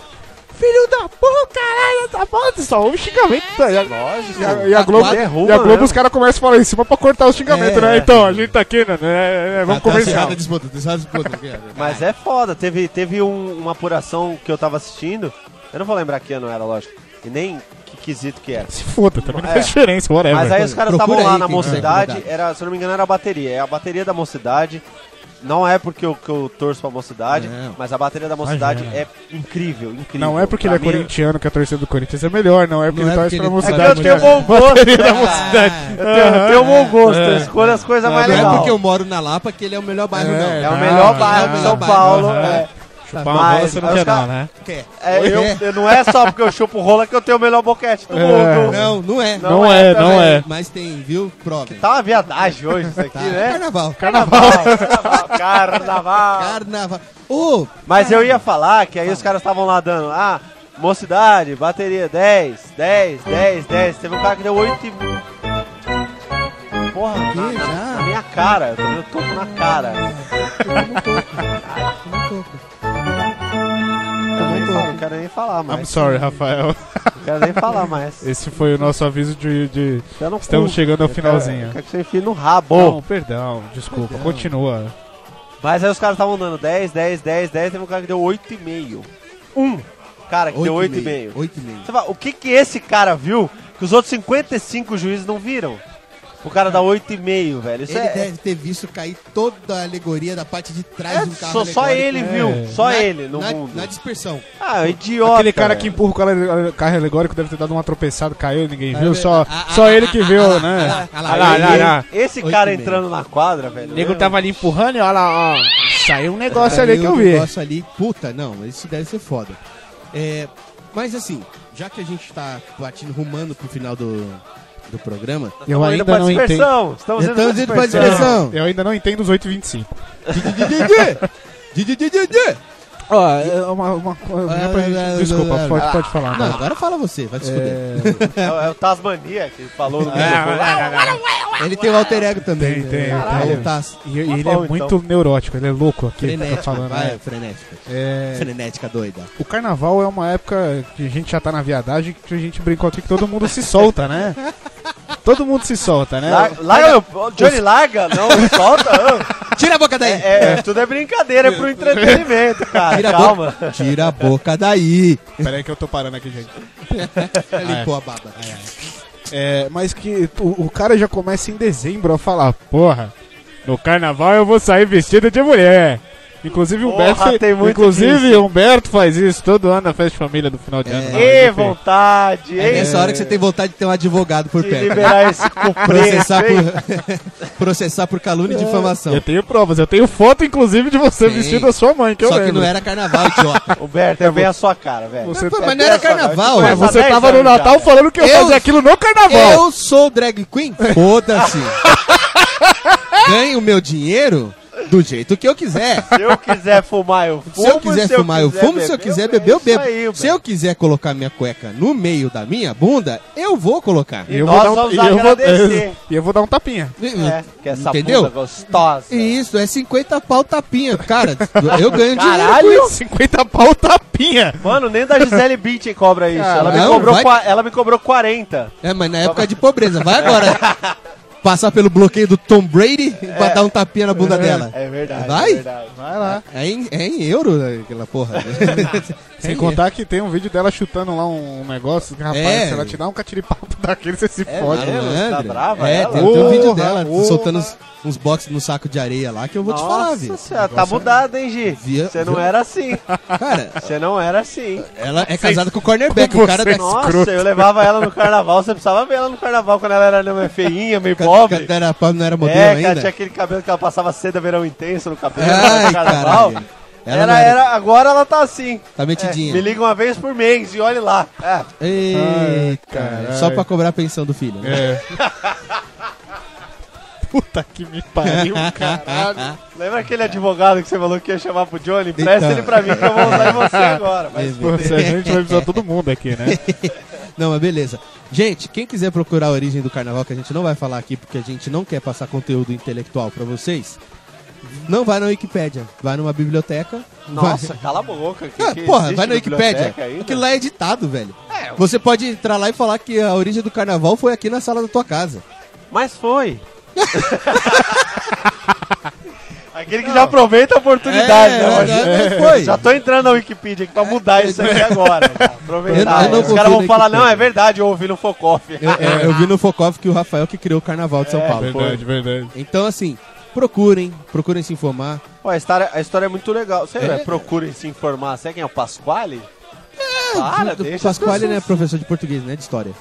Speaker 2: Filho da porra, caralho, essa bota. Só um xingamento. tá ligado?
Speaker 4: Lógico.
Speaker 2: E a, e a Globo,
Speaker 4: derruba,
Speaker 2: e a Globo
Speaker 4: né?
Speaker 2: os caras começam a falar em cima pra cortar o xingamento,
Speaker 3: É. Tá,
Speaker 2: né? Então, a gente tá aqui, né? É, é, é, vamos comercial.
Speaker 3: Desmonta, desmonta, desmonta, desmonta.
Speaker 4: Mas é foda, teve, teve um- uma apuração que eu tava assistindo, eu não vou lembrar que ano era, lógico, e nem que quesito que era.
Speaker 2: Se foda, também não
Speaker 4: É.
Speaker 2: faz diferença, whatever.
Speaker 4: Mas aí os caras
Speaker 3: Procura
Speaker 4: estavam lá
Speaker 3: aí
Speaker 4: na
Speaker 3: quem
Speaker 4: mocidade,
Speaker 3: consegue
Speaker 4: era, se eu não me engano, era a bateria. É a bateria da mocidade. Não é porque eu, que eu torço pra mocidade,
Speaker 3: Não.
Speaker 4: mas a bateria da mocidade
Speaker 2: Imagina.
Speaker 4: é incrível, incrível.
Speaker 2: Não é porque ele é
Speaker 4: Pra mim,
Speaker 2: corintiano que a torcida do Corinthians é melhor, não é porque
Speaker 3: Não
Speaker 2: ele
Speaker 3: é
Speaker 2: torce pra
Speaker 3: porque ele-
Speaker 2: mocidade.
Speaker 4: É que eu tenho bom gosto.
Speaker 2: <laughs> Bateria da
Speaker 4: né?
Speaker 2: mocidade. Ah,
Speaker 4: Eu tenho, eu tenho bom gosto, eu
Speaker 2: É.
Speaker 4: escolho as coisas mais
Speaker 3: Não é
Speaker 4: legais.
Speaker 3: porque eu moro na Lapa que ele é o melhor bairro,
Speaker 2: É.
Speaker 4: Tá É
Speaker 3: não.
Speaker 4: o
Speaker 2: Ah,
Speaker 4: melhor
Speaker 2: é.
Speaker 4: bairro
Speaker 3: É
Speaker 4: de
Speaker 3: o
Speaker 4: São
Speaker 3: melhor
Speaker 4: Paulo.
Speaker 3: bairro,
Speaker 4: é.
Speaker 2: Chupar tipo, uma bola
Speaker 4: Mas
Speaker 2: você não
Speaker 4: aí os
Speaker 2: quer
Speaker 4: cara-
Speaker 2: não, né?
Speaker 3: Quer?
Speaker 4: É, eu,
Speaker 3: É.
Speaker 4: eu- não é só porque eu chupo rola que eu tenho o melhor boquete
Speaker 2: É.
Speaker 4: do mundo.
Speaker 3: Não, não é.
Speaker 4: Não Não é, é, não também.
Speaker 3: Mas tem, viu? Provem.
Speaker 4: Tá uma viadagem hoje isso aqui,
Speaker 3: Tá.
Speaker 4: né?
Speaker 3: Carnaval.
Speaker 4: Carnaval, carnaval.
Speaker 3: Carnaval. Ô,
Speaker 4: Mas eu ia falar que aí os caras estavam lá dando, ah, mocidade, bateria 10, 10, 10, 10. Teve um cara que deu 8 e. Porra, na,
Speaker 3: Que
Speaker 4: na-
Speaker 3: já?
Speaker 4: na minha cara, eu tomei o toco na cara.
Speaker 3: um tomou
Speaker 4: Eu
Speaker 3: um
Speaker 4: Não
Speaker 3: toco.
Speaker 4: quero nem falar
Speaker 2: I'm
Speaker 4: mais.
Speaker 2: sorry, Rafael.
Speaker 4: Não quero nem falar mais.
Speaker 2: Esse foi o nosso aviso de. de-
Speaker 4: Eu não
Speaker 2: Estamos
Speaker 4: curto.
Speaker 2: chegando ao
Speaker 4: Eu quero-
Speaker 2: finalzinho.
Speaker 4: eu Quero que você enfie no rabo.
Speaker 2: Não, perdão, desculpa, continua.
Speaker 4: Mas aí os caras estavam dando 10, 10, 10, 10. Teve um cara que deu 8,5. Um cara que deu 8,5.
Speaker 3: 8 e meio.
Speaker 4: Você fala, o que que esse cara viu que os outros 55 juízes não viram? O cara dá 8,5, velho. Isso
Speaker 3: Ele
Speaker 4: é,
Speaker 3: deve ter visto cair toda a alegoria da parte de trás
Speaker 4: é
Speaker 3: do carro.
Speaker 4: só, só
Speaker 3: alegórico.
Speaker 4: ele
Speaker 2: É.
Speaker 4: viu, só
Speaker 3: Na-
Speaker 4: ele no
Speaker 3: na,
Speaker 4: mundo.
Speaker 3: Na dispersão.
Speaker 4: Ah, é idiota.
Speaker 2: Aquele cara que
Speaker 4: velho.
Speaker 2: empurra o cara- carro alegórico deve ter dado uma tropeçada, caiu, ninguém
Speaker 3: Ah,
Speaker 2: viu,
Speaker 3: é
Speaker 2: só,
Speaker 3: verdade. Ah,
Speaker 2: só
Speaker 3: ah,
Speaker 2: ele
Speaker 3: ah,
Speaker 2: que
Speaker 3: ah,
Speaker 2: viu,
Speaker 3: ah,
Speaker 2: né?
Speaker 3: ah, ah, ah,
Speaker 2: Ah lá,
Speaker 4: Aí,
Speaker 2: lá, lá.
Speaker 4: Esse
Speaker 3: Oito
Speaker 4: cara
Speaker 3: e meio. tá
Speaker 4: entrando na quadra, velho.
Speaker 2: O nego
Speaker 4: eu-
Speaker 2: tava ali empurrando e olha lá, ó. Saiu um negócio
Speaker 3: Cara,
Speaker 2: ali que eu
Speaker 3: o
Speaker 2: vi.
Speaker 3: negócio ali, puta, não, isso deve ser foda. É, mas assim, já que a gente tá batindo, rumando pro final do, do
Speaker 2: <laughs>
Speaker 3: programa,
Speaker 2: Eu
Speaker 4: Estamos indo pra
Speaker 2: ainda não entendo.
Speaker 4: dispersão. Estamos indo pra
Speaker 3: Estamos indo pra
Speaker 4: dispersão.
Speaker 3: dispersão. Não.
Speaker 2: Eu ainda não entendo os 8,25.
Speaker 3: Di, di, di, di, di.
Speaker 2: Ó, é uma, uma coisa. assim.
Speaker 3: Ah,
Speaker 2: pra gente-
Speaker 3: ah, ah,
Speaker 2: Desculpa,
Speaker 3: ah,
Speaker 2: pode,
Speaker 4: ah,
Speaker 2: pode falar.
Speaker 3: Não,
Speaker 2: cara.
Speaker 3: agora fala você, vai te escolher.
Speaker 4: É, é o Tasmania que falou
Speaker 3: É,
Speaker 4: no
Speaker 2: Ah,
Speaker 4: microfone.
Speaker 2: ah, ah, ah,
Speaker 3: Ele tem o alter ego também.
Speaker 2: Tem, tem,
Speaker 3: né?
Speaker 2: tem.
Speaker 3: Ele tá
Speaker 2: ah. E, e ele é
Speaker 4: Então.
Speaker 2: muito neurótico, ele é louco aqui que tá
Speaker 3: frenético,
Speaker 2: falando.
Speaker 3: vai,
Speaker 2: né?
Speaker 3: frenético.
Speaker 2: É,
Speaker 3: Frenética doida.
Speaker 2: o carnaval é uma época que a gente já tá na viadagem, que a gente brincou aqui que todo mundo se solta,
Speaker 3: <laughs>
Speaker 2: né? Todo mundo se solta, né?
Speaker 4: Lar- Larga, Johnny,
Speaker 3: <laughs>
Speaker 4: larga. Não, solta. ah.
Speaker 3: Tira a boca daí!
Speaker 4: <laughs> É, é, tudo é brincadeira, é pro entretenimento, cara.
Speaker 3: Tira a
Speaker 4: Calma.
Speaker 3: boca. Tira a boca daí!
Speaker 2: Peraí que eu tô parando aqui, gente.
Speaker 3: Limpou a baba.
Speaker 2: É, mas que o, o cara já começa em dezembro a falar, porra, no carnaval eu vou sair vestido de mulher. Inclusive o
Speaker 4: Porra,
Speaker 2: Humberto, fe-
Speaker 4: tem muito
Speaker 2: inclusive Humberto faz isso todo ano na festa de família do final de ano. mas
Speaker 4: Ê,
Speaker 2: enfim.
Speaker 4: vontade,
Speaker 3: É
Speaker 4: ei,
Speaker 3: nessa hora que você tem vontade de ter um advogado por
Speaker 4: de
Speaker 3: perto. <laughs>
Speaker 4: liberar esse cumprido,
Speaker 3: Processar
Speaker 4: hein?
Speaker 3: por, <laughs> processar por calúnia e
Speaker 2: Eu
Speaker 3: difamação.
Speaker 2: tenho provas, eu tenho foto inclusive de você
Speaker 3: Sim.
Speaker 2: vestido da sua mãe, que eu
Speaker 3: Só que
Speaker 2: lembro.
Speaker 3: não era carnaval,
Speaker 4: <laughs>
Speaker 3: idiota.
Speaker 4: Roberto, é bem a sua cara, velho.
Speaker 2: Você,
Speaker 3: Pô,
Speaker 2: tá-
Speaker 3: mas não era carnaval. é
Speaker 2: Ué,
Speaker 4: Mas
Speaker 2: você
Speaker 4: há dez
Speaker 2: tava no
Speaker 4: anos já,
Speaker 2: Natal
Speaker 4: né?
Speaker 2: falando que eu,
Speaker 3: Eu-
Speaker 2: fazia aquilo no carnaval.
Speaker 3: Eu sou drag queen? Foda-se. Ganho meu dinheiro do jeito que eu quiser.
Speaker 4: Se eu quiser fumar, eu fumo.
Speaker 3: Se eu quiser fumar, eu fumo. Se eu quiser beber, eu bebo.
Speaker 4: isso aí,
Speaker 3: Se
Speaker 4: velho.
Speaker 3: eu quiser colocar minha cueca no meio da minha bunda, eu vou colocar.
Speaker 2: E eu
Speaker 4: Nós
Speaker 2: vou dar um,
Speaker 4: vamos
Speaker 2: e eu vou-
Speaker 4: agradecer.
Speaker 2: <laughs> e eu vou dar um tapinha.
Speaker 4: É, que essa
Speaker 3: Entendeu?
Speaker 4: bunda gostosa.
Speaker 3: Isso, é 50 pau tapinha. Cara, eu ganho
Speaker 4: Caralho!
Speaker 3: dinheiro. com isso.
Speaker 2: 50 pau tapinha.
Speaker 4: Mano, nem da Gisele Bündchen cobra isso.
Speaker 2: Cara,
Speaker 4: ela, me
Speaker 3: não,
Speaker 4: cobrou
Speaker 3: vai-
Speaker 4: qua- ela me cobrou 40.
Speaker 3: É, mas na época de pobreza. Vai
Speaker 4: <laughs>
Speaker 3: agora. Passar pelo bloqueio do Tom Brady e pra dar um tapinha na bunda dela.
Speaker 4: É verdade,
Speaker 3: Vai?
Speaker 4: é verdade.
Speaker 2: Vai lá.
Speaker 3: É em, é em euro né, aquela
Speaker 4: <laughs>
Speaker 3: porra.
Speaker 2: Sem contar que tem um vídeo dela chutando lá um negócio. que, Rapaz,
Speaker 3: É.
Speaker 2: se ela te dá um catiripapo <laughs> daquele, você se fode.
Speaker 4: mesmo? Tá brava
Speaker 3: é,
Speaker 4: ela?
Speaker 3: tem, tem um vídeo
Speaker 2: Porra,
Speaker 3: dela
Speaker 2: porra.
Speaker 3: soltando uns, uns boxes no saco de areia lá que eu vou te falar, viu?
Speaker 4: senhora, tá mudado, hein, Gi?
Speaker 3: Via-
Speaker 4: Você não
Speaker 3: via-
Speaker 4: era assim.
Speaker 3: Cara,
Speaker 4: Você não era assim.
Speaker 3: ela é casada com o cornerback.
Speaker 2: Como
Speaker 3: O cara
Speaker 2: você
Speaker 3: da
Speaker 4: Nossa,
Speaker 2: Escroto.
Speaker 4: eu levava ela no carnaval. Você precisava ver ela no carnaval quando ela era meio feinha, meio pobre.
Speaker 3: Quando era pobre, não era modelo
Speaker 4: É, que ela
Speaker 3: ainda.
Speaker 4: tinha aquele cabelo que ela passava seda verão intenso no cabelo
Speaker 3: Ai,
Speaker 4: no carnaval.
Speaker 3: caralho. Ela
Speaker 4: Ela
Speaker 3: não
Speaker 4: era,
Speaker 3: era-
Speaker 4: agora ela tá assim.
Speaker 3: Tá metidinha.
Speaker 4: É, me liga uma vez por mês e olhe lá. É,
Speaker 3: Eita,
Speaker 2: Ai, caralho.
Speaker 3: só pra cobrar a pensão do filho. Né?
Speaker 2: É. <laughs> Puta que me pariu, caralho.
Speaker 4: lembra aquele advogado que você falou que ia chamar pro Johnny? Presta
Speaker 3: É. Então.
Speaker 4: ele pra mim que eu vou usar em
Speaker 3: <laughs>
Speaker 4: você agora. Mas
Speaker 2: Pô, se a gente vai precisar todo mundo aqui, né?
Speaker 3: Não, mas beleza. Gente, quem quiser procurar a origem do carnaval, que a gente não vai falar aqui porque a gente não quer passar conteúdo intelectual pra vocês, Não vai na Wikipédia, vai numa biblioteca.
Speaker 4: Nossa,
Speaker 3: vai...
Speaker 4: cala a boca. Que,
Speaker 3: Ah,
Speaker 4: que
Speaker 3: porra,
Speaker 4: existe
Speaker 3: vai na Wikipédia.
Speaker 4: biblioteca ainda?
Speaker 3: Aquilo lá é editado, velho.
Speaker 4: É, eu-
Speaker 3: Você pode entrar lá e falar que a origem do carnaval foi aqui na sala da tua casa.
Speaker 4: Mas foi. <laughs> Aquele que já aproveita a oportunidade,
Speaker 3: É,
Speaker 4: né, Rogério?
Speaker 3: é, é, foi.
Speaker 4: Já tô entrando na Wikipedia aqui pra mudar isso
Speaker 3: <laughs>
Speaker 4: aqui agora. cara. Aproveitar.
Speaker 3: Eu não
Speaker 4: Os caras
Speaker 3: confio
Speaker 4: vão
Speaker 3: na
Speaker 4: falar,
Speaker 3: Wikipédia.
Speaker 4: não, é verdade, eu ouvi no Focoff.
Speaker 3: Eu, é, eu vi no Focov que o Rafael que criou o carnaval de
Speaker 4: É
Speaker 3: São Paulo.
Speaker 2: <laughs> Verdade, verdade.
Speaker 3: Então, assim, procurem, procurem se informar.
Speaker 4: <laughs> Pô, a história, a história é muito legal. Vocês
Speaker 3: É.
Speaker 4: procurem se informar. Sabe quem é o Pasquale? Para,
Speaker 3: É, O
Speaker 4: deixa as
Speaker 3: Pasquale, né,
Speaker 4: pessoas.
Speaker 3: professor de português, né, de história.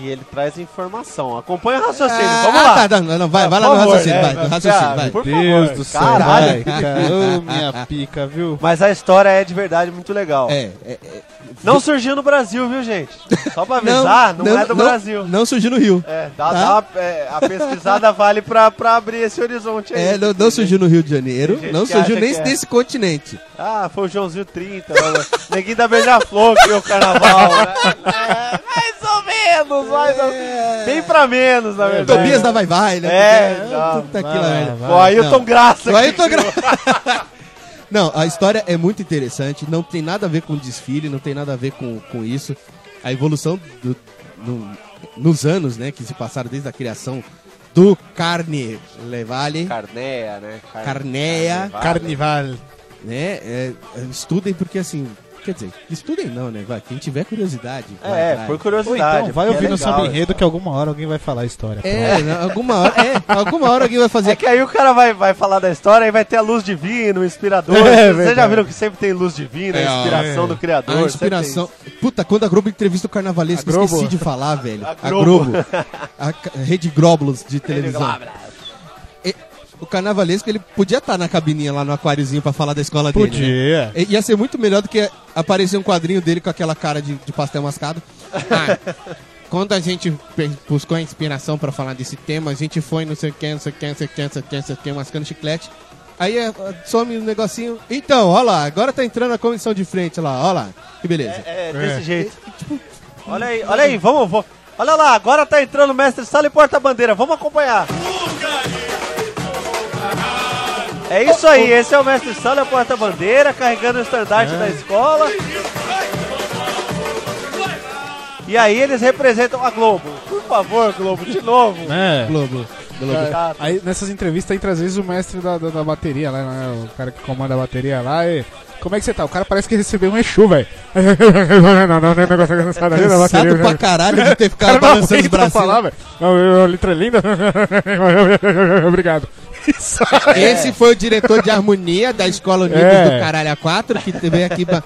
Speaker 4: E ele traz informação. Acompanha o raciocínio,
Speaker 3: Ah,
Speaker 4: vamos lá.
Speaker 3: Tá, não, não, vai, vai lá
Speaker 4: Por
Speaker 3: no
Speaker 4: favor,
Speaker 3: raciocínio,
Speaker 4: é,
Speaker 3: vai, no raciocínio,
Speaker 4: cara,
Speaker 3: vai.
Speaker 4: por
Speaker 2: Deus
Speaker 4: favor.
Speaker 2: do céu.
Speaker 4: Caralho.
Speaker 2: vai, cara. Ô, minha pica, viu?
Speaker 4: Mas a história é de verdade muito legal.
Speaker 3: É, é, é.
Speaker 4: Não surgiu no Brasil,
Speaker 3: <laughs>
Speaker 4: viu, gente? Só pra avisar, não, é do Brasil.
Speaker 3: Não surgiu no Rio.
Speaker 4: É, dá,
Speaker 3: Tá?
Speaker 4: dá uma- é, a
Speaker 3: <laughs>
Speaker 4: pesquisada vale pra, pra abrir esse horizonte aí.
Speaker 3: É, não, não surgiu no Rio de Janeiro,
Speaker 4: Tem gente
Speaker 3: não
Speaker 4: que
Speaker 3: surgiu
Speaker 4: acha
Speaker 3: nem
Speaker 4: que é.
Speaker 3: nesse continente.
Speaker 4: Ah, foi o Joãozinho 30. né? Neguinho da Beija-Flor criou o carnaval. né? É, mais ou menos, mais ou menos. Bem pra menos, na verdade.
Speaker 3: É, Tobias da Vai Vai, né?
Speaker 4: É, tá.
Speaker 3: puta que lá, velho.
Speaker 4: Pô, Ailton
Speaker 3: Não.
Speaker 4: Graça.
Speaker 3: Só aí eu
Speaker 4: que
Speaker 3: tô
Speaker 4: criou.
Speaker 3: gra- <laughs> Não, a história é muito interessante, não tem nada a ver com desfile, não tem nada a ver com, com isso. A evolução do- no- nos anos, né, que se passaram desde a criação do Carne Levale,
Speaker 4: Carneia, né? Car-
Speaker 3: Carneia,
Speaker 2: Carnival.
Speaker 3: né, é, estudem porque assim, quer dizer, estudem não, né, vai, quem tiver curiosidade. vai
Speaker 4: É,
Speaker 3: atrás.
Speaker 4: por curiosidade.
Speaker 2: Então, vai
Speaker 4: porque é
Speaker 2: ouvir no
Speaker 4: legal,
Speaker 2: sobre enredo que alguma hora alguém vai falar a história.
Speaker 3: É, né, alguma hora, é, alguma hora alguém vai
Speaker 4: É
Speaker 3: fazer
Speaker 4: que aí o cara vai, vai falar da história e vai ter a luz divina, o inspirador. Vocês já viram que sempre tem luz divina,
Speaker 3: É,
Speaker 4: a inspiração
Speaker 2: é.
Speaker 4: do criador.
Speaker 3: A
Speaker 4: sempre
Speaker 3: inspiração. Puta, quando a Globo entrevista o carnavalesco,
Speaker 2: A
Speaker 3: eu esqueci
Speaker 2: Globo.
Speaker 3: de falar, velho. A
Speaker 4: Globo.
Speaker 3: Globo. A ca- Rede Glóbulos de
Speaker 4: tem isso.
Speaker 3: televisão. E- O carnavalesco, ele podia estar na cabininha lá no aquáriozinho pra falar da escola dele. né?
Speaker 2: Podia.
Speaker 3: I- Ia ser muito melhor do que aparecer um quadrinho dele com aquela cara de, de pastel mascado. Ah, quando a gente pe- buscou a inspiração pra falar desse tema, a gente foi não sei o que, não sei o que, não sei o que, não sei o que, não sei o que, mascando chiclete. Aí é, some um negocinho. Então, ó lá, agora tá entrando a comissão de frente lá, ó lá. Que beleza.
Speaker 4: É, desse jeito.
Speaker 3: Tipo,
Speaker 4: Olha aí, olha aí, vamos, vamos. Olha lá, agora tá entrando o mestre sala e porta-bandeira, vamos acompanhar. É isso aí, esse é o mestre sala e o porta-bandeira, carregando o
Speaker 3: É.
Speaker 4: estandarte da escola. E aí eles representam a Globo. Por favor, Globo, de novo.
Speaker 3: Né?
Speaker 2: É.
Speaker 3: Globo. Globo.
Speaker 4: Chato.
Speaker 2: Aí nessas entrevistas entra às vezes o mestre da, da, da bateria lá, né? O cara que comanda a bateria lá e. Como é que você tá? O cara parece que recebeu um Exu, velho. Não, não, não, negócio cansado ali na bateria.
Speaker 3: Cansado pra
Speaker 2: velho.
Speaker 3: caralho de ter
Speaker 2: <laughs> O cara
Speaker 3: ficado
Speaker 2: não
Speaker 3: balançando os
Speaker 2: aguenta
Speaker 3: braços.
Speaker 2: falar, velho. Não, eu- eu- Letra linda. <laughs> Obrigado. Isso.
Speaker 3: Esse foi o diretor de harmonia da Escola Unidos
Speaker 2: É.
Speaker 3: do Caralho A4 que veio aqui pra...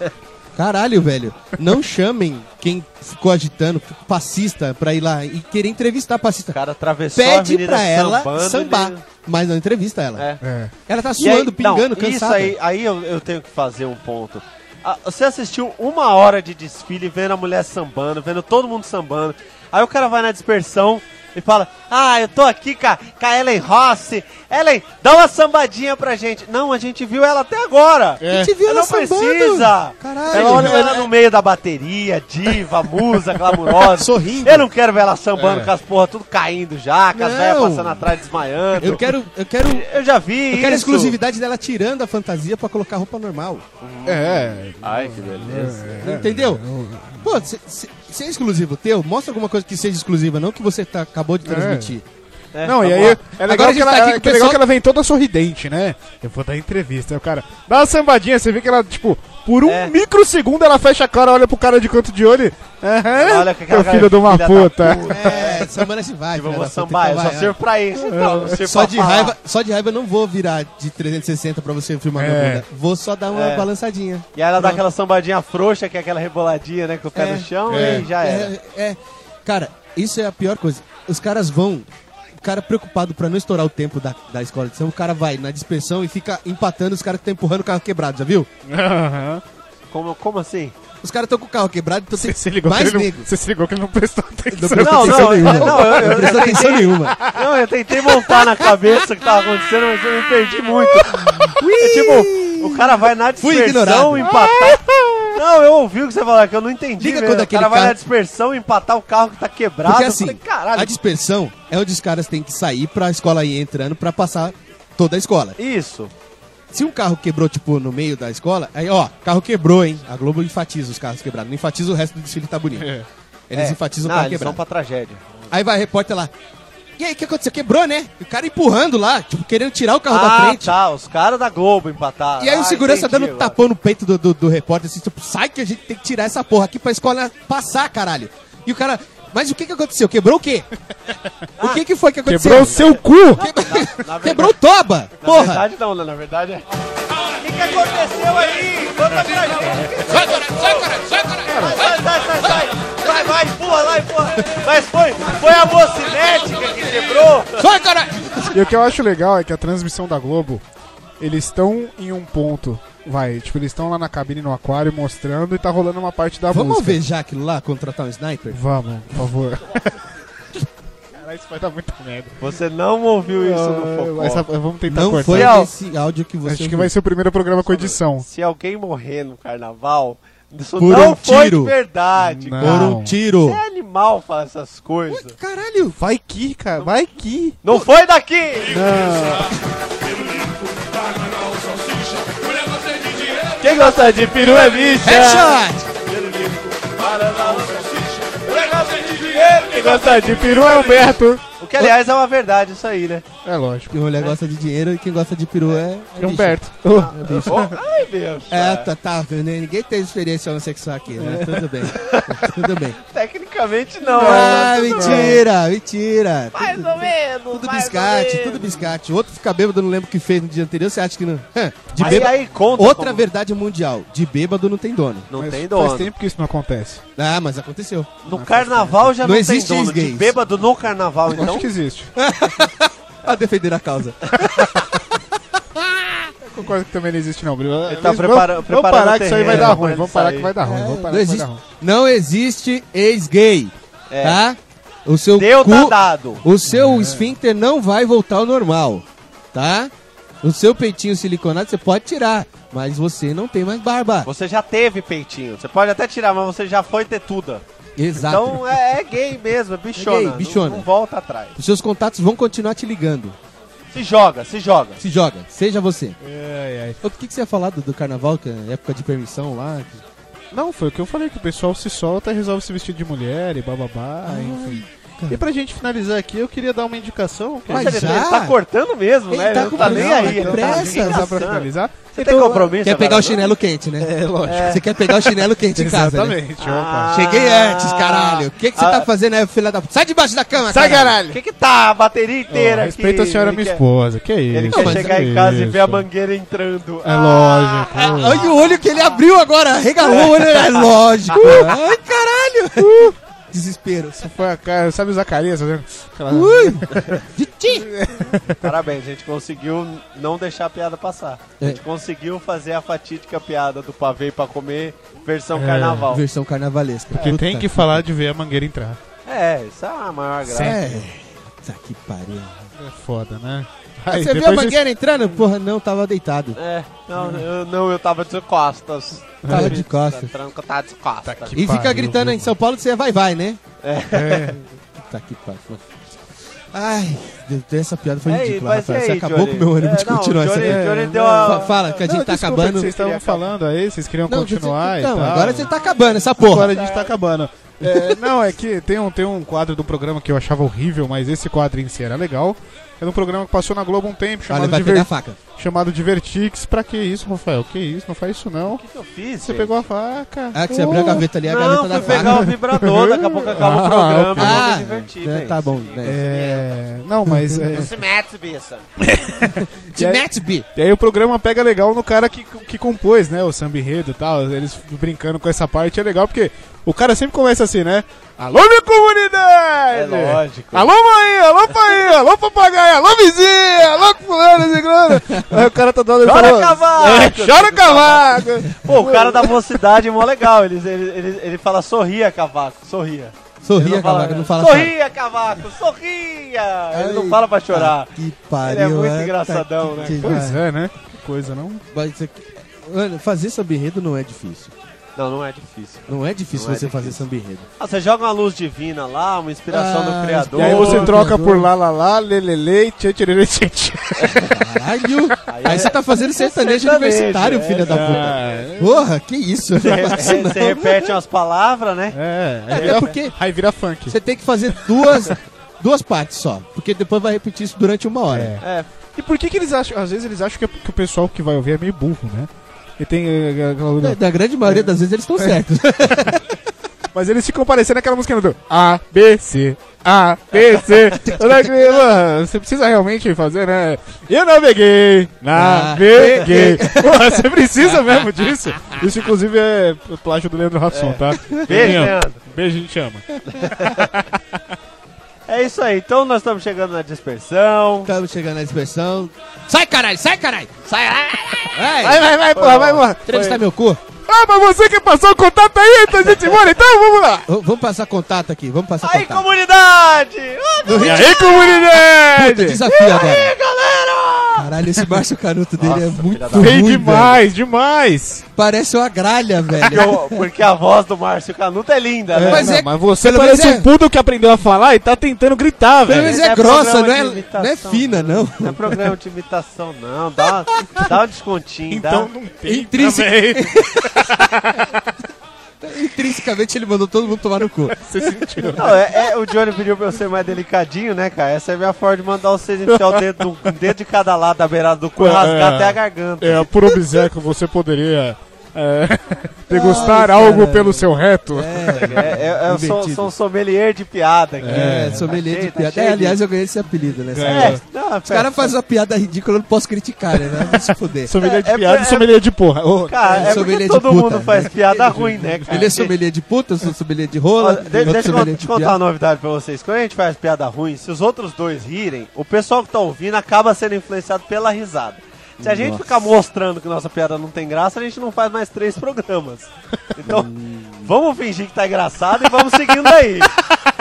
Speaker 3: Caralho, velho. Não chamem quem ficou agitando, passista, pra ir lá e querer entrevistar a
Speaker 4: O
Speaker 3: passista.
Speaker 4: cara atravessou a
Speaker 3: Pede
Speaker 4: avenida
Speaker 3: pra ela
Speaker 4: sambando,
Speaker 3: sambar,
Speaker 4: ele-
Speaker 3: mas não entrevista ela.
Speaker 4: É.
Speaker 2: É.
Speaker 3: Ela tá
Speaker 4: E
Speaker 3: suando,
Speaker 4: aí- não,
Speaker 3: pingando, cansada.
Speaker 4: Isso aí, aí eu, eu tenho que fazer um ponto. Ah, Você assistiu uma hora de desfile vendo a mulher sambando, vendo todo mundo sambando. Aí o cara vai na dispersão e fala: Ah, eu tô aqui com a, com a Ellen Rossi. Ellen, dá uma sambadinha pra gente. Não, a gente viu ela até agora.
Speaker 3: É. A gente viu
Speaker 4: Ela
Speaker 3: ela
Speaker 4: não
Speaker 3: sambando.
Speaker 4: precisa.
Speaker 3: Caralho.
Speaker 4: Ela olha
Speaker 3: Ela-
Speaker 4: ela no meio da bateria, diva, <laughs> musa, glamurosa.
Speaker 3: Sorrindo. É.
Speaker 4: Eu não quero ver ela sambando com as porra tudo caindo já, com as
Speaker 3: Não.
Speaker 4: velhas passando atrás desmaiando.
Speaker 3: Eu quero, eu quero, eu
Speaker 4: Eu já vi
Speaker 3: quero
Speaker 4: isso.
Speaker 3: exclusividade dela tirando a fantasia pra colocar roupa normal.
Speaker 2: É.
Speaker 4: Ai, que beleza.
Speaker 3: Entendeu? Pô, se, se- se é exclusivo teu, mostra alguma coisa que seja exclusiva, não que você tá- acabou de
Speaker 2: É.
Speaker 3: transmitir.
Speaker 2: Não,
Speaker 3: Tá
Speaker 2: e aí é
Speaker 3: Agora a
Speaker 2: legal,
Speaker 3: gente
Speaker 2: que ela,
Speaker 3: tá aqui
Speaker 2: ela-
Speaker 3: com o
Speaker 2: que é legal
Speaker 3: pessoal-
Speaker 2: que ela vem toda sorridente, né? Eu vou dar entrevista. Aí o cara dá uma sambadinha, você vê que ela, tipo, por um
Speaker 4: É.
Speaker 2: microsegundo ela fecha a cara, olha pro cara de canto de olho. Aham,
Speaker 4: Olha com aquela
Speaker 2: meu
Speaker 4: cara
Speaker 2: filho de uma
Speaker 4: filha da
Speaker 2: puta.
Speaker 3: É, semana se vai.
Speaker 4: <laughs> Tipo, eu
Speaker 3: filha
Speaker 4: vou
Speaker 3: da puta,
Speaker 4: sambar, eu
Speaker 3: então
Speaker 4: só
Speaker 3: vai, É.
Speaker 4: sirvo pra isso. Então, não sirvo
Speaker 3: Só
Speaker 4: pra
Speaker 3: de,
Speaker 4: falar.
Speaker 3: raiva, só de raiva eu não vou virar de 360 pra você filmar
Speaker 2: É.
Speaker 3: minha bunda. Vou só dar uma
Speaker 4: É.
Speaker 3: balançadinha.
Speaker 4: E aí ela dá
Speaker 3: Pronto.
Speaker 4: aquela sambadinha frouxa, que é aquela reboladinha, né? Com o pé
Speaker 3: É,
Speaker 4: no chão
Speaker 2: é.
Speaker 4: e já era.
Speaker 3: É, é. Cara, isso é a pior coisa. Os caras vão. O cara preocupado pra não estourar o tempo da, da escola de samba, o cara vai na dispersão e fica empatando os caras que estão empurrando o carro quebrado, já viu?
Speaker 2: Aham.
Speaker 4: Como, como assim? <laughs>
Speaker 3: Os caras estão com o carro quebrado, então tem
Speaker 2: Você <laughs> se ligou
Speaker 3: mais
Speaker 2: que ele
Speaker 3: nego.
Speaker 2: não, você se ligou que ele não prestou atenção.
Speaker 3: prestou
Speaker 4: Não,
Speaker 3: atenção
Speaker 4: não,
Speaker 3: nenhuma.
Speaker 4: é, não, eu- eu-
Speaker 3: não prestou atenção nenhuma.
Speaker 4: Não, eu tentei montar na cabeça o que tava acontecendo, mas eu me perdi muito. É tipo, o cara vai na
Speaker 3: Fui
Speaker 4: dispersão
Speaker 3: ignorado.
Speaker 4: empatar.
Speaker 3: <laughs>
Speaker 4: Não, eu ouvi o que você falou, que eu não entendi.
Speaker 3: Liga
Speaker 4: mesmo.
Speaker 3: quando
Speaker 4: o
Speaker 3: aquele
Speaker 4: cara vai
Speaker 3: cara-
Speaker 4: na dispersão empatar o carro que tá quebrado.
Speaker 3: Porque
Speaker 4: eu
Speaker 3: assim,
Speaker 4: falei, caralho,
Speaker 3: a dispersão é onde os caras têm que sair pra escola ir entrando pra passar toda a escola.
Speaker 4: Isso.
Speaker 3: Se um carro quebrou, tipo, no meio da escola, aí, ó, carro quebrou, hein? A Globo enfatiza os carros quebrados. Não enfatiza o resto do desfile tá bonito. Eles
Speaker 4: É.
Speaker 3: enfatizam o
Speaker 4: Não,
Speaker 3: carro
Speaker 4: eles vão
Speaker 3: quebrado.
Speaker 4: pra tragédia.
Speaker 3: Aí vai a repórter lá. E aí, o que aconteceu? Quebrou, né? E o cara empurrando lá, tipo, querendo tirar o carro da
Speaker 4: Ah,
Speaker 3: frente.
Speaker 4: tá, os caras da Globo empataram.
Speaker 3: E aí
Speaker 4: Ah,
Speaker 3: o segurança
Speaker 4: entendi
Speaker 3: dando
Speaker 4: agora.
Speaker 3: tapão no peito do, do, do repórter, assim, tipo, sai que a gente tem que tirar essa porra aqui pra escola passar, caralho. E o cara, mas o que que aconteceu? Quebrou o
Speaker 4: <laughs>
Speaker 3: quê? o que que foi que aconteceu?
Speaker 2: Quebrou o seu cu!
Speaker 3: Quebrou,
Speaker 4: Na- na
Speaker 3: Quebrou o toba,
Speaker 4: Na
Speaker 3: porra.
Speaker 4: verdade não, né? Na verdade é. O que, que aconteceu aí? Vamos atrás Sai, sai, sai, sai! Vai, vai, empurra lá, empurra! Mas foi, foi a mocinética que quebrou!
Speaker 3: Sai, caralho.
Speaker 2: E o que eu acho legal é que a transmissão da Globo, eles estão em um ponto, vai, tipo, eles estão lá na cabine no aquário mostrando e tá rolando uma parte da
Speaker 3: Vamos
Speaker 2: música.
Speaker 3: ver já aquilo lá, contratar um sniper?
Speaker 2: Vamos, por favor. <laughs> Caralho, isso vai dar muita merda.
Speaker 4: Você não ouviu isso
Speaker 2: Ah,
Speaker 4: no
Speaker 2: essa-
Speaker 4: Focó.
Speaker 2: vamos tentar
Speaker 3: Não
Speaker 2: cortar.
Speaker 3: foi
Speaker 4: Real.
Speaker 3: esse áudio que você
Speaker 2: Acho que vai ser o primeiro programa com edição.
Speaker 4: Se alguém morrer no carnaval, isso
Speaker 3: Por
Speaker 4: não
Speaker 3: um
Speaker 4: foi
Speaker 3: tiro.
Speaker 4: de verdade,
Speaker 2: Não.
Speaker 3: Por
Speaker 4: cara.
Speaker 3: um tiro.
Speaker 4: Você é animal falar essas coisas.
Speaker 3: Caralho.
Speaker 2: Vai que, cara, vai que.
Speaker 4: Não foi daqui!
Speaker 6: é
Speaker 4: Quem gosta de peru é bicha!
Speaker 3: Headshot.
Speaker 6: é
Speaker 4: Quem gosta de peru é Humberto! O que, aliás, é uma verdade isso aí, né?
Speaker 2: É lógico.
Speaker 3: Quem mulher gosta de dinheiro e quem gosta de peru é... é bicho.
Speaker 2: Humberto.
Speaker 4: Oh, ai, Deus!
Speaker 3: É, tá, tá, né? ninguém tem experiência homossexual aqui, né? Tudo bem, tudo bem.
Speaker 4: Tecnicamente não,
Speaker 3: Ah,
Speaker 4: né?
Speaker 3: mentira, mentira.
Speaker 7: Mais ou menos.
Speaker 3: Tudo biscate, tudo biscate. Outro fica bêbado, não lembro o que fez no dia anterior, você acha que não... Hã, De
Speaker 4: Aí,
Speaker 3: bêbado...
Speaker 4: aí, conta
Speaker 3: Outra
Speaker 4: como-
Speaker 3: verdade mundial, de bêbado não tem dono.
Speaker 4: Não
Speaker 2: Mas
Speaker 4: tem dono.
Speaker 2: Faz tempo que isso não acontece.
Speaker 3: Ah, mas aconteceu.
Speaker 4: No carnaval já
Speaker 3: Não
Speaker 4: não, tem
Speaker 3: existe
Speaker 4: dono. De
Speaker 3: gays.
Speaker 4: bêbado no carnaval,
Speaker 2: Eu
Speaker 4: então.
Speaker 2: Acho que existe.
Speaker 3: A defender a causa.
Speaker 2: Concordo que também não existe, não, Brilo. Mas
Speaker 4: tá
Speaker 2: vamos-
Speaker 4: prepara-
Speaker 2: Vamos
Speaker 4: preparando
Speaker 2: parar
Speaker 4: o
Speaker 2: que isso aí vai
Speaker 4: terreno
Speaker 2: dar
Speaker 4: pra
Speaker 2: ruim.
Speaker 4: ele
Speaker 2: Vamos parar
Speaker 4: sair.
Speaker 2: que vai dar ruim. Vamos parar
Speaker 3: Não
Speaker 2: que vai
Speaker 3: existe,
Speaker 2: dar ruim.
Speaker 3: não existe ex-gay.
Speaker 4: É.
Speaker 3: Tá? O seu
Speaker 4: Deu,
Speaker 3: cu,
Speaker 4: tá dado.
Speaker 3: O seu esfíncter não vai voltar ao normal. Tá? O seu peitinho siliconado você pode tirar, mas você não tem mais barba.
Speaker 4: Você já teve peitinho. Você pode até tirar, mas você já foi tetuda.
Speaker 3: Exato.
Speaker 4: Então é, é gay mesmo, é bichona.
Speaker 3: Tá. É gay,
Speaker 4: não-
Speaker 3: bichona.
Speaker 4: Não, volta atrás.
Speaker 3: Os seus contatos vão continuar te ligando.
Speaker 4: Se joga, se joga.
Speaker 3: Se joga, seja você.
Speaker 2: É,
Speaker 3: O que, que você ia falar do, do carnaval, que é época de permissão lá? que-
Speaker 2: Não, foi o que eu falei, que o pessoal se solta e resolve se vestir de mulher e bababá, enfim.
Speaker 3: cara.
Speaker 2: E pra gente finalizar aqui, eu queria dar uma indicação. Que
Speaker 3: Mas
Speaker 4: Nossa, ele-
Speaker 3: já?
Speaker 4: ele tá cortando mesmo,
Speaker 3: Ele
Speaker 4: né?
Speaker 3: tá
Speaker 4: ele não
Speaker 3: com
Speaker 4: tá
Speaker 3: pressa,
Speaker 4: nem
Speaker 3: tá
Speaker 4: aí.
Speaker 3: com
Speaker 4: ele
Speaker 3: pressa,
Speaker 4: nem
Speaker 2: então, dá pra
Speaker 4: caçando.
Speaker 2: finalizar.
Speaker 4: Você tem compromisso?
Speaker 3: Quer pegar
Speaker 4: agora,
Speaker 3: o chinelo quente, né?
Speaker 2: É lógico.
Speaker 3: Você quer pegar o chinelo quente
Speaker 4: <laughs>
Speaker 3: em casa, né?
Speaker 2: Exatamente.
Speaker 4: não?
Speaker 2: opa.
Speaker 4: Ah,
Speaker 3: Cheguei antes, caralho. O que, que você
Speaker 4: ah,
Speaker 3: tá fazendo aí, filha da... Sai debaixo da cama,
Speaker 2: Sai,
Speaker 4: O
Speaker 2: caralho!
Speaker 4: que que tá a bateria inteira
Speaker 2: Ó,
Speaker 4: aqui?
Speaker 2: respeita a senhora,
Speaker 4: Ele
Speaker 2: minha
Speaker 4: quer-
Speaker 2: esposa. Que isso?
Speaker 4: Ele
Speaker 3: Não,
Speaker 4: quer
Speaker 3: mas
Speaker 4: chegar
Speaker 2: que
Speaker 4: em casa e ver a Ah!
Speaker 2: isso.
Speaker 4: mangueira entrando.
Speaker 2: É lógico.
Speaker 3: Olha o olho que ele abriu agora, arregalou o olho, é
Speaker 4: <laughs>
Speaker 3: lógico. Ai,
Speaker 4: Uh.
Speaker 3: caralho. Desespero.
Speaker 2: Foi a cara, sabe o Zacarias fazendo? Aquela-
Speaker 3: Ui. De ti.
Speaker 4: Ah, Parabéns, a gente conseguiu não deixar a piada passar. A gente
Speaker 3: É.
Speaker 4: conseguiu fazer a fatídica piada do pavê pra comer versão
Speaker 2: É.
Speaker 4: carnaval.
Speaker 3: Versão carnavalesca.
Speaker 2: Porque tem
Speaker 3: Puta
Speaker 2: que falar de ver a mangueira entrar.
Speaker 4: É, isso é a maior graça.
Speaker 2: né?
Speaker 3: É. Tá que pariu.
Speaker 2: É foda, né? Aí,
Speaker 3: Você viu a
Speaker 2: depois
Speaker 3: mangueira entrando? Porra, não, tava deitado.
Speaker 4: É, não, eu, não, eu tava de costas.
Speaker 3: Tava de costas.
Speaker 4: Tranco, tava de costas.
Speaker 2: Tá aqui.
Speaker 3: E fica
Speaker 2: pariu,
Speaker 3: gritando
Speaker 2: viu,
Speaker 3: em São Paulo, você é vai, vai, né?
Speaker 2: É.
Speaker 3: Tá que pariu. Ai, Deus, essa piada foi
Speaker 4: É,
Speaker 3: ridícula,
Speaker 4: mas e
Speaker 3: Rafael. Você
Speaker 4: aí,
Speaker 3: acabou
Speaker 4: Johnny?
Speaker 3: com o meu ânimo
Speaker 4: É,
Speaker 3: de
Speaker 4: não,
Speaker 3: continuar essa
Speaker 4: Johnny-
Speaker 3: piada.
Speaker 4: Johnny deu a-
Speaker 3: Fa- Fala, que a gente
Speaker 2: Não, desculpa,
Speaker 3: tá
Speaker 2: é
Speaker 3: acabando.
Speaker 2: que Vocês estavam falando aí, vocês queriam
Speaker 3: Não,
Speaker 2: continuar
Speaker 3: Johnny,
Speaker 2: e
Speaker 3: não,
Speaker 2: tal.
Speaker 3: agora você tá acabando essa porra.
Speaker 2: Agora a gente tá acabando. É, não, é que tem um, tem um quadro do programa que eu achava horrível, mas esse quadro em si era legal. Era um programa que passou na Globo um tempo,
Speaker 3: Olha,
Speaker 2: chamado,
Speaker 3: vai pegar
Speaker 2: Diver...
Speaker 3: a faca.
Speaker 2: chamado Divertix. Pra que isso, Rafael? Que é isso? Não faz isso não.
Speaker 4: O que, que eu fiz?
Speaker 2: Você
Speaker 4: gente?
Speaker 2: pegou a faca.
Speaker 3: Ah, que você abriu a
Speaker 2: Porra.
Speaker 3: gaveta ali, a
Speaker 4: Não,
Speaker 3: gaveta da
Speaker 4: fui
Speaker 3: faca.
Speaker 4: pegar o vibrador, daqui a pouco acaba o
Speaker 2: <laughs> Ah,
Speaker 4: programa. é
Speaker 2: ok.
Speaker 4: vou me
Speaker 3: Ah,
Speaker 4: divertir,
Speaker 3: é,
Speaker 4: gente.
Speaker 3: tá bom, né?
Speaker 2: É... Não, mas. é,
Speaker 4: Se mete, bicha.
Speaker 3: De Netby.
Speaker 2: E aí o programa pega legal no cara que, que compôs, né? O samba enredo e tal. Eles brincando com essa parte é legal porque o cara sempre começa assim, né? Alô, minha comunidade!
Speaker 4: É lógico.
Speaker 2: Alô, mãe! Alô, pai! Alô, papagaio! Alô, vizinha! Alô, fulano, ciclano! Aí o cara tá dando... ele
Speaker 4: Chora,
Speaker 2: falou,
Speaker 4: cavaco!
Speaker 2: É, chora, cavaco!
Speaker 4: Pô, o cara da mocidade é mó legal. Ele, ele, ele, ele fala sorria, cavaco, sorria. Ele
Speaker 3: Sorria,
Speaker 4: não fala-
Speaker 3: cavaco, não fala assim,
Speaker 4: sorria, cavaco, sorria! Ele não fala pra chorar.
Speaker 3: Que pariu.
Speaker 4: Ele é muito
Speaker 3: ah, tá
Speaker 4: engraçadão,
Speaker 3: que-
Speaker 4: né?
Speaker 2: Pois é, né? Que coisa, não?
Speaker 3: Mas isso aqui- Mano, fazer samba enredo não é difícil.
Speaker 4: Não, não é difícil.
Speaker 3: Não é difícil
Speaker 4: Não é
Speaker 3: você fazer
Speaker 4: difícil.
Speaker 3: samba enredo.
Speaker 4: Ah, você joga uma luz divina lá, uma inspiração
Speaker 3: Ah,
Speaker 4: do Criador.
Speaker 2: E aí
Speaker 4: <laughs>
Speaker 2: você
Speaker 3: Ô,
Speaker 2: troca
Speaker 3: meu
Speaker 2: por lá, lá, lá, lelele, tchê, tchê, tchê, tchê, tchê.
Speaker 4: <laughs>
Speaker 3: Caralho!
Speaker 4: é-
Speaker 3: Aí você tá fazendo sertanejo
Speaker 4: sertanejo,
Speaker 3: universitário,
Speaker 4: é,
Speaker 3: filha da puta.
Speaker 2: É,
Speaker 3: Porra, que isso?
Speaker 4: <laughs> Você repete- Você repete umas palavras, né?
Speaker 2: é. Aí
Speaker 3: Até
Speaker 2: vira-
Speaker 3: porque-
Speaker 2: Aí vira funk.
Speaker 3: Você tem que fazer duas, duas partes só. Porque depois vai repetir isso durante uma hora.
Speaker 2: É.
Speaker 4: É,
Speaker 2: E por que que eles acham... Às vezes eles acham que, é- que o pessoal que vai ouvir é meio burro, né? E tem eh, aquela...
Speaker 3: Da, da grande maioria das vezes eles estão certos.
Speaker 2: Mas eles ficam parecendo aquela música do A, B, C, A, B, C. Olha que, mano, você precisa realmente fazer, né? Eu naveguei, naveguei. Porra, você precisa mesmo disso. Isso, inclusive, é plágio do Leandro Rafson, tá?
Speaker 4: Beijo,
Speaker 2: Leandro.
Speaker 4: Leandro.
Speaker 2: Beijo, a gente ama.
Speaker 4: É isso aí. Então nós estamos chegando na dispersão.
Speaker 3: Estamos chegando na dispersão.
Speaker 7: Sai, caralho, sai, caralho. Sai,
Speaker 3: Vai,
Speaker 2: Vai, vai, vai, porra, vai, porra.
Speaker 3: entrevistar meu cu.
Speaker 2: Ah, mas você que passou o contato aí, então, gente, bora, então, vamos lá.
Speaker 3: V- Vamos passar contato aqui, vamos passar
Speaker 4: Aí,
Speaker 3: contato.
Speaker 4: comunidade!
Speaker 3: <laughs>
Speaker 4: Uh,
Speaker 2: E aí, comunidade?
Speaker 3: Puta, desafio agora.
Speaker 4: galera!
Speaker 3: Caralho, esse Márcio Canuto dele é
Speaker 4: Nossa,
Speaker 3: muito
Speaker 4: filha da-
Speaker 2: Bem
Speaker 3: ruim, velho.
Speaker 2: demais, demais.
Speaker 3: Parece uma gralha, velho.
Speaker 4: Eu- porque a voz do Márcio Canuto é linda, né?
Speaker 3: Mas
Speaker 2: Não,
Speaker 3: é-
Speaker 2: mas você
Speaker 3: pelo
Speaker 2: parece
Speaker 3: menos
Speaker 2: um
Speaker 3: é-
Speaker 2: puto que aprendeu a falar e tá tentando gritar,
Speaker 3: Pelo
Speaker 2: velho.
Speaker 3: menos
Speaker 4: Não
Speaker 3: é
Speaker 4: é
Speaker 3: grossa, não
Speaker 4: programa
Speaker 3: é,
Speaker 4: de imitação.
Speaker 3: não é fina, não.
Speaker 4: Não é programa de imitação, não. Dá,
Speaker 3: <laughs>
Speaker 4: dá um descontinho,
Speaker 2: Então
Speaker 4: dá.
Speaker 2: não tem
Speaker 3: Intrínseco.
Speaker 2: também.
Speaker 3: Intrinsecamente ele mandou todo mundo tomar no cu.
Speaker 2: Você sentiu.
Speaker 4: Não, é, é, o Johnny pediu pra eu ser mais delicadinho, né, cara? Essa é a minha forma de mandar vocês enfiar o dedo, do- um dedo de cada lado da beirada do cu e rasgar
Speaker 2: É.
Speaker 3: Ah.
Speaker 4: até a garganta.
Speaker 2: É, por obséquio você poderia é, degustar
Speaker 3: Ai,
Speaker 2: algo
Speaker 3: caralho.
Speaker 2: pelo seu reto.
Speaker 4: É, é, eu sou,
Speaker 3: Invertido.
Speaker 4: sou um sommelier de piada aqui.
Speaker 3: É, sommelier de
Speaker 4: Achei,
Speaker 3: piada.
Speaker 4: achei
Speaker 3: É, aliás, eu ganhei esse apelido, né?
Speaker 4: É,
Speaker 3: Sabe?
Speaker 4: não,
Speaker 3: Os caras fazem uma piada ridícula, eu não posso criticar, né? Vai se fuder.
Speaker 2: Sommelier de
Speaker 4: é-
Speaker 2: piada
Speaker 4: é-
Speaker 2: e sommelier de porra. Ô,
Speaker 4: Cara, é
Speaker 3: Sommelier
Speaker 4: porque
Speaker 3: de
Speaker 4: todo
Speaker 3: puta,
Speaker 4: mundo
Speaker 3: né?
Speaker 4: faz piada ruim, né, cara?
Speaker 3: Ele é sommelier de puta, eu sou sommelier de rola.
Speaker 4: Olha, de-
Speaker 3: outro
Speaker 4: deixa eu con-
Speaker 3: sommelier
Speaker 4: te
Speaker 3: de
Speaker 4: contar uma
Speaker 3: piada.
Speaker 4: novidade pra vocês. Quando a gente faz piada ruim, se os outros dois rirem, o pessoal que tá ouvindo acaba sendo influenciado pela risada. Se a gente
Speaker 3: Nossa.
Speaker 4: ficar mostrando que nossa piada não tem graça, a gente não faz mais três programas. Então, vamos fingir que tá engraçado e vamos seguindo aí.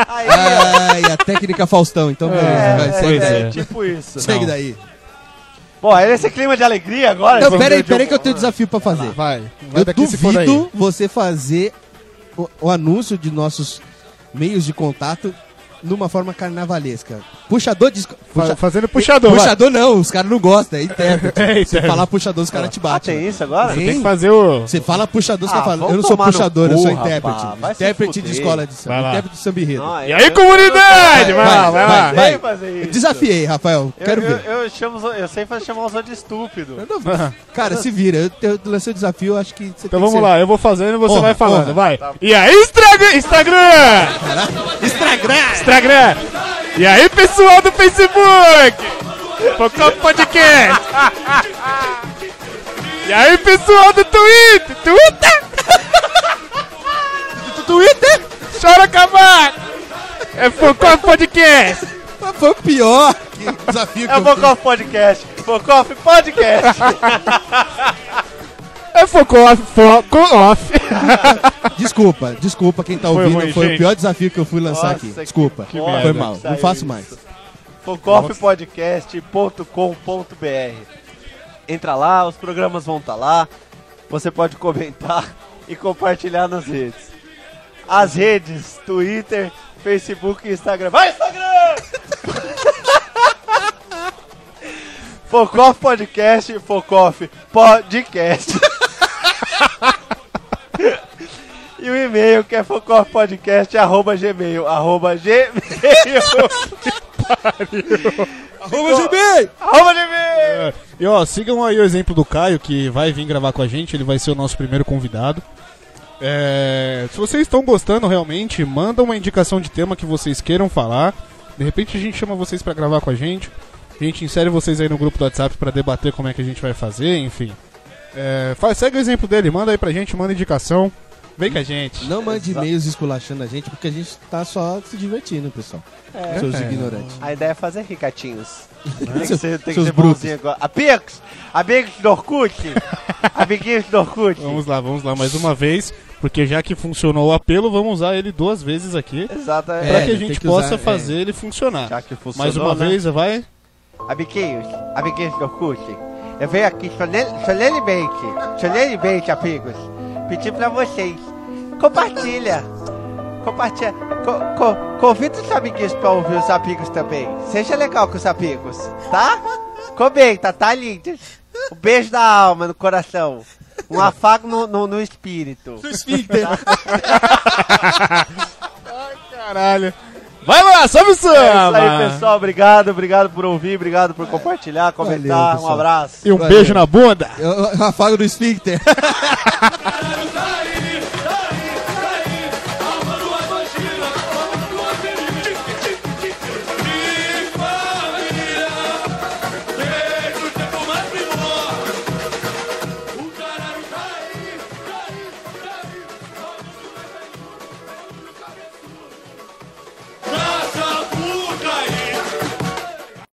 Speaker 4: Aí,
Speaker 3: Ai, a técnica Faustão, então beleza.
Speaker 4: é,
Speaker 3: Ah, vai,
Speaker 4: é,
Speaker 3: segue
Speaker 4: é,
Speaker 3: daí.
Speaker 4: tipo isso.
Speaker 3: Segue daí.
Speaker 4: Bom, é esse clima de alegria agora.
Speaker 3: Não,
Speaker 4: vamos
Speaker 3: pera aí,
Speaker 4: ver o
Speaker 3: pera aí que eu
Speaker 4: Diogo.
Speaker 3: tenho um desafio pra fazer.
Speaker 2: vai. vai
Speaker 3: Eu
Speaker 2: daqui se for daí.
Speaker 3: duvido você fazer o, o anúncio de nossos meios de contato numa forma carnavalesca. Puxador de... esco-
Speaker 2: Fa-
Speaker 3: Puxa-
Speaker 2: Fazendo puxador. vai.
Speaker 3: Puxador não, os caras não gostam, é intérprete.
Speaker 2: <laughs> É,
Speaker 3: Se
Speaker 2: intérprete.
Speaker 3: falar puxador, os caras te
Speaker 4: Ah,
Speaker 3: batem.
Speaker 4: tem isso agora?
Speaker 3: Sim.
Speaker 2: Tem que fazer o.
Speaker 3: Você fala puxador, os caras
Speaker 4: Ah,
Speaker 3: falam,
Speaker 4: vão
Speaker 3: eu não sou
Speaker 4: tomar no
Speaker 3: puxador, eu
Speaker 4: cu,
Speaker 3: sou
Speaker 4: rapaz,
Speaker 3: intérprete.
Speaker 4: vai se
Speaker 3: intérprete de
Speaker 4: fuder.
Speaker 3: escola de
Speaker 2: Vai
Speaker 3: samba,
Speaker 2: lá.
Speaker 3: intérprete de samba enredo.
Speaker 4: Não,
Speaker 2: E
Speaker 4: eu-
Speaker 2: aí,
Speaker 4: eu-
Speaker 2: comunidade?
Speaker 4: eu-
Speaker 2: Vai lá, vai lá.
Speaker 4: Eu
Speaker 3: Vai.
Speaker 4: sei fazer isso.
Speaker 3: Desafiei, Rafael,
Speaker 4: Eu-
Speaker 3: quero
Speaker 4: eu-
Speaker 3: ver.
Speaker 4: Eu chamo, os- eu sei fa- chamar os outros de estúpido.
Speaker 3: Eu não- Cara, se vira, eu, te- eu lancei o desafio, eu acho que você
Speaker 2: Então
Speaker 3: tem que
Speaker 2: vamos lá, eu vou fazendo e você
Speaker 3: Porra,
Speaker 2: vai falando,
Speaker 3: porra. Tá
Speaker 2: vai. E aí, Instagram! Instagram! Instagram! Instagram! E aí, pessoal do Facebook! Focão Podcast! E aí, pessoal do Twitter! Twitter! do Twitter? Chora cavaco! É Focão Podcast!
Speaker 3: Mas Foi o pior que desafio que
Speaker 4: É o
Speaker 3: eu fiz.
Speaker 4: Bocoff Podcast. Bocoff Podcast.
Speaker 2: É Focão Off! Focão Off!
Speaker 3: Desculpa, desculpa quem tá
Speaker 2: Foi
Speaker 3: ouvindo.
Speaker 2: ruim,
Speaker 3: foi
Speaker 2: gente.
Speaker 3: o pior desafio que eu fui lançar
Speaker 4: Nossa,
Speaker 3: aqui.
Speaker 4: que
Speaker 3: Desculpa.
Speaker 4: que
Speaker 3: foi
Speaker 4: merda
Speaker 3: mal.
Speaker 4: que saiu
Speaker 3: Não faço
Speaker 4: isso.
Speaker 3: mais.
Speaker 4: Bocoffpodcast.com.br Entra lá, os programas vão estar lá. Você pode comentar <laughs> e compartilhar nas redes. As redes, Twitter, Facebook e Instagram. Vai, Instagram! <laughs> Focoff Podcast, Focoff Podcast. E o e-mail que é focoffpodcast, arroba gmail, arroba gmail. <laughs>
Speaker 3: Arroba Gilberto!
Speaker 4: Arroba gmail!
Speaker 2: E ó, sigam aí o exemplo do Caio, que vai vir gravar com a gente, ele vai ser o nosso primeiro convidado. É, se vocês estão gostando realmente, manda uma indicação de tema que vocês queiram falar. De repente a gente chama vocês pra gravar com a gente. A gente insere vocês aí no grupo do WhatsApp pra debater como é que a gente vai fazer, enfim. É, faz, segue o exemplo dele, manda aí pra gente, manda indicação. Vem com a gente.
Speaker 3: Não mande e-mails esculachando a gente, porque a gente tá só se divertindo, pessoal.
Speaker 4: É.
Speaker 3: Seus ignorantes.
Speaker 4: A ideia é fazer rir, gatinhos. Tem que
Speaker 3: Seus-
Speaker 4: ser, tem que
Speaker 3: seus
Speaker 4: ser
Speaker 3: brutos.
Speaker 4: bonzinho agora. Amigos! Amigos do Orkut!
Speaker 3: <laughs>
Speaker 4: Amiguinhos do Orkut!
Speaker 2: Vamos lá, vamos lá mais uma vez, porque já que funcionou o apelo, vamos usar ele duas vezes aqui.
Speaker 4: Exatamente.
Speaker 2: Pra
Speaker 3: É,
Speaker 2: que a
Speaker 3: tem
Speaker 2: gente
Speaker 3: que
Speaker 2: possa
Speaker 3: usar, é.
Speaker 2: fazer ele funcionar.
Speaker 4: Já que funcionou,
Speaker 2: Mais uma
Speaker 4: né?
Speaker 2: vez, vai.
Speaker 4: Amiguinhos, amiguinhos do Orkut, eu venho aqui solene- solenemente, solenemente, amigos, pedir pra vocês. Compartilha. Compartilha. Co co- convida os amiguinhos pra ouvir os amigos também. Seja legal com os amigos, tá? Comenta, tá, lindos? Um beijo na alma, no coração. Um afago no, no, no espírito.
Speaker 2: Caralho. Vai lá, sobe o
Speaker 4: É isso
Speaker 2: samba!
Speaker 4: aí, pessoal. Obrigado, obrigado por ouvir, obrigado por compartilhar,
Speaker 3: Valeu,
Speaker 4: comentar. um
Speaker 3: pessoal.
Speaker 4: abraço.
Speaker 3: É.
Speaker 2: E um beijo na bunda.
Speaker 3: Eu- eu- Afago do esfíncter.
Speaker 5: Caralho, tá aí!